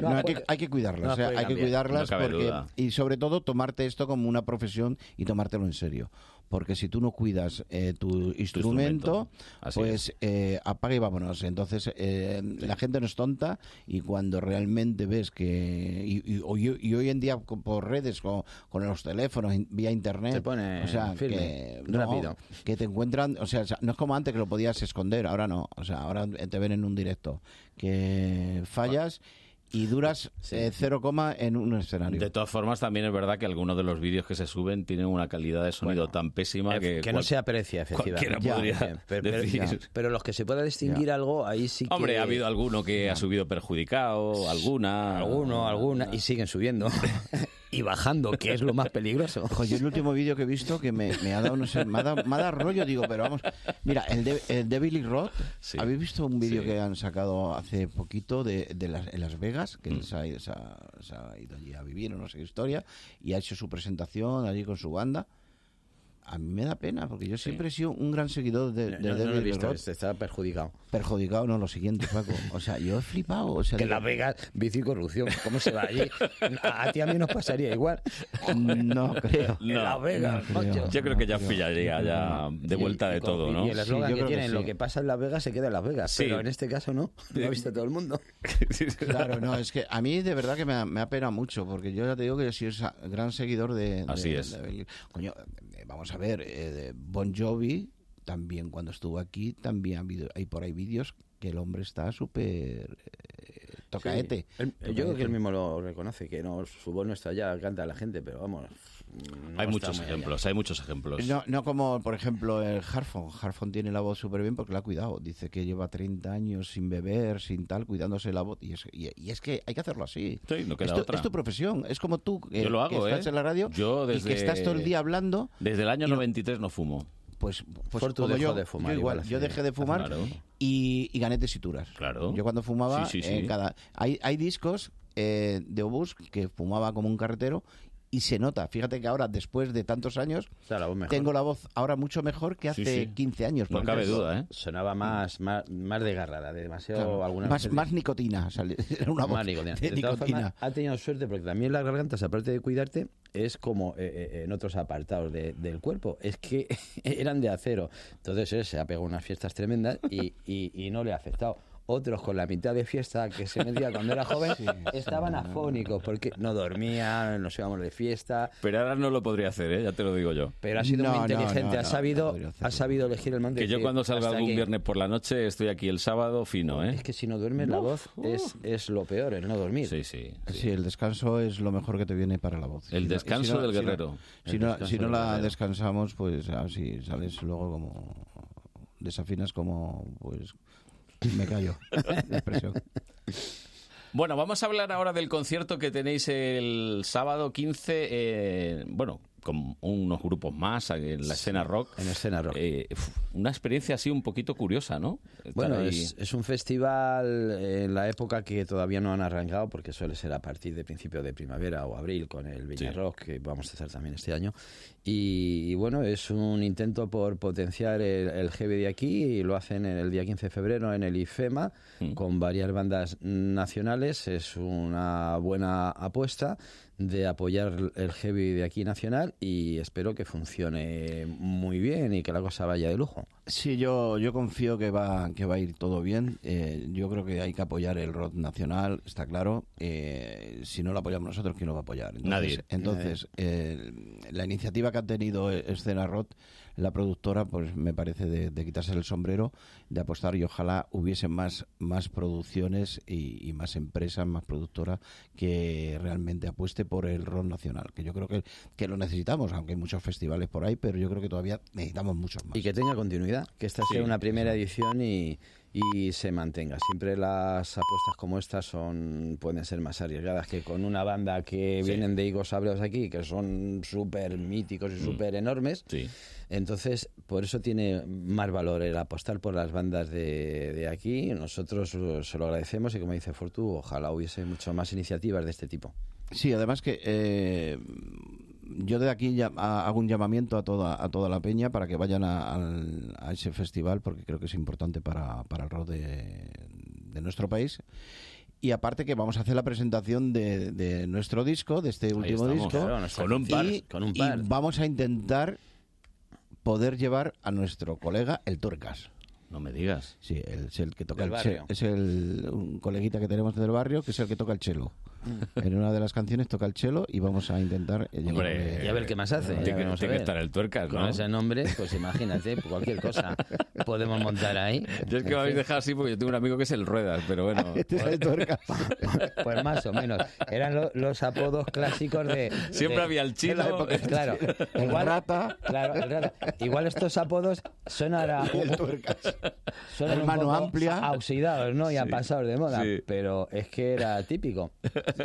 Speaker 15: No, hay, que,
Speaker 21: porque-
Speaker 15: hay que cuidarlas,
Speaker 21: no
Speaker 15: o sea,
Speaker 21: puede
Speaker 15: hay que
Speaker 21: cambiar.
Speaker 15: cuidarlas
Speaker 2: No cabe
Speaker 15: porque,
Speaker 2: duda.
Speaker 15: y sobre todo tomarte esto como una profesión y tomártelo en serio. Porque si tú no cuidas eh, tu instrumento,
Speaker 2: instrumento. Así
Speaker 15: pues eh, apaga y vámonos. Entonces, eh, la gente no es tonta y cuando realmente ves que... Y, y- o- y- y hoy en día con- por redes, con, con los teléfonos, in- vía internet...
Speaker 21: Te pone
Speaker 15: o sea,
Speaker 21: firme,
Speaker 15: que,
Speaker 21: rápido.
Speaker 15: que te encuentran... O sea, no es como antes que lo podías esconder, ahora no. O sea, ahora te ven en un directo que fallas... Y duras eh, cero coma en un escenario.
Speaker 2: De todas formas, también es verdad que algunos de los vídeos que se suben tienen una calidad de sonido tan pésima que...
Speaker 21: eh, que
Speaker 2: cual-
Speaker 21: no se aprecia, efectivamente.
Speaker 2: Cualquiera podría
Speaker 21: Bien, pero, pero-
Speaker 2: decir.
Speaker 21: ya. Pero los que se pueda distinguir algo, ahí sí que...
Speaker 2: Hombre, ha habido alguno que ha subido perjudicado, alguna...
Speaker 21: Alguno, alguna, y siguen subiendo. y bajando, que es lo más peligroso.
Speaker 15: Ojo, yo el último vídeo que he visto que me, me ha dado, no sé, me ha dado, me ha dado rollo, digo, pero vamos. Mira, el de, el de Billy Roth, ¿habéis visto un vídeo que han sacado hace poquito de, de las, en Las Vegas?
Speaker 21: Mm.
Speaker 15: Que él se, ha, se ha- se ha ido allí a vivir, o no sé qué historia, y ha hecho su presentación allí con su banda. A mí me da pena, porque yo siempre he sido un gran seguidor de, de
Speaker 21: No, no
Speaker 15: David
Speaker 21: lo he visto,
Speaker 15: Roth.
Speaker 21: este está perjudicado.
Speaker 15: Perjudicado, no, lo siguiente, Paco. O sea, yo he flipado. Ah, O sea,
Speaker 21: Que en
Speaker 15: digo,
Speaker 21: Las Vegas, vicio y corrupción, ¿cómo se va allí? A, a ti a mí nos pasaría igual.
Speaker 15: No creo.
Speaker 21: En Las Vegas, macho.
Speaker 2: Yo creo que ya pillaría ya de vuelta de todo, ¿no?
Speaker 21: Y el eslogan que tienen, lo que pasa en Las Vegas se queda en Las Vegas,
Speaker 2: Sí.
Speaker 21: pero en este caso no, lo ha visto todo el mundo.
Speaker 15: Claro, no, es que a mí de verdad que me, me apena mucho, porque yo ya te digo que yo soy esa- gran seguidor de... de-
Speaker 2: Así es.
Speaker 15: de Billy. Coño, eh, vamos a ver, eh, de Bon Jovi también cuando estuvo aquí, también ha habido- hay por ahí vídeos que el hombre está súper eh, tocaete.
Speaker 21: Sí. Él- yo creo que
Speaker 15: Tocaete.
Speaker 21: él mismo lo reconoce, que no, su voz no está allá, canta la gente, pero vamos. no
Speaker 2: Hay
Speaker 21: está
Speaker 2: muchos
Speaker 21: muy allá.
Speaker 2: ejemplos, hay muchos ejemplos.
Speaker 15: No, no como, por ejemplo, el Harfon. Harfon tiene la voz súper bien porque la ha cuidado. Dice que lleva 30 años sin beber, sin tal, cuidándose la voz. Y es, y- y es que hay que hacerlo así.
Speaker 2: Sí, no queda
Speaker 15: es, tu,
Speaker 2: otra.
Speaker 15: es tu profesión. Es como tú eh,
Speaker 2: Yo lo hago,
Speaker 15: que estás
Speaker 2: ¿eh?
Speaker 15: en la radio
Speaker 2: Yo
Speaker 15: y
Speaker 2: desde-
Speaker 15: que estás todo el día hablando.
Speaker 2: Desde el año 93 no fumo.
Speaker 15: Pues, pues
Speaker 2: Fortu
Speaker 15: como
Speaker 2: dejó
Speaker 15: yo,
Speaker 2: de fumar
Speaker 15: yo igual,
Speaker 2: igual
Speaker 15: yo
Speaker 2: hace-
Speaker 15: dejé de fumar
Speaker 2: Claro.
Speaker 15: y, y gané tesituras.
Speaker 2: Claro.
Speaker 15: Yo cuando fumaba,
Speaker 2: Sí, sí, sí.
Speaker 15: eh, cada, hay, hay discos eh, de obús que fumaba como un carretero y se nota. Fíjate que ahora, después de tantos años,
Speaker 21: Está la voz mejor.
Speaker 15: tengo la voz ahora mucho mejor que
Speaker 21: Sí,
Speaker 15: hace
Speaker 21: sí.
Speaker 15: 15 años. por ejemplo.
Speaker 2: ¿eh?
Speaker 21: Sonaba más, más, más desgarrada, demasiado
Speaker 15: Claro.
Speaker 21: algunas
Speaker 15: Más,
Speaker 21: veces-
Speaker 15: más nicotina. sale- Era una voz
Speaker 21: Más nicotina.
Speaker 15: de
Speaker 21: De todas
Speaker 15: nicotina.
Speaker 21: formas, ha tenido suerte porque también las gargantas, aparte de cuidarte, es como eh, eh, en otros apartados de- del cuerpo, es que eh, eran de acero. Entonces él se ha pegado unas fiestas tremendas y, y- y no le ha afectado. otros con la mitad de fiesta que se metía cuando era joven, estaban afónicos porque no dormían, nos íbamos de fiesta.
Speaker 2: Pero ahora no lo podría hacer, ¿eh? ya te lo digo yo.
Speaker 21: Pero ha sido muy inteligente, ha, sabido, ha sabido elegir el momento.
Speaker 2: Que yo
Speaker 21: decir,
Speaker 2: cuando salga
Speaker 21: hasta
Speaker 2: algún
Speaker 21: aquí.
Speaker 2: viernes por la noche estoy aquí el sábado fino, ¿eh?
Speaker 21: Es que si no duermes, la voz es, es lo peor, el no dormir.
Speaker 2: Sí, sí.
Speaker 15: Sí, el descanso es lo mejor que te viene para la voz.
Speaker 2: El
Speaker 15: Y si no-
Speaker 2: descanso
Speaker 15: y si no-
Speaker 2: del
Speaker 15: si no-
Speaker 2: guerrero.
Speaker 15: Si
Speaker 2: El
Speaker 15: no,
Speaker 2: descanso
Speaker 15: si no
Speaker 2: del
Speaker 15: la
Speaker 2: guerrero.
Speaker 15: descansamos, pues así sales luego como desafinas como pues me callo. la expresión.
Speaker 2: Bueno, vamos a hablar ahora del concierto que tenéis el sábado 15, eh, bueno, con unos grupos más en la escena rock. En
Speaker 21: escena
Speaker 2: rock. una experiencia así un poquito curiosa, ¿no? Estar
Speaker 21: Bueno,
Speaker 2: ahí.
Speaker 21: es, es un festival eh, en la época que todavía no han arrancado, porque suele ser a partir de principio de primavera o abril con el Viña Rock, que vamos a hacer también este año. Y, y bueno, es un intento por potenciar el, el GB de aquí y lo hacen el, el día 15 de febrero en el IFEMA
Speaker 2: Mm.
Speaker 21: con varias bandas nacionales. Es una buena apuesta de apoyar el heavy de aquí nacional y espero que funcione muy bien y que la cosa vaya de lujo.
Speaker 15: Sí, yo, yo confío que va, que va a ir todo bien. Eh, yo creo que hay que apoyar el rock nacional, está claro. Eh, si no lo apoyamos nosotros, ¿quién lo va a apoyar? Entonces,
Speaker 2: Nadie.
Speaker 15: Entonces, eh, la iniciativa que ha tenido E- Escena Rock, la productora, pues me parece de, de quitarse el sombrero, de apostar y ojalá hubiese más, más producciones y, y más empresas, más productoras que realmente apueste por el rock nacional, que yo creo que, que lo necesitamos, aunque hay muchos festivales por ahí, pero yo creo que todavía necesitamos muchos más.
Speaker 21: Y que tenga continuidad, que esta
Speaker 15: Sí,
Speaker 21: sea una primera edición y, y se mantenga. Siempre las apuestas como estas son pueden ser más arriesgadas que con una banda que
Speaker 2: Sí.
Speaker 21: vienen de higos sabreos aquí, que son súper míticos y súper enormes. Entonces, por eso tiene más valor el apostar por las bandas de, de aquí. Nosotros eh, se lo agradecemos y como dice Fortu, ojalá hubiese mucho más iniciativas de este tipo.
Speaker 15: Sí, además que eh, yo de aquí ya- a- hago un llamamiento a toda a toda la peña para que vayan a, al- a ese festival porque creo que es importante para, para el rock de, de nuestro país. Y aparte que vamos a hacer la presentación de, de nuestro disco, de este último
Speaker 21: estamos,
Speaker 15: disco.
Speaker 21: claro, nuestra Con un par,
Speaker 15: y-
Speaker 21: con un par.
Speaker 15: y vamos a intentar poder llevar a nuestro colega el Turcas.
Speaker 2: No me digas.
Speaker 15: Sí, el- es el que toca
Speaker 2: Del
Speaker 15: el che-
Speaker 2: barrio.
Speaker 15: Es el, un coleguita que tenemos del barrio, que es el que toca el chelo.
Speaker 21: Mm.
Speaker 15: en una de las canciones toca el chelo y vamos a eh, intentar... eh, llevarle-
Speaker 21: y a ver qué más hace.
Speaker 15: Tiene
Speaker 21: ya
Speaker 15: que-
Speaker 21: veremos a
Speaker 15: tiene que
Speaker 21: ver.
Speaker 15: estar el tuercas,
Speaker 21: Con
Speaker 15: ¿no?
Speaker 21: ese nombre, pues imagínate, cualquier cosa podemos montar ahí.
Speaker 2: Yo es que me habéis dejado así porque yo tengo un amigo que es el Ruedas, pero bueno.
Speaker 21: Este Pues más o menos. Eran lo- los apodos clásicos de.
Speaker 2: Siempre
Speaker 21: de-
Speaker 2: había el chino,
Speaker 21: de la época.
Speaker 2: el
Speaker 21: Claro.
Speaker 2: chino.
Speaker 21: Igual, Claro, el rata. Igual estos apodos son ahora. Son
Speaker 15: El mano amplia.
Speaker 21: Oxidados, ¿no? Y han
Speaker 15: Sí,
Speaker 21: pasado de moda.
Speaker 15: sí.
Speaker 21: Pero es que era típico.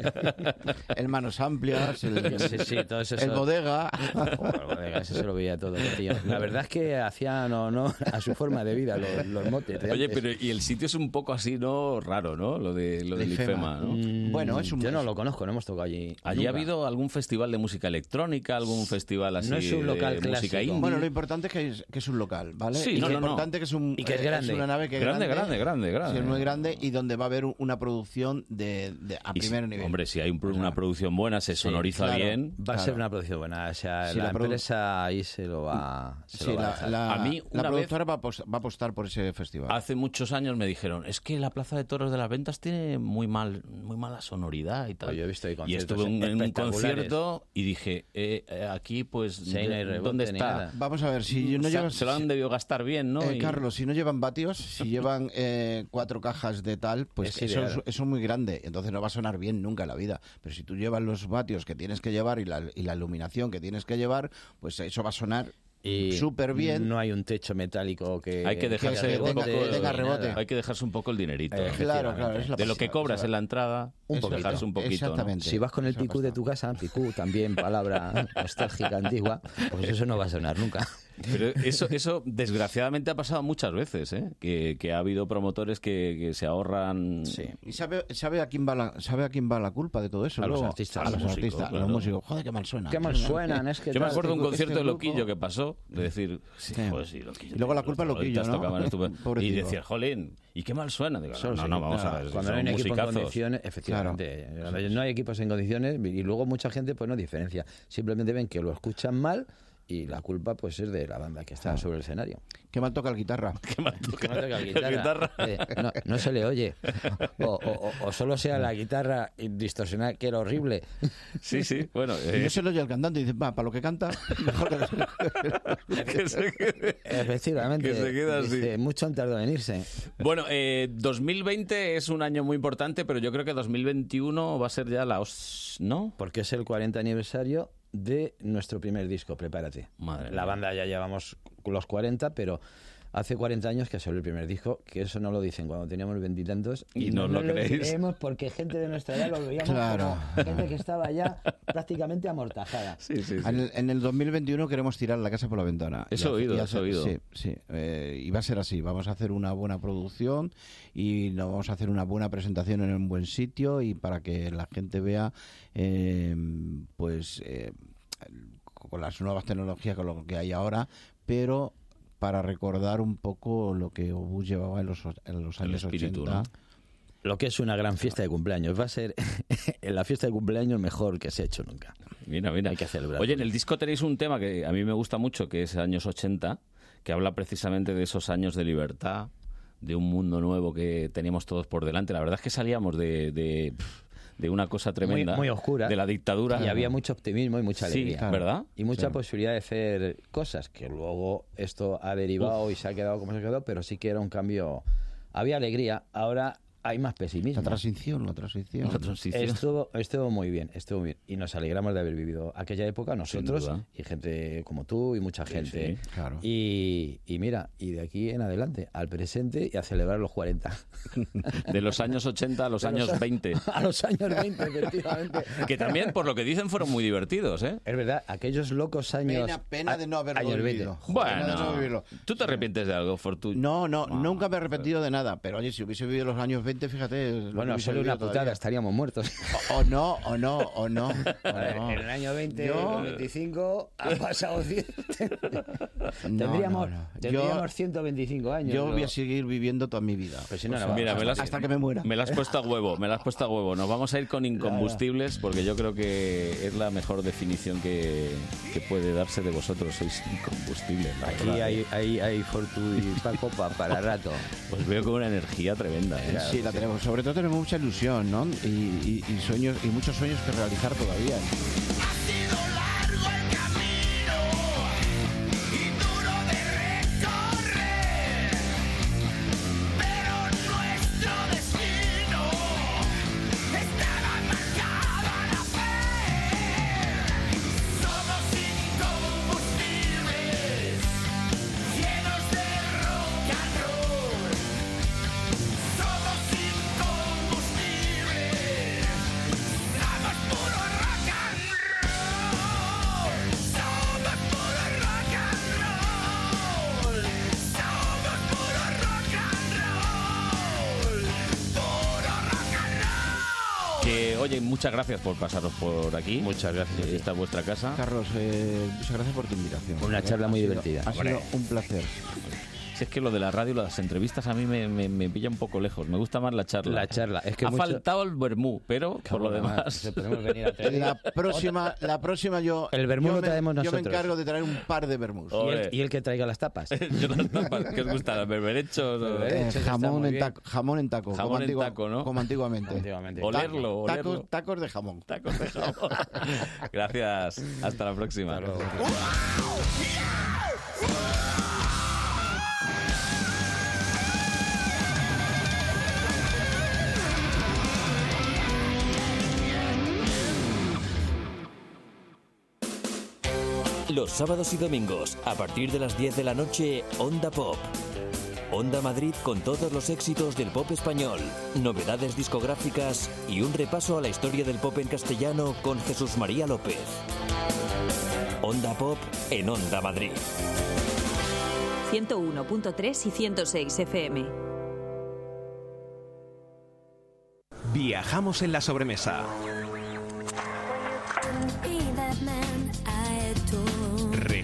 Speaker 15: El manos amplias, el,
Speaker 21: Sí, sí, todo eso.
Speaker 15: el bodega.
Speaker 21: Joder, el bodega, eso se lo veía todo, tío. La verdad es que hacían honor a su forma de vida los, los motes. de
Speaker 2: Oye,
Speaker 21: antes.
Speaker 2: pero y el sitio es un poco así, ¿no? Raro, ¿no? Lo de lo del IFEMA, ¿no?
Speaker 21: Mm, Yo no lo conozco, no hemos tocado allí.
Speaker 2: ¿Allí
Speaker 21: nunca.
Speaker 2: ha habido algún festival de música electrónica, algún festival así
Speaker 21: No es un local
Speaker 2: de música
Speaker 21: clásico.
Speaker 2: indie?
Speaker 15: Bueno, lo importante es que es, que es un local, ¿vale?
Speaker 2: Sí,
Speaker 15: y
Speaker 2: no,
Speaker 15: lo
Speaker 2: no, no.
Speaker 15: importante que es un
Speaker 2: Y que es grande.
Speaker 15: una nave que es
Speaker 2: Grande, grande, grande, grande.
Speaker 15: Sí, es muy grande y donde va a haber una producción de, de- a
Speaker 2: Y si-
Speaker 15: primer nivel.
Speaker 2: Hombre, si hay un pro- una producción buena, se sonoriza
Speaker 21: Claro,
Speaker 2: bien.
Speaker 21: Va a ser una producción buena. O sea,
Speaker 15: Sí,
Speaker 21: la,
Speaker 15: la produ-
Speaker 21: empresa ahí se lo va, se
Speaker 15: Sí,
Speaker 21: lo va a
Speaker 15: la,
Speaker 21: dejar.
Speaker 15: la- la
Speaker 2: una vez-
Speaker 15: productora va, a apos- va a apostar por ese festival.
Speaker 2: Hace muchos años me dijeron, es que la Plaza de Toros de las Ventas tiene muy mal muy mala sonoridad y tal.
Speaker 21: Pues yo he visto ahí
Speaker 2: y
Speaker 21: conciertos
Speaker 2: estuve en, en un
Speaker 21: espectaculares.
Speaker 2: concierto y dije, eh, eh, aquí pues,
Speaker 21: Sí, no hay
Speaker 2: ¿dó-
Speaker 21: rebote
Speaker 2: ¿dónde
Speaker 21: ni
Speaker 2: está?
Speaker 21: nada.
Speaker 15: Vamos a ver, si no
Speaker 2: Mm, se,
Speaker 15: llevas-
Speaker 2: se lo han debido gastar bien, ¿no?
Speaker 15: Eh,
Speaker 2: Y-
Speaker 15: Carlos, si no llevan vatios, si llevan eh, cuatro cajas de tal, pues
Speaker 2: Es
Speaker 15: eso,
Speaker 2: ideal.
Speaker 15: es, eso es muy grande. Entonces no va a sonar bien nunca en la vida. Pero si tú llevas los vatios que tienes que llevar y la, y la iluminación que tienes que llevar, pues eso va a sonar
Speaker 21: Y
Speaker 15: súper bien.
Speaker 21: No hay un techo metálico que.
Speaker 2: Hay que dejarse
Speaker 15: eh, que
Speaker 2: un
Speaker 15: tenga-
Speaker 2: poco,
Speaker 15: que tenga
Speaker 2: ni
Speaker 15: rebote.
Speaker 2: nada. Hay que dejarse un poco el dinerito.
Speaker 15: Eh, claro, claro, es la
Speaker 2: de lo que
Speaker 15: pasada,
Speaker 2: cobras
Speaker 15: claro.
Speaker 2: en la entrada,
Speaker 21: Un poquito.
Speaker 2: dejarse un poquito. ¿no?
Speaker 21: Si vas con el picú de tu casa, picú también, palabra nostálgica antigua, pues eso no va a sonar nunca.
Speaker 2: Pero eso, eso desgraciadamente ha pasado muchas veces, ¿eh? que, que ha habido promotores que, que se ahorran.
Speaker 15: ¿Y sabe, sabe, a quién va la, sabe a quién va la culpa de todo eso?
Speaker 2: A los
Speaker 15: luego?
Speaker 2: artistas,
Speaker 15: A
Speaker 2: a
Speaker 15: los,
Speaker 2: los músicos,
Speaker 15: artistas, a los
Speaker 2: claro.
Speaker 15: músicos. Joder, qué mal suena.
Speaker 21: Qué mal suenan, es que
Speaker 2: Yo me
Speaker 21: tal,
Speaker 2: acuerdo de un
Speaker 21: este
Speaker 2: concierto de
Speaker 21: grupo.
Speaker 2: Loquillo que pasó, de decir, sí, joder, pues sí, Loquillo.
Speaker 15: Y luego la culpa es
Speaker 2: los
Speaker 15: Loquillo,
Speaker 2: todolitas
Speaker 15: ¿no?
Speaker 2: tocaban estupendo. y
Speaker 15: Pobrecito.
Speaker 2: decir, jolín, ¿y qué mal suena? Digo,
Speaker 21: Solo
Speaker 2: no,
Speaker 21: se-
Speaker 2: no, vamos
Speaker 21: claro,
Speaker 2: a ver.
Speaker 21: Cuando no hay
Speaker 2: son
Speaker 21: un equipo en
Speaker 2: musicazos.
Speaker 21: condiciones, efectivamente. eh, Cuando no hay equipos en condiciones, y luego mucha gente pues no diferencia. Simplemente ven que lo escuchan mal y la culpa pues es de la banda que está sobre el escenario.
Speaker 15: Qué mal toca la guitarra.
Speaker 2: Qué mal toca,
Speaker 21: No toca la guitarra. Eh, no, no se le oye. O, o- o- o solo sea la guitarra y distorsionada, que era horrible.
Speaker 2: Sí, sí, bueno. eh,
Speaker 15: Y no se lo oye al cantante y dice, va, para lo que canta, mejor que lo-
Speaker 21: Efectivamente.
Speaker 2: que se queda así.
Speaker 21: Dice, Mucho han tardado en irse.
Speaker 2: Bueno, eh, 2020 es un año muy importante, pero yo creo que 2021 va a ser ya la os... ¿no?
Speaker 21: Porque es el 40 aniversario de nuestro primer disco, prepárate. la banda ya llevamos los 40, pero hace 40 años que salió el primer disco, que eso no lo dicen cuando teníamos veintitantos.
Speaker 2: Y no lo creéis.
Speaker 21: creemos porque gente de nuestra edad lo veíamos
Speaker 15: Claro.
Speaker 21: como gente que estaba ya prácticamente amortajada.
Speaker 15: En, el, en el 2021 queremos tirar la casa por la ventana.
Speaker 2: Eso he
Speaker 15: hace-
Speaker 2: oído, eso
Speaker 15: hacer-
Speaker 2: he oído.
Speaker 15: Sí, sí. eh, y va a ser así. Vamos a hacer una buena producción y nos vamos a hacer una buena presentación en un buen sitio y para que la gente vea, eh, pues, eh, con las nuevas tecnologías, con lo que hay ahora, pero para recordar un poco lo que Obús llevaba en los, o- en los años 80.
Speaker 21: Lo que es una gran fiesta de cumpleaños. Va a ser la fiesta de cumpleaños mejor que se ha hecho nunca.
Speaker 2: Mira, mira.
Speaker 21: Hay que celebrar.
Speaker 2: Oye, en el disco tenéis un tema que a mí me gusta mucho, que es años 80, que habla precisamente de esos años de libertad, de un mundo nuevo que teníamos todos por delante. La verdad es que salíamos de, de, pf, de una cosa tremenda.
Speaker 21: muy oscura.
Speaker 2: De la dictadura.
Speaker 21: Y había mucho optimismo y mucha
Speaker 2: Sí,
Speaker 21: alegría.
Speaker 2: claro. ¿verdad?
Speaker 21: Y mucha
Speaker 2: Sí.
Speaker 21: posibilidad de hacer cosas que luego esto ha derivado y se ha quedado como se quedó, pero sí que era un cambio. Había alegría, ahora hay más pesimismo.
Speaker 15: La transición, la transición.
Speaker 21: Estuvo, estuvo muy bien, estuvo muy bien. Y nos alegramos de haber vivido aquella época nosotros
Speaker 15: duda.
Speaker 21: y gente como tú y mucha
Speaker 15: Sí,
Speaker 21: gente.
Speaker 15: sí, claro.
Speaker 21: y, y mira, y de aquí en adelante, al presente y a celebrar los 40.
Speaker 2: De los años 80 a los
Speaker 21: De los
Speaker 2: años
Speaker 21: a-
Speaker 2: 20.
Speaker 21: a los años 20, efectivamente.
Speaker 2: Que también, por lo que dicen, fueron muy divertidos, ¿eh?
Speaker 21: Es verdad, aquellos locos años.
Speaker 15: Pena- pena de no haberlo
Speaker 21: años 20.
Speaker 15: vivido. Pena de no
Speaker 2: Bueno,
Speaker 15: vivirlo.
Speaker 2: ¿tú te arrepientes de algo, Fortu?
Speaker 15: No, no, nunca me he arrepentido de nada. Pero oye, si hubiese vivido los años 20, fíjate. lo que
Speaker 21: Bueno,
Speaker 15: hubiese
Speaker 21: solo una
Speaker 15: vivido
Speaker 21: putada,
Speaker 15: todavía.
Speaker 21: estaríamos muertos.
Speaker 15: O, o no, o no, o no. o no.
Speaker 21: En el año 20,
Speaker 15: Yo-
Speaker 21: 25, han pasado 100.
Speaker 15: No,
Speaker 21: tendríamos
Speaker 15: no, no.
Speaker 21: tendríamos 125
Speaker 15: Yo,
Speaker 21: años.
Speaker 15: yo
Speaker 21: lo-
Speaker 15: voy a seguir viviendo toda mi vida.
Speaker 21: Pues no,
Speaker 15: O
Speaker 21: no,
Speaker 15: sea,
Speaker 2: Pues Mira, me
Speaker 15: hasta,
Speaker 2: las,
Speaker 15: hasta que me muera.
Speaker 2: Me las has puesto a huevo, me las has puesto a huevo. Nos vamos a ir con incombustibles porque yo creo que es la mejor definición que, que puede darse de vosotros. Sois incombustibles. la
Speaker 21: Aquí
Speaker 2: verdad,
Speaker 21: hay,
Speaker 2: ¿eh?
Speaker 21: hay, hay Fortu y Paco pa- para rato.
Speaker 2: Os veo con una energía tremenda. ¿eh?
Speaker 15: sí, la tenemos. Sobre todo tenemos mucha ilusión, ¿no? Y, y- y sueños, y muchos sueños que realizar todavía.
Speaker 19: Nuestro destino estaba marcado a la fe. Somos incombustibles, llenos de rock and roll. Somos incombustibles, somos puro rock and roll. Somos puro rock and roll. Somos puro rock and roll. Puro rock and
Speaker 2: Que, oye, muchas gracias por pasaros por aquí. Muchas gracias. Esta es vuestra casa.
Speaker 15: Carlos, eh, muchas gracias por tu invitación.
Speaker 2: Una charla
Speaker 15: Ha
Speaker 2: muy
Speaker 15: sido-
Speaker 2: divertida.
Speaker 15: Ha sido
Speaker 2: Hombre.
Speaker 15: un placer.
Speaker 2: Si es que lo de la radio, las entrevistas a mí me, me, me pilla un poco lejos. Me gusta más la charla.
Speaker 21: La charla, es que
Speaker 2: ha
Speaker 21: mucho-
Speaker 2: faltado el vermú, pero por lo
Speaker 21: Cabrón,
Speaker 2: demás.
Speaker 21: podemos venir a traer-
Speaker 15: La próxima, la próxima yo.
Speaker 21: El vermú
Speaker 15: yo
Speaker 21: lo
Speaker 15: me-
Speaker 21: traemos
Speaker 15: Yo
Speaker 21: nosotros.
Speaker 15: me encargo de traer un par de vermús.
Speaker 21: Y el, y el que traiga las tapas.
Speaker 2: Yo las tapas, ¿qué os gusta? ¿Los berberechos? o-
Speaker 15: Eh, jamón, en taco, jamón en taco.
Speaker 2: Jamón
Speaker 15: como
Speaker 2: en
Speaker 15: antigua-
Speaker 2: taco, ¿no?
Speaker 15: Como antiguamente.
Speaker 2: Olerlo,
Speaker 15: Tacos-
Speaker 2: olerlo.
Speaker 15: Tacos, tacos de jamón.
Speaker 2: Tacos de jamón. Gracias. Hasta la próxima.
Speaker 1: Los sábados y domingos, a partir de las 10 de la noche, Onda Pop. Onda Madrid con todos los éxitos del pop español, novedades discográficas y un repaso a la historia del pop en castellano con Jesús María López. Onda Pop en Onda Madrid.
Speaker 9: 101.3 y 106 FM.
Speaker 17: Viajamos en la sobremesa.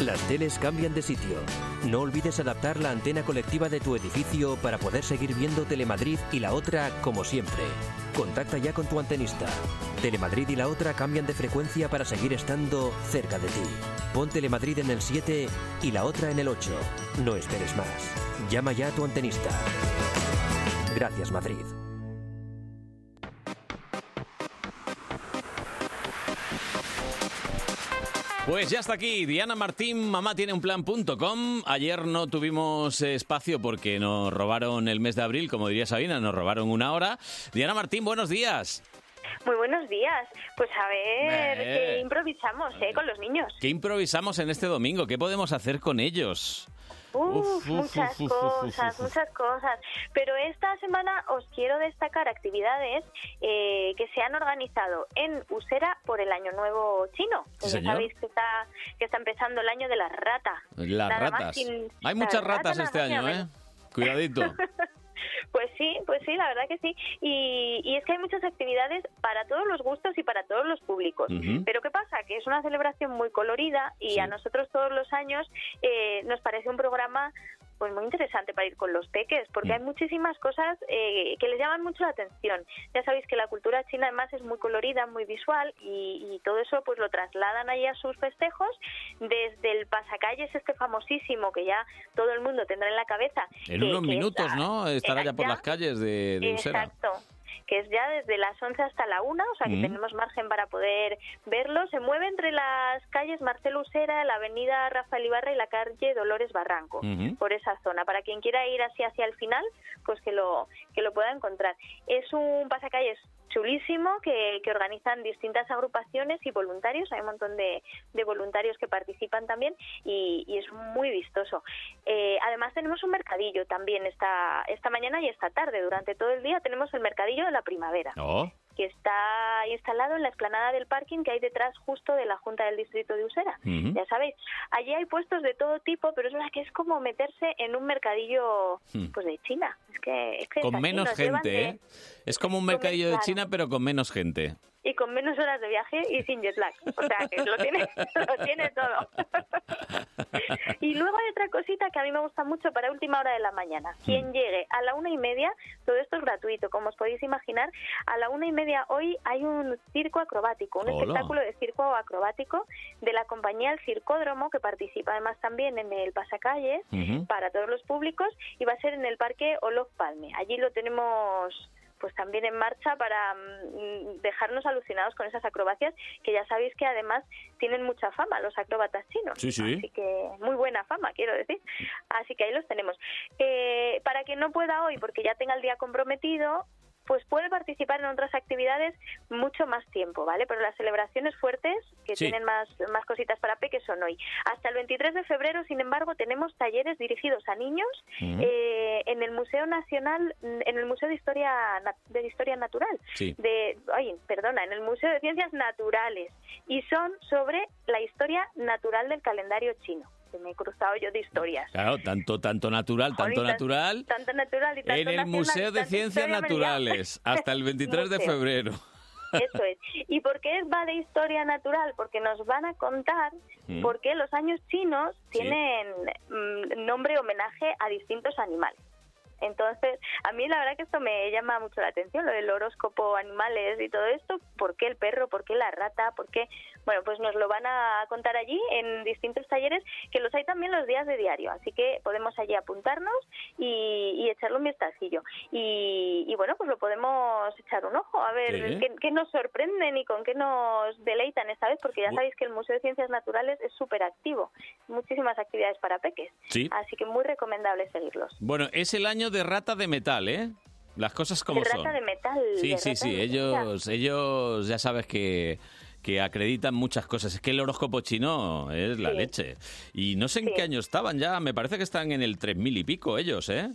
Speaker 1: Las teles cambian de sitio. No olvides adaptar la antena colectiva de tu edificio para poder seguir viendo Telemadrid y la otra como siempre. Contacta ya con tu antenista. Telemadrid y la otra cambian de frecuencia para seguir estando cerca de ti. Pon Telemadrid en el 7 y la otra en el 8. No esperes más. Llama ya a tu antenista. Gracias Madrid.
Speaker 2: Pues ya está aquí Diana Martín, mamá tiene un plan.com. Ayer no tuvimos eh, espacio porque nos robaron el mes de abril, como diría Sabina, nos robaron una hora. Diana Martín, buenos días.
Speaker 20: Muy buenos días. Pues a ver
Speaker 2: Eh.
Speaker 20: qué improvisamos ¿eh? con los niños.
Speaker 2: ¿Qué improvisamos en este domingo? ¿Qué podemos hacer con ellos?
Speaker 20: Uf,
Speaker 2: Uf, uf,
Speaker 20: muchas
Speaker 2: uf, uf, uf,
Speaker 20: cosas,
Speaker 2: uf, uf.
Speaker 20: muchas cosas. Pero esta semana os quiero destacar actividades eh, que se han organizado en Usera por el Año Nuevo Chino. Que
Speaker 2: Sí,
Speaker 20: ya
Speaker 2: señor.
Speaker 20: sabéis que está, que está empezando el año de la rata.
Speaker 2: Las
Speaker 20: Nada más
Speaker 2: ratas.
Speaker 20: sin-
Speaker 2: Hay
Speaker 20: las
Speaker 2: muchas ratas
Speaker 20: nada
Speaker 2: este
Speaker 20: más ni
Speaker 2: año,
Speaker 20: nada
Speaker 2: ¿eh?
Speaker 20: menos.
Speaker 2: Cuidadito.
Speaker 20: Pues sí, pues sí, la verdad que sí. Y, y es que hay muchas actividades para todos los gustos y para todos los públicos.
Speaker 7: Ujú.
Speaker 20: Pero ¿qué pasa? Que es una celebración muy colorida y a nosotros todos los años eh, nos parece un programa pues muy interesante para ir con los peques, porque hay muchísimas cosas eh, que les llaman mucho la atención. Ya sabéis que la cultura china además es muy colorida, muy visual y, y todo eso pues lo trasladan ahí a sus festejos desde el pasacalles este famosísimo que ya todo el mundo tendrá en la cabeza.
Speaker 2: En
Speaker 20: que-
Speaker 2: unos
Speaker 20: que es
Speaker 2: minutos,
Speaker 20: la-
Speaker 2: ¿no? Estará ya por
Speaker 20: ya-
Speaker 2: las calles de, de Usera.
Speaker 20: Exacto que es ya desde las 11 hasta la 1, o sea que
Speaker 2: Mm.
Speaker 20: tenemos margen para poder verlo. Se mueve entre las calles Marcelo Usera, la avenida Rafael Ibarra y la calle Dolores Barranco,
Speaker 22: Ujú.
Speaker 20: por esa zona. Para quien quiera ir así hacia el final, pues que lo, que lo pueda encontrar. Es un pasacalles chulísimo que, que organizan distintas agrupaciones y voluntarios, hay un montón de, de voluntarios que participan también y, y es muy vistoso. Eh, además tenemos un mercadillo también esta, esta mañana y esta tarde, durante todo el día tenemos el mercadillo de la primavera que está instalado en la explanada del parking que hay detrás justo de la Junta del Distrito de Usera.
Speaker 7: Ujú.
Speaker 20: Ya sabéis, allí hay puestos de todo tipo, pero es verdad que es como meterse en un mercadillo
Speaker 2: Hmm.
Speaker 20: pues de China. Es que, es que es
Speaker 2: Con
Speaker 20: así,
Speaker 2: menos
Speaker 20: nos llevan
Speaker 2: gente,
Speaker 20: de-
Speaker 2: ¿eh? Es como un mercadillo de
Speaker 20: claro.
Speaker 2: China, pero con menos gente.
Speaker 20: Y con menos horas de viaje y sin jet lag. O sea, que lo tiene, lo tiene todo. Y luego hay otra cosita que a mí me gusta mucho para última hora de la mañana.
Speaker 7: Mm.
Speaker 20: Quien llegue a la una y media, todo esto es gratuito, como os podéis imaginar, a la una y media hoy hay un circo acrobático, un
Speaker 7: Hola.
Speaker 20: espectáculo de circo acrobático de la compañía El Circódromo, que participa además también en el Pasacalles
Speaker 7: Ujú.
Speaker 20: para todos los públicos y va a ser en el Parque Olof Palme. Allí lo tenemos pues también en marcha para mm, dejarnos alucinados con esas acrobacias que ya sabéis que además tienen mucha fama los acróbatas chinos.
Speaker 7: Sí, sí.
Speaker 20: Así que muy buena fama, quiero decir. Así que ahí los tenemos. Eh, para quien no pueda hoy, porque ya tenga el día comprometido, pues puede participar en otras actividades mucho más tiempo, ¿vale? Pero las celebraciones fuertes, que
Speaker 7: Sí.
Speaker 20: tienen más, más cositas para peques, son hoy. Hasta el 23 de febrero, sin embargo, tenemos talleres dirigidos a niños
Speaker 7: Ujú.
Speaker 20: eh, en el Museo Nacional, en el Museo de Historia, Na- de Historia Natural,
Speaker 7: Sí.
Speaker 20: de, ay, perdona, en el Museo de Ciencias Naturales, y son sobre la historia natural del calendario chino. Que me he cruzado yo de historias.
Speaker 2: Claro, tanto, tanto natural, tanto
Speaker 20: Jolín, tan-
Speaker 2: natural.
Speaker 20: Tanto natural y tanto
Speaker 2: En el
Speaker 20: nacional y
Speaker 2: Museo de
Speaker 20: tanta
Speaker 2: Ciencias
Speaker 20: historia, me he liado.
Speaker 2: Naturales, hasta el 23 de
Speaker 20: Museo.
Speaker 2: febrero.
Speaker 20: Eso es. ¿Y por qué va de historia natural? Porque nos van a contar
Speaker 2: Mm.
Speaker 20: por qué los años chinos
Speaker 2: Sí.
Speaker 20: tienen mm, nombre homenaje a distintos animales. Entonces, a mí la verdad que esto me llama mucho la atención, lo del horóscopo animales y todo esto, ¿por qué el perro, por qué la rata, por qué? Bueno, pues nos lo van a contar allí en distintos talleres, que los hay también los días de diario, así que podemos allí apuntarnos y, y echarle un vistacillo. Y, y bueno, pues lo podemos echar un ojo, a ver
Speaker 2: Sí.
Speaker 20: qué, qué nos sorprenden y con qué nos deleitan esta vez, porque ya
Speaker 2: Bu-
Speaker 20: sabéis que el Museo de Ciencias Naturales es súper activo, muchísimas actividades para peques,
Speaker 2: Sí.
Speaker 20: así que muy recomendable seguirlos.
Speaker 2: Bueno, es el año de rata de metal, ¿eh? Las cosas como
Speaker 20: de
Speaker 2: son.
Speaker 20: rata de metal.
Speaker 2: Sí,
Speaker 20: de
Speaker 2: sí,
Speaker 20: rata
Speaker 2: sí.
Speaker 20: de metal.
Speaker 2: Ellos, ellos ya sabes que, que acreditan muchas cosas. Es que el horóscopo chino es la
Speaker 20: Sí.
Speaker 2: leche. Y no sé en
Speaker 20: Sí.
Speaker 2: qué año estaban ya. Me parece que están en el 3000 y pico ellos, ¿eh?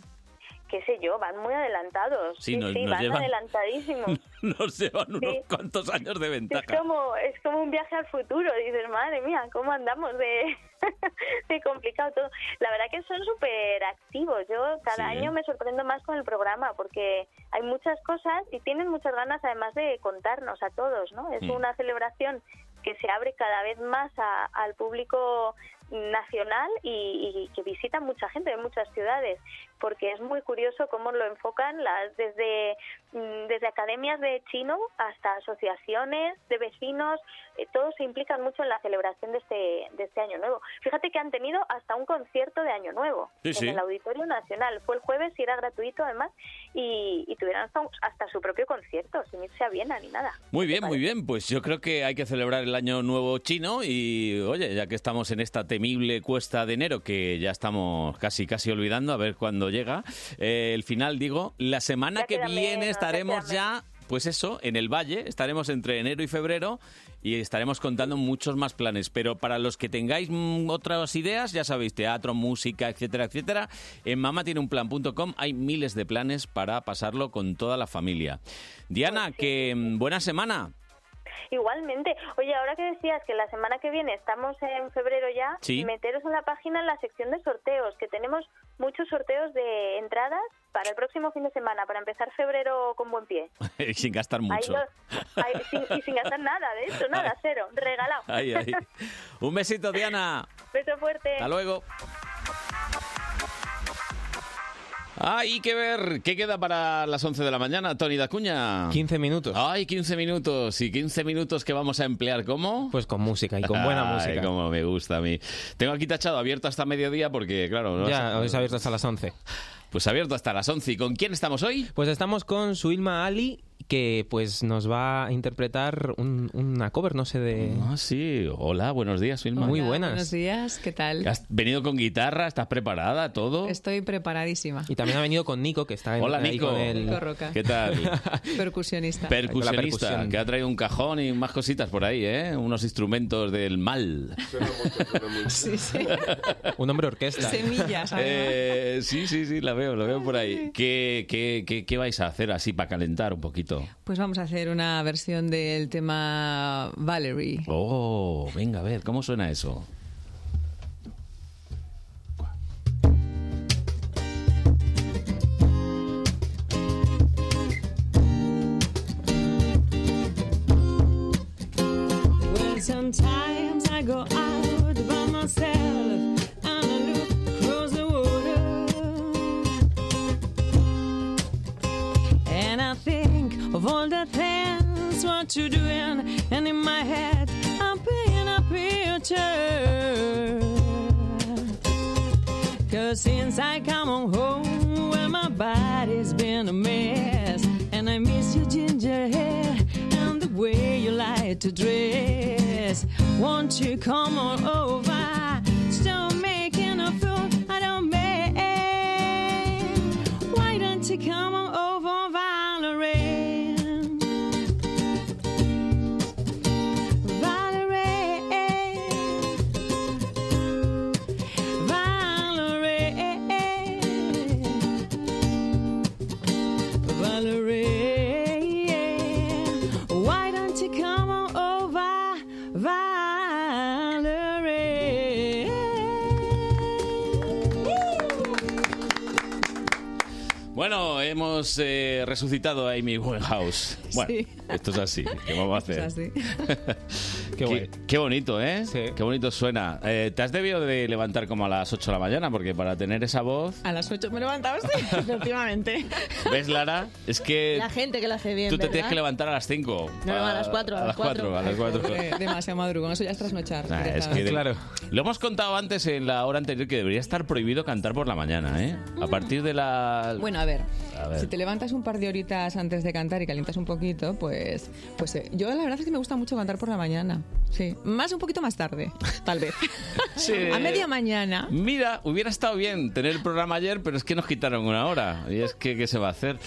Speaker 20: qué sé yo, van muy adelantados.
Speaker 2: Sí, nos-
Speaker 20: sí
Speaker 2: nos
Speaker 20: van
Speaker 2: llevan-
Speaker 20: adelantadísimos.
Speaker 2: Nos llevan unos
Speaker 20: Sí.
Speaker 2: cuantos años de
Speaker 20: Es
Speaker 2: ventaja.
Speaker 20: como, es como un viaje al futuro, dices, madre mía, ¿cómo andamos de, de complicado todo? La verdad que son súper activos, yo cada
Speaker 2: ¿eh?
Speaker 19: Sí.
Speaker 20: año me sorprendo más con el programa porque hay muchas cosas y tienen muchas ganas además de contarnos a todos, ¿no? Es
Speaker 19: Mm.
Speaker 20: una celebración que se abre cada vez más a- al público nacional y, y que visita mucha gente de muchas ciudades, porque es muy curioso cómo lo enfocan las, desde, mm, desde academias de chino hasta asociaciones de vecinos, eh, todos se implican mucho en la celebración de este, de este Año Nuevo. Fíjate que han tenido hasta un concierto de Año Nuevo
Speaker 19: Sí,
Speaker 20: en
Speaker 19: sí.
Speaker 20: el Auditorio Nacional, fue el jueves y era gratuito además, y, y tuvieron hasta, un- hasta su propio concierto, sin irse a Viena ni nada.
Speaker 2: Muy bien, muy bien. Pues yo creo que hay que celebrar el año nuevo chino y, oye, ya que estamos en esta temible cuesta de enero que ya estamos casi, casi olvidando, a ver cuándo llega, eh, el final digo, la semana
Speaker 20: Ya
Speaker 2: que
Speaker 20: queda
Speaker 2: viene
Speaker 20: menos, ya
Speaker 2: estaremos
Speaker 20: queda
Speaker 2: ya, pues eso, en el valle, estaremos entre enero y febrero y estaremos contando muchos más planes. Pero para los que tengáis mm, otras ideas, ya sabéis, teatro, música, etcétera, etcétera, en mamatieneunplan.com hay miles de planes para pasarlo con toda la familia. Diana, que mm, buena semana.
Speaker 20: Igualmente. Oye, ahora que decías que la semana que viene estamos en febrero ya,
Speaker 2: Sí.
Speaker 20: meteros en la página en la sección de sorteos, que tenemos muchos sorteos de entradas para el próximo fin de semana, para empezar febrero con buen pie.
Speaker 2: sin gastar
Speaker 20: Ahí
Speaker 2: mucho.
Speaker 20: los- ahí- sin- y sin gastar nada, de hecho, nada, cero, regalado.
Speaker 2: Ahí, ahí. Un besito, Diana.
Speaker 20: Beso fuerte.
Speaker 2: Hasta luego. Hay que ver qué queda para las 11 de la mañana, Tony Dacuña.
Speaker 9: 15 minutos.
Speaker 2: Ay, 15 minutos. ¿Y 15 minutos que vamos a emplear cómo?
Speaker 9: Pues con música y con buena
Speaker 2: Ay,
Speaker 9: música.
Speaker 2: cómo me gusta a mí. Tengo aquí tachado abierto hasta mediodía porque, claro... no vas
Speaker 9: Ya,
Speaker 2: a-
Speaker 9: habéis abierto hasta las 11.
Speaker 2: Pues abierto hasta las 11. ¿Y con quién estamos hoy?
Speaker 9: Pues estamos con Suilma Ali, que pues nos va a interpretar un- una cover, no sé, de...
Speaker 2: Ah, sí. Hola, buenos días, Suilma.
Speaker 9: Muy
Speaker 37: Hola,
Speaker 9: buenas.
Speaker 37: Buenos días, ¿qué tal?
Speaker 2: ¿Has venido con guitarra? ¿Estás preparada? ¿Todo?
Speaker 37: Estoy preparadísima.
Speaker 9: Y también ha venido con Nico, que está en
Speaker 2: Hola,
Speaker 9: ahí
Speaker 2: Nico.
Speaker 9: con el-
Speaker 37: Nico Roca.
Speaker 2: ¿Qué tal?
Speaker 37: Percusionista.
Speaker 2: Percusionista, que ha traído un cajón y más cositas por ahí, ¿eh? Unos instrumentos del mal.
Speaker 37: Sí, sí.
Speaker 9: Un hombre orquesta.
Speaker 37: Semillas, además. Ah,
Speaker 2: Eh, sí, sí, sí, la veo, la veo por ahí. ¿Qué, qué, qué, qué vais a hacer así para calentar un poquito?
Speaker 37: Pues vamos a hacer una versión del tema Valerie.
Speaker 2: Oh, venga, a ver, ¿cómo suena eso?
Speaker 27: Well, sometimes I go out by myself and I look across the water. And I think of all the things what you're doing, and in my head I'm painting a picture. Cause since I come on home, well, my body's been a mess. And I miss your ginger hair and the way you like to dress. Won't you come on over? Stop making a fool out of me. Why don't you come on over, Valerie? Valerie. Valerie, Valerie, why don't you come on over, Valerie?
Speaker 2: Bueno, hemos eh, resucitado a Amy Winehouse. Bueno,
Speaker 37: Sí.
Speaker 2: esto es así, ¿qué vamos a hacer?
Speaker 37: Es así.
Speaker 2: Qué, qué bonito, ¿eh? Qué bonito suena. Eh, ¿Te has debido de levantar como a las 8 de la mañana? Porque para tener esa voz...
Speaker 37: A las 8 me he levantado, sí, efectivamente.
Speaker 2: ¿Ves, Lara? Es que...
Speaker 37: La gente que la hace bien,
Speaker 2: Tú te
Speaker 37: ¿verdad?
Speaker 2: tienes que levantar a las 5.
Speaker 37: No, no, a las 4,
Speaker 2: A las 4, a las 4.
Speaker 37: Eh, Demasiado madrugón, eso ya es trasnochar.
Speaker 2: Nah, es
Speaker 37: directamente.
Speaker 2: que claro. Lo hemos contado antes en la hora anterior que debería estar prohibido cantar por la mañana, ¿eh? A partir de la...
Speaker 37: Bueno, a ver,
Speaker 2: A ver.
Speaker 37: si te levantas un par de horitas antes de cantar y calientas un poquito, pues, pues eh, yo la verdad es que me gusta mucho cantar por la mañana. Sí, más un poquito más tarde, tal vez.
Speaker 2: Sí.
Speaker 37: A media mañana.
Speaker 2: Mira, hubiera estado bien tener el programa ayer, pero es que nos quitaron una hora. Y es que, ¿qué se va a hacer?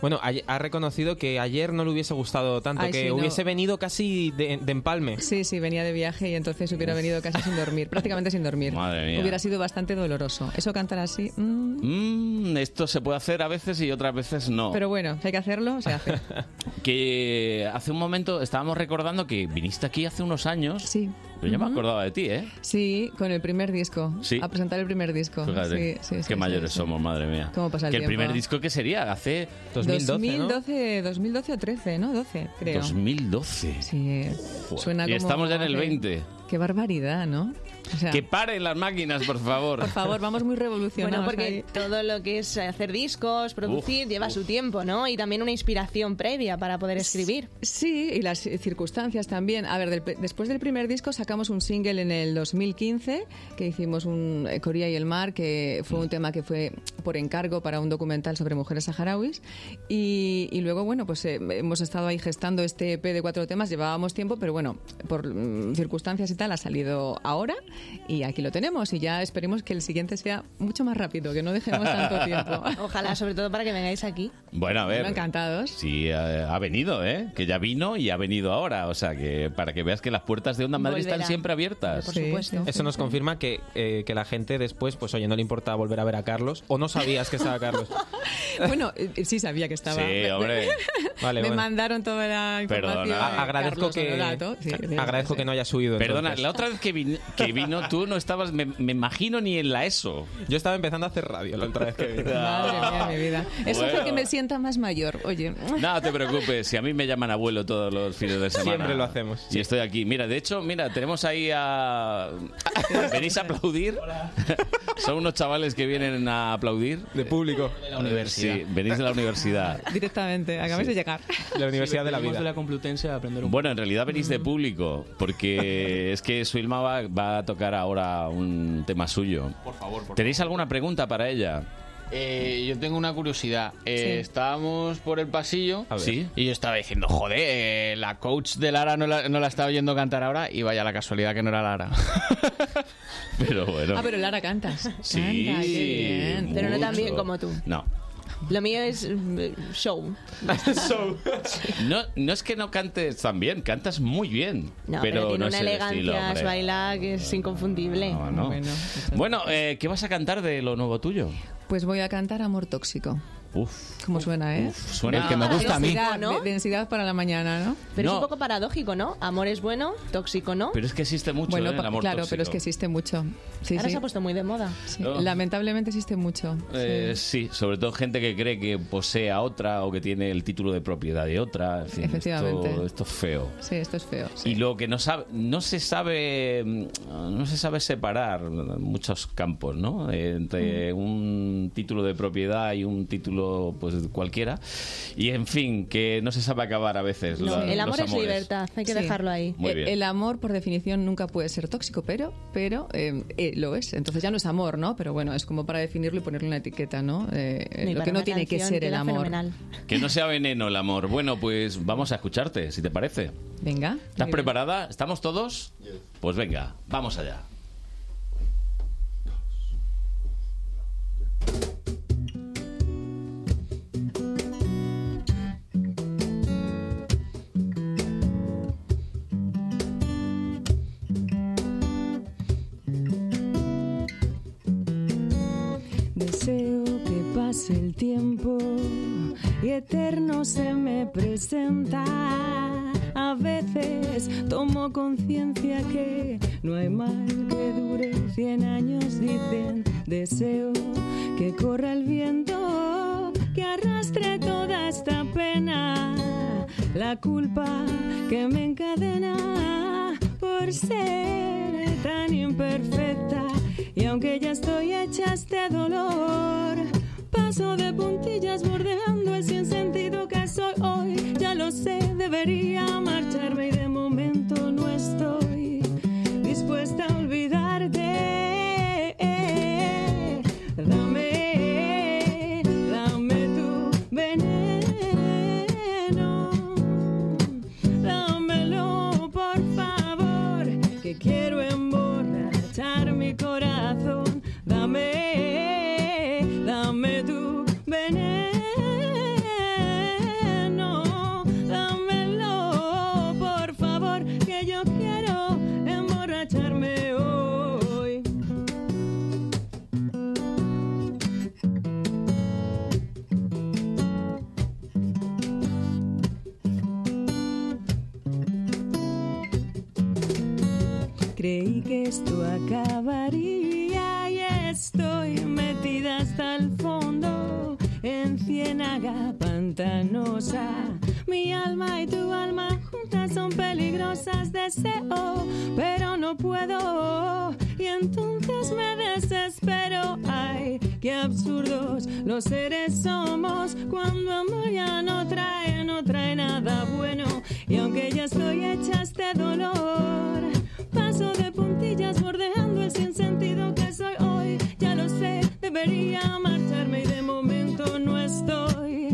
Speaker 22: Bueno, aye- ha reconocido que ayer no le hubiese gustado tanto,
Speaker 37: Ay,
Speaker 22: que
Speaker 37: sí, no.
Speaker 22: hubiese venido casi de, de empalme.
Speaker 37: Sí, sí, venía de viaje y entonces hubiera venido casi sin dormir, prácticamente sin dormir.
Speaker 2: Madre mía.
Speaker 37: Hubiera sido bastante doloroso. Eso cantar así. mm,
Speaker 2: Mm, esto se puede hacer a veces y otras veces no.
Speaker 37: Pero bueno, si hay que hacerlo, se hace.
Speaker 2: Que hace un momento estábamos recordando que viniste aquí hace unos años.
Speaker 37: Sí.
Speaker 2: Pero yo me acordaba de ti, ¿eh?
Speaker 37: Sí, con el primer disco.
Speaker 2: Sí.
Speaker 37: A presentar el primer disco.
Speaker 2: Fíjate,
Speaker 37: Oh, Sí, sí, sí, sí,
Speaker 2: qué mayores
Speaker 37: sí.
Speaker 2: somos, madre mía.
Speaker 37: ¿Cómo pasa el
Speaker 2: que el
Speaker 37: tiempo?
Speaker 2: primer disco que sería hace
Speaker 37: 2012, 2012 o 13, ¿no? 12, creo.
Speaker 2: 2012.
Speaker 37: Sí.
Speaker 2: Joder.
Speaker 37: Suena
Speaker 2: y
Speaker 37: como
Speaker 2: estamos ya en el
Speaker 37: hace-
Speaker 2: 20.
Speaker 37: Qué barbaridad, ¿no? O sea,
Speaker 2: Que paren las máquinas, por favor.
Speaker 37: por favor, vamos muy revolucionados.
Speaker 33: Bueno, porque
Speaker 37: ahí.
Speaker 33: todo lo que es hacer discos, producir, lleva su tiempo, ¿no? Y también una inspiración previa para poder escribir.
Speaker 37: Sí, y las eh, circunstancias también. A ver, del pe- después del primer disco sacamos un single en el 2015 que hicimos un eh, Corea y el mar, que fue un tema que fue por encargo para un documental sobre mujeres saharauis. Y, y luego, bueno, pues eh, hemos estado ahí gestando este EP de cuatro temas. Llevábamos tiempo, pero bueno, por mm, circunstancias y tal, ha salido ahora y aquí lo tenemos. Y ya esperemos que el siguiente sea mucho más rápido, que no dejemos tanto tiempo.
Speaker 33: Ojalá, sobre todo para que vengáis aquí.
Speaker 2: Bueno, a ver.
Speaker 37: Bueno, Ah. encantados.
Speaker 2: Sí, ha, ha venido, ¿eh? Que ya vino y ha venido ahora. O sea, que para que veas que las puertas de Onda Madrid
Speaker 33: Volverá.
Speaker 2: están siempre abiertas.
Speaker 33: Por supuesto.
Speaker 22: Eso nos confirma que, eh, que la gente después, pues oye, no le importa volver a ver a Carlos. O no sabías que estaba Carlos.
Speaker 37: Bueno, eh, sí sabía que estaba.
Speaker 22: Sí, hombre. Vale,
Speaker 37: Me
Speaker 22: bueno.
Speaker 37: mandaron toda la información.
Speaker 22: Perdona. A- agradezco
Speaker 37: Carlos
Speaker 22: que-
Speaker 37: Honorato, sí, sí.
Speaker 22: Agradezco que no haya subido.
Speaker 2: Perdona,
Speaker 22: entonces.
Speaker 2: la otra vez que, vin- que vino tú no estabas, me, me imagino, ni en la ESO.
Speaker 22: Yo estaba empezando a hacer radio la otra vez que vino.
Speaker 37: Madre mía, mi vida. Eso
Speaker 2: Bueno.
Speaker 37: fue que me sienta más mayor. Oye,
Speaker 2: No te preocupes, si a mí me llaman abuelo todos los fines de semana.
Speaker 22: Siempre lo
Speaker 2: hacemos. Y estoy aquí. Mira, de hecho, mira, tenemos ahí a... ¿Venís a aplaudir? Son unos chavales que vienen a aplaudir. De público. De
Speaker 7: la universidad.
Speaker 2: Sí, venís de la universidad.
Speaker 37: directamente, acabáis de llegar.
Speaker 22: La
Speaker 7: Universidad de la Vida.
Speaker 22: de
Speaker 7: la Complutense a aprender
Speaker 2: Bueno, en realidad venís de público, porque es que Suilma va, va a tocar ahora un tema suyo.
Speaker 7: Por favor, por
Speaker 2: ¿Tenéis alguna pregunta para ella?
Speaker 7: Eh, yo tengo una curiosidad. Eh,
Speaker 2: Sí.
Speaker 7: Estábamos por el pasillo
Speaker 2: ver. Sí.
Speaker 7: y yo estaba diciendo, joder, eh, la coach de Lara no la, no la está oyendo cantar ahora y vaya la casualidad que no era Lara.
Speaker 2: pero bueno.
Speaker 33: Ah,
Speaker 37: Pero Lara cantas.
Speaker 2: Sí,
Speaker 33: Anda, qué bien. Pero no tan
Speaker 2: mucho.
Speaker 33: bien como tú.
Speaker 2: No.
Speaker 33: Lo mío es mm, show.
Speaker 2: No, no es que no cantes tan bien, cantas muy bien.
Speaker 33: No, pero, tiene
Speaker 2: no
Speaker 33: una
Speaker 2: es el
Speaker 33: elegancia,
Speaker 2: estilo, hombre.
Speaker 33: es bailar, que es inconfundible.
Speaker 2: No, no. Bueno, eh, ¿qué vas a cantar de lo nuevo tuyo?
Speaker 37: Pues voy a cantar Amor Tóxico.
Speaker 2: Uf.
Speaker 37: ¿Cómo suena, eh?
Speaker 2: suena- El que me gusta a mí.
Speaker 37: Densidad,
Speaker 33: ¿No?
Speaker 37: Ah, de- Densidad para la mañana, ¿no?
Speaker 33: Pero es un poco paradójico, ¿no? Amor es bueno, tóxico no.
Speaker 2: Pero es que existe mucho
Speaker 37: bueno,
Speaker 2: eh, el
Speaker 37: pa-
Speaker 2: amor
Speaker 37: claro, pero es que
Speaker 2: tóxico. Oh.
Speaker 37: existe mucho. Sí,
Speaker 33: Ahora
Speaker 37: sí.
Speaker 33: se ha puesto muy de moda.
Speaker 2: No.
Speaker 37: Lamentablemente existe mucho.
Speaker 2: Eh, sí, sobre todo gente que cree que posee a otra o que tiene el título de propiedad de otra. En fin, esto-
Speaker 37: Efectivamente.
Speaker 2: esto es feo.
Speaker 37: Sí, esto es feo.
Speaker 2: Y lo que no sabe, no se sabe, mm, no se sabe separar muchos campos, ¿no? Eh, Entre
Speaker 33: Mm.
Speaker 2: un título de propiedad y un título, pues cualquiera. Y en fin, que no se sabe acabar a veces.
Speaker 33: No,
Speaker 2: la-
Speaker 33: el
Speaker 2: los
Speaker 33: amor es
Speaker 2: amores.
Speaker 33: libertad, hay que
Speaker 37: Sí.
Speaker 33: dejarlo ahí.
Speaker 2: Muy
Speaker 37: Eh,
Speaker 2: bien.
Speaker 37: El amor, por definición, nunca puede ser tóxico, pero, pero eh, eh, lo es. Entonces ya no es amor, ¿no? Pero bueno, es como para definirlo y ponerle una etiqueta, ¿no? Eh, eh,
Speaker 33: No, y
Speaker 37: lo
Speaker 33: para
Speaker 37: que no
Speaker 33: una
Speaker 37: tiene que
Speaker 33: canción
Speaker 37: ser el
Speaker 33: queda
Speaker 37: amor.
Speaker 33: fenomenal.
Speaker 2: Que no sea veneno el amor. Bueno, pues vamos a escucharte, si te parece.
Speaker 37: Venga.
Speaker 2: ¿Estás preparada? ¿Estamos todos? Pues venga, vamos allá.
Speaker 27: Deseo que pase el tiempo y eterno se me presenta. A veces tomo conciencia que no hay mal que dure cien años, dicen. Deseo que corra el viento, que arrastre toda esta pena, la culpa que me encadena por ser tan imperfecta. Y aunque ya estoy hecha este dolor, paso de puntillas bordeando el sinsentido que soy hoy. Ya lo sé, debería marcharme y de momento no estoy dispuesta a olvidarte. Dame, dame tu veneno. Dámelo, por Creí que esto acabaría y estoy metida hasta el fondo en ciénaga pantanosa. Mi alma y tu alma juntas son peligrosas, deseo, pero no puedo. Y entonces me desespero. Ay, qué absurdos los seres somos. Cuando amor ya no trae, no trae nada bueno. Y aunque ya estoy hecha este dolor, paso de puntillas bordeando el sinsentido que soy hoy. Ya lo sé, debería marcharme y de momento no estoy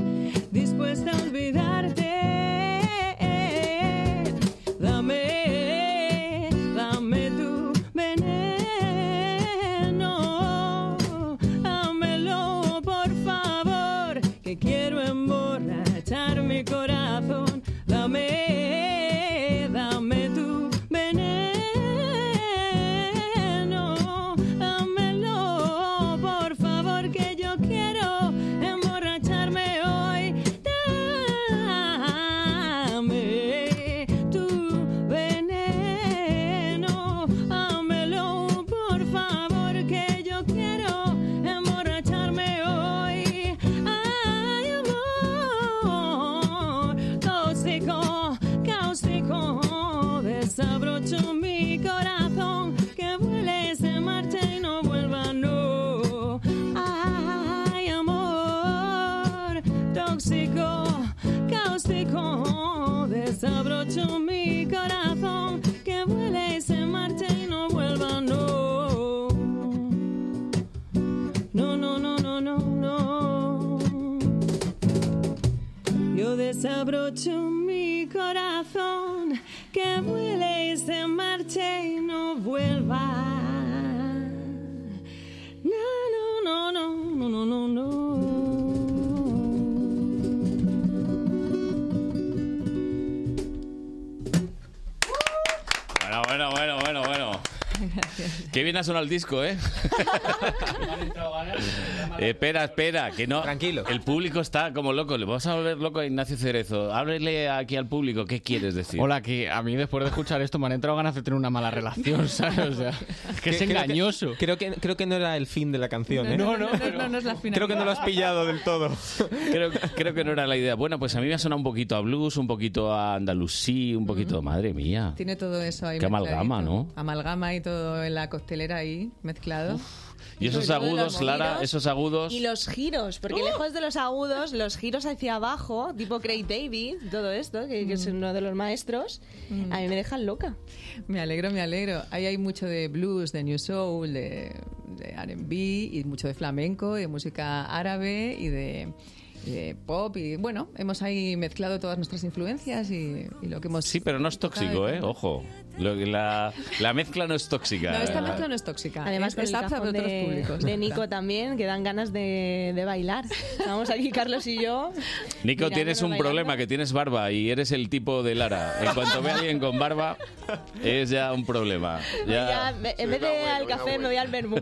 Speaker 27: dispuesta a olvidarte. Dame, dame tu veneno, dámelo por favor, que quiero emborrachar mi corazón. Dame, dame tu veneno, dámelo por favor, que yo quiero emborracharme hoy. Dame tu veneno, dámelo por favor que yo quiero emborracharme hoy. Ay, amor, tóxico, cáustico, desabrocho mi corazón, que vuele, se marche y no vuelva, no. Ay, amor, tóxico, cáustico, desabrocho mi corazón, que vuele, se marche y no vuelva, no. No, no, no, no, no, no. Yo desabrocho mi corazón, que vuele y se marche y no vuelva. No, no, no, no, no, no, no, no.
Speaker 2: Bueno, bueno, bueno, bueno, bueno. Qué bien ha sonado el disco, ¿eh? Eh, espera, espera, que no. Tranquilo. El público está como loco. Le vamos a volver loco a Ignacio Cerezo. Ábrele aquí al público. ¿Qué quieres decir?
Speaker 7: Hola, que a mí después de escuchar esto me han entrado ganas de tener una mala relación, ¿sabes? O sea, que es
Speaker 22: Creo que-
Speaker 7: engañoso.
Speaker 22: Creo que, creo que no era el fin de la canción, ¿eh?
Speaker 7: No, no,
Speaker 37: no, no es la final.
Speaker 22: Creo que no lo has pillado del todo.
Speaker 2: Creo, creo que no era la idea. Bueno, pues a mí me ha sonado un poquito a blues, un poquito a andalusí, un poquito.
Speaker 37: Mm.
Speaker 2: Madre mía.
Speaker 37: Tiene todo eso ahí.
Speaker 2: Qué amalgama,
Speaker 37: mezcladito.
Speaker 2: ¿no?
Speaker 37: Amalgama y todo en la costelera ahí mezclado.
Speaker 2: Y esos
Speaker 37: Sobre todo
Speaker 2: agudos,
Speaker 37: los
Speaker 2: Clara,
Speaker 37: oídos
Speaker 2: esos agudos.
Speaker 33: Y los giros,
Speaker 2: ¡Oh!
Speaker 33: porque lejos de los agudos, los giros hacia abajo, tipo Craig David, todo esto, que, que es
Speaker 37: Mm.
Speaker 33: uno de los maestros, a mí me dejan loca.
Speaker 37: Me alegro, me alegro. Ahí hay mucho de blues, de new soul, de, de R&B y mucho de flamenco, y de música árabe y de, y de pop. Y bueno, hemos ahí mezclado todas nuestras influencias y, y lo que hemos...
Speaker 2: Sí, pero no es tóxico, ¿eh? Ojo. Lo que la, la mezcla no es tóxica.
Speaker 37: No, esta
Speaker 2: ¿eh?
Speaker 37: mezcla no es tóxica.
Speaker 33: Además,
Speaker 37: Ah, es,
Speaker 33: con el
Speaker 37: es apta
Speaker 33: cajón
Speaker 37: para otros
Speaker 33: de,
Speaker 37: públicos.
Speaker 33: de Nico también, que dan ganas de, de bailar. Vamos aquí, Carlos y yo.
Speaker 2: Nico,
Speaker 33: mirándonos
Speaker 2: tienes un
Speaker 33: bailando.
Speaker 2: problema, que tienes barba y eres el tipo de Lara. En cuanto ve a alguien con barba, es ya un problema.
Speaker 33: Ya,
Speaker 2: Ya...
Speaker 33: en vez de al café, me voy al vermú.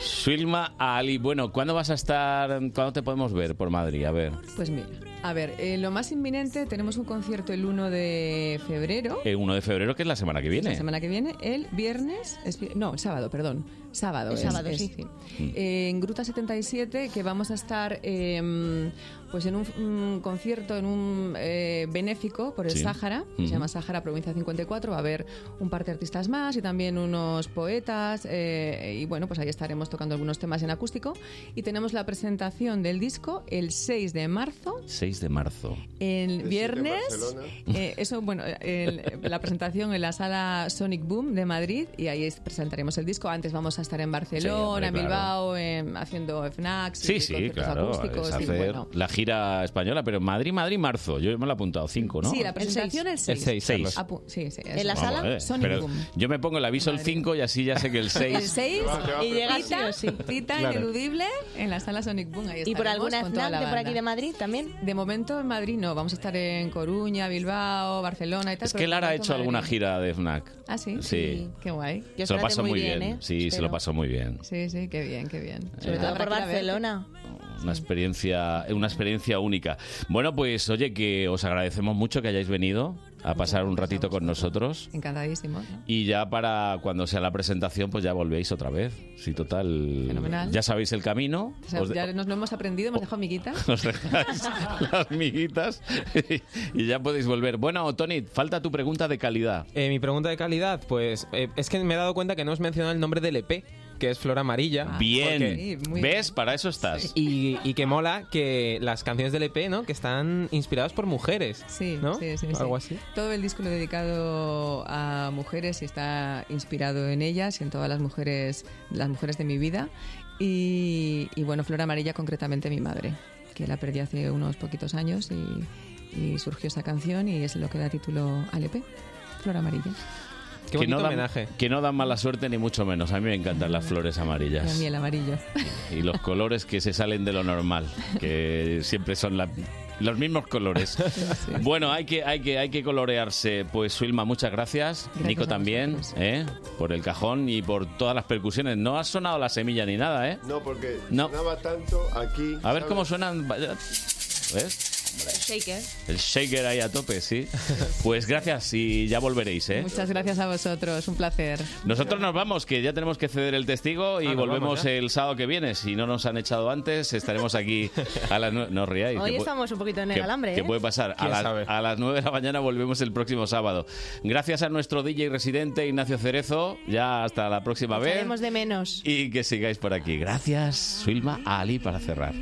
Speaker 2: Suilma Ali, bueno, ¿cuándo vas a estar, cuándo te podemos ver por Madrid? A ver,
Speaker 37: Pues mira, a ver, eh, lo más inminente, tenemos un concierto el 1 de febrero.
Speaker 2: el 1 eh, de febrero, que es la semana que viene.
Speaker 37: La semana que viene, el viernes, es vi- no, el sábado, perdón. Sábado,
Speaker 33: El
Speaker 37: es-
Speaker 33: sábado,
Speaker 37: es,
Speaker 33: sí.
Speaker 37: Eh, en Gruta 77, que vamos a estar eh, pues en un, un concierto, en un eh, benéfico por el
Speaker 31: Sí.
Speaker 37: Sáhara, que
Speaker 31: Ujú.
Speaker 37: se llama Sáhara Provincia 54. Va a haber un par de artistas más y también unos poetas. eh, y bueno, pues ahí estaremos tocando algunos temas en acústico. Y tenemos la presentación del disco el 6 de marzo
Speaker 2: 6 de marzo.
Speaker 37: el
Speaker 2: en
Speaker 37: viernes,
Speaker 2: Barcelona.
Speaker 37: eh, eso, bueno, el- la presentación en la sala Sonic Boom de Madrid y ahí es- presentaremos el disco. Antes vamos a estar en Barcelona,
Speaker 2: Sí, hombre,
Speaker 37: en
Speaker 2: claro.
Speaker 37: Bilbao, en- haciendo FNACs,
Speaker 2: Sí, sí,
Speaker 37: conciertos
Speaker 2: claro.
Speaker 37: acústicos.
Speaker 2: Es
Speaker 37: y
Speaker 2: hacer
Speaker 37: bueno.
Speaker 2: la gira española, pero en Madrid, Madrid, marzo. Yo me lo he apuntado, 5, ¿no?
Speaker 37: Sí, la presentación el 6.
Speaker 2: El seis, Carlos.
Speaker 37: Apu- sí, sí, eso.
Speaker 33: En la
Speaker 2: Vamos, eh,
Speaker 37: Sonic
Speaker 2: pero
Speaker 37: Boom.
Speaker 2: Yo me pongo el aviso el 5 y así ya sé que el 6.
Speaker 37: El 6 y llega cita, cita
Speaker 2: Claro.
Speaker 37: ineludible en la sala Sonic Boom. Ahí
Speaker 33: ¿Y por
Speaker 37: estaremos
Speaker 33: alguna
Speaker 37: con toda
Speaker 33: FNAC
Speaker 37: la
Speaker 33: de por
Speaker 37: banda.
Speaker 33: aquí de Madrid también?
Speaker 37: De momento en Madrid no, vamos a estar en Coruña, Bilbao, Barcelona y tal.
Speaker 2: Es
Speaker 37: pero
Speaker 2: que
Speaker 37: de
Speaker 2: Lara ha
Speaker 37: momento
Speaker 2: hecho
Speaker 37: Madrid.
Speaker 2: alguna gira de FNAC.
Speaker 37: Ah, sí.
Speaker 2: Sí.
Speaker 37: Qué guay.
Speaker 2: Se lo pasó muy, bien.
Speaker 37: ¿eh?
Speaker 2: ¿eh? Sí, se lo Eh. pasó muy bien.
Speaker 37: Sí, sí, qué bien, qué bien.
Speaker 2: Sobre
Speaker 33: todo
Speaker 37: Habrá
Speaker 33: por
Speaker 37: que ir a ver.
Speaker 33: Barcelona.
Speaker 2: Una eh, experiencia, una experiencia única. Bueno, pues oye, que os agradecemos mucho que hayáis venido. a pasar un ratito con nosotros.
Speaker 37: Encantadísimo.
Speaker 2: Y ya para cuando sea la presentación, pues ya volvéis otra vez. Sí, total.
Speaker 37: Fenomenal.
Speaker 2: Ya sabéis el camino.
Speaker 37: O sea,
Speaker 2: os de- Oh.
Speaker 37: ya nos lo hemos aprendido, hemos dejado amiguita.
Speaker 2: os dejáis las miguitas y ya podéis volver. Bueno, Tony, falta tu pregunta de calidad.
Speaker 22: Eh, mi pregunta de calidad, pues eh, es que me he dado cuenta que no os mencionado el nombre del EP, que es Flor Amarilla.
Speaker 2: Bien.
Speaker 22: Porque-
Speaker 2: ¿Ves? Para eso estás.
Speaker 22: Y, y que mola que las canciones del EP, ¿no? Que están inspiradas por mujeres.
Speaker 37: Sí,
Speaker 22: ¿no?
Speaker 37: sí, sí, sí.
Speaker 22: Algo así.
Speaker 37: Todo el disco lo he dedicado a mujeres y está inspirado en ellas y en todas las mujeres, las mujeres de mi vida. Y, y bueno, Flor Amarilla, concretamente mi madre, que la perdí hace unos poquitos años y, y surgió esa canción y es lo que da título al EP, Flor Amarilla.
Speaker 2: que, no dan, que no dan mala suerte ni mucho menos. A mí me encantan las flores
Speaker 37: Y a
Speaker 2: amarillas
Speaker 37: mí el amarillo.
Speaker 2: y los colores que se salen de lo normal, que siempre son la- los mismos colores. Bueno, hay que, hay, que, hay que colorearse. Pues Wilma, muchas gracias. Nico también, ¿eh? por el cajón y por todas las percusiones. No ha sonado la semilla ni nada, ¿eh?
Speaker 31: No, porque
Speaker 2: No.
Speaker 31: sonaba tanto aquí.
Speaker 2: A ver
Speaker 31: ¿sabes?
Speaker 2: cómo suenan. ¿Ves?
Speaker 37: Shaker.
Speaker 2: El shaker ahí a tope, sí. Pues gracias y ya volveréis, ¿eh?
Speaker 37: Muchas gracias a vosotros, un placer.
Speaker 2: Nosotros nos vamos, que ya tenemos que ceder el testigo y
Speaker 22: Ah, nos
Speaker 2: volvemos
Speaker 22: vamos ya.
Speaker 2: el sábado que viene. Si no nos han echado antes, estaremos aquí a las nue- No os riáis.
Speaker 33: Hoy
Speaker 2: que pu-
Speaker 33: estamos un poquito en
Speaker 2: que-
Speaker 33: el alambre,
Speaker 2: que
Speaker 33: ¿eh?
Speaker 2: puede pasar? A,
Speaker 33: ¿Quién
Speaker 2: las-
Speaker 33: sabe?
Speaker 2: a las 9 de la mañana volvemos el próximo sábado. Gracias a nuestro DJ residente Ignacio Cerezo. Ya hasta la próxima
Speaker 33: Os
Speaker 2: vez.
Speaker 33: echaremos de menos.
Speaker 2: Y que sigáis por aquí. Gracias, Silma, a Ali, para cerrar.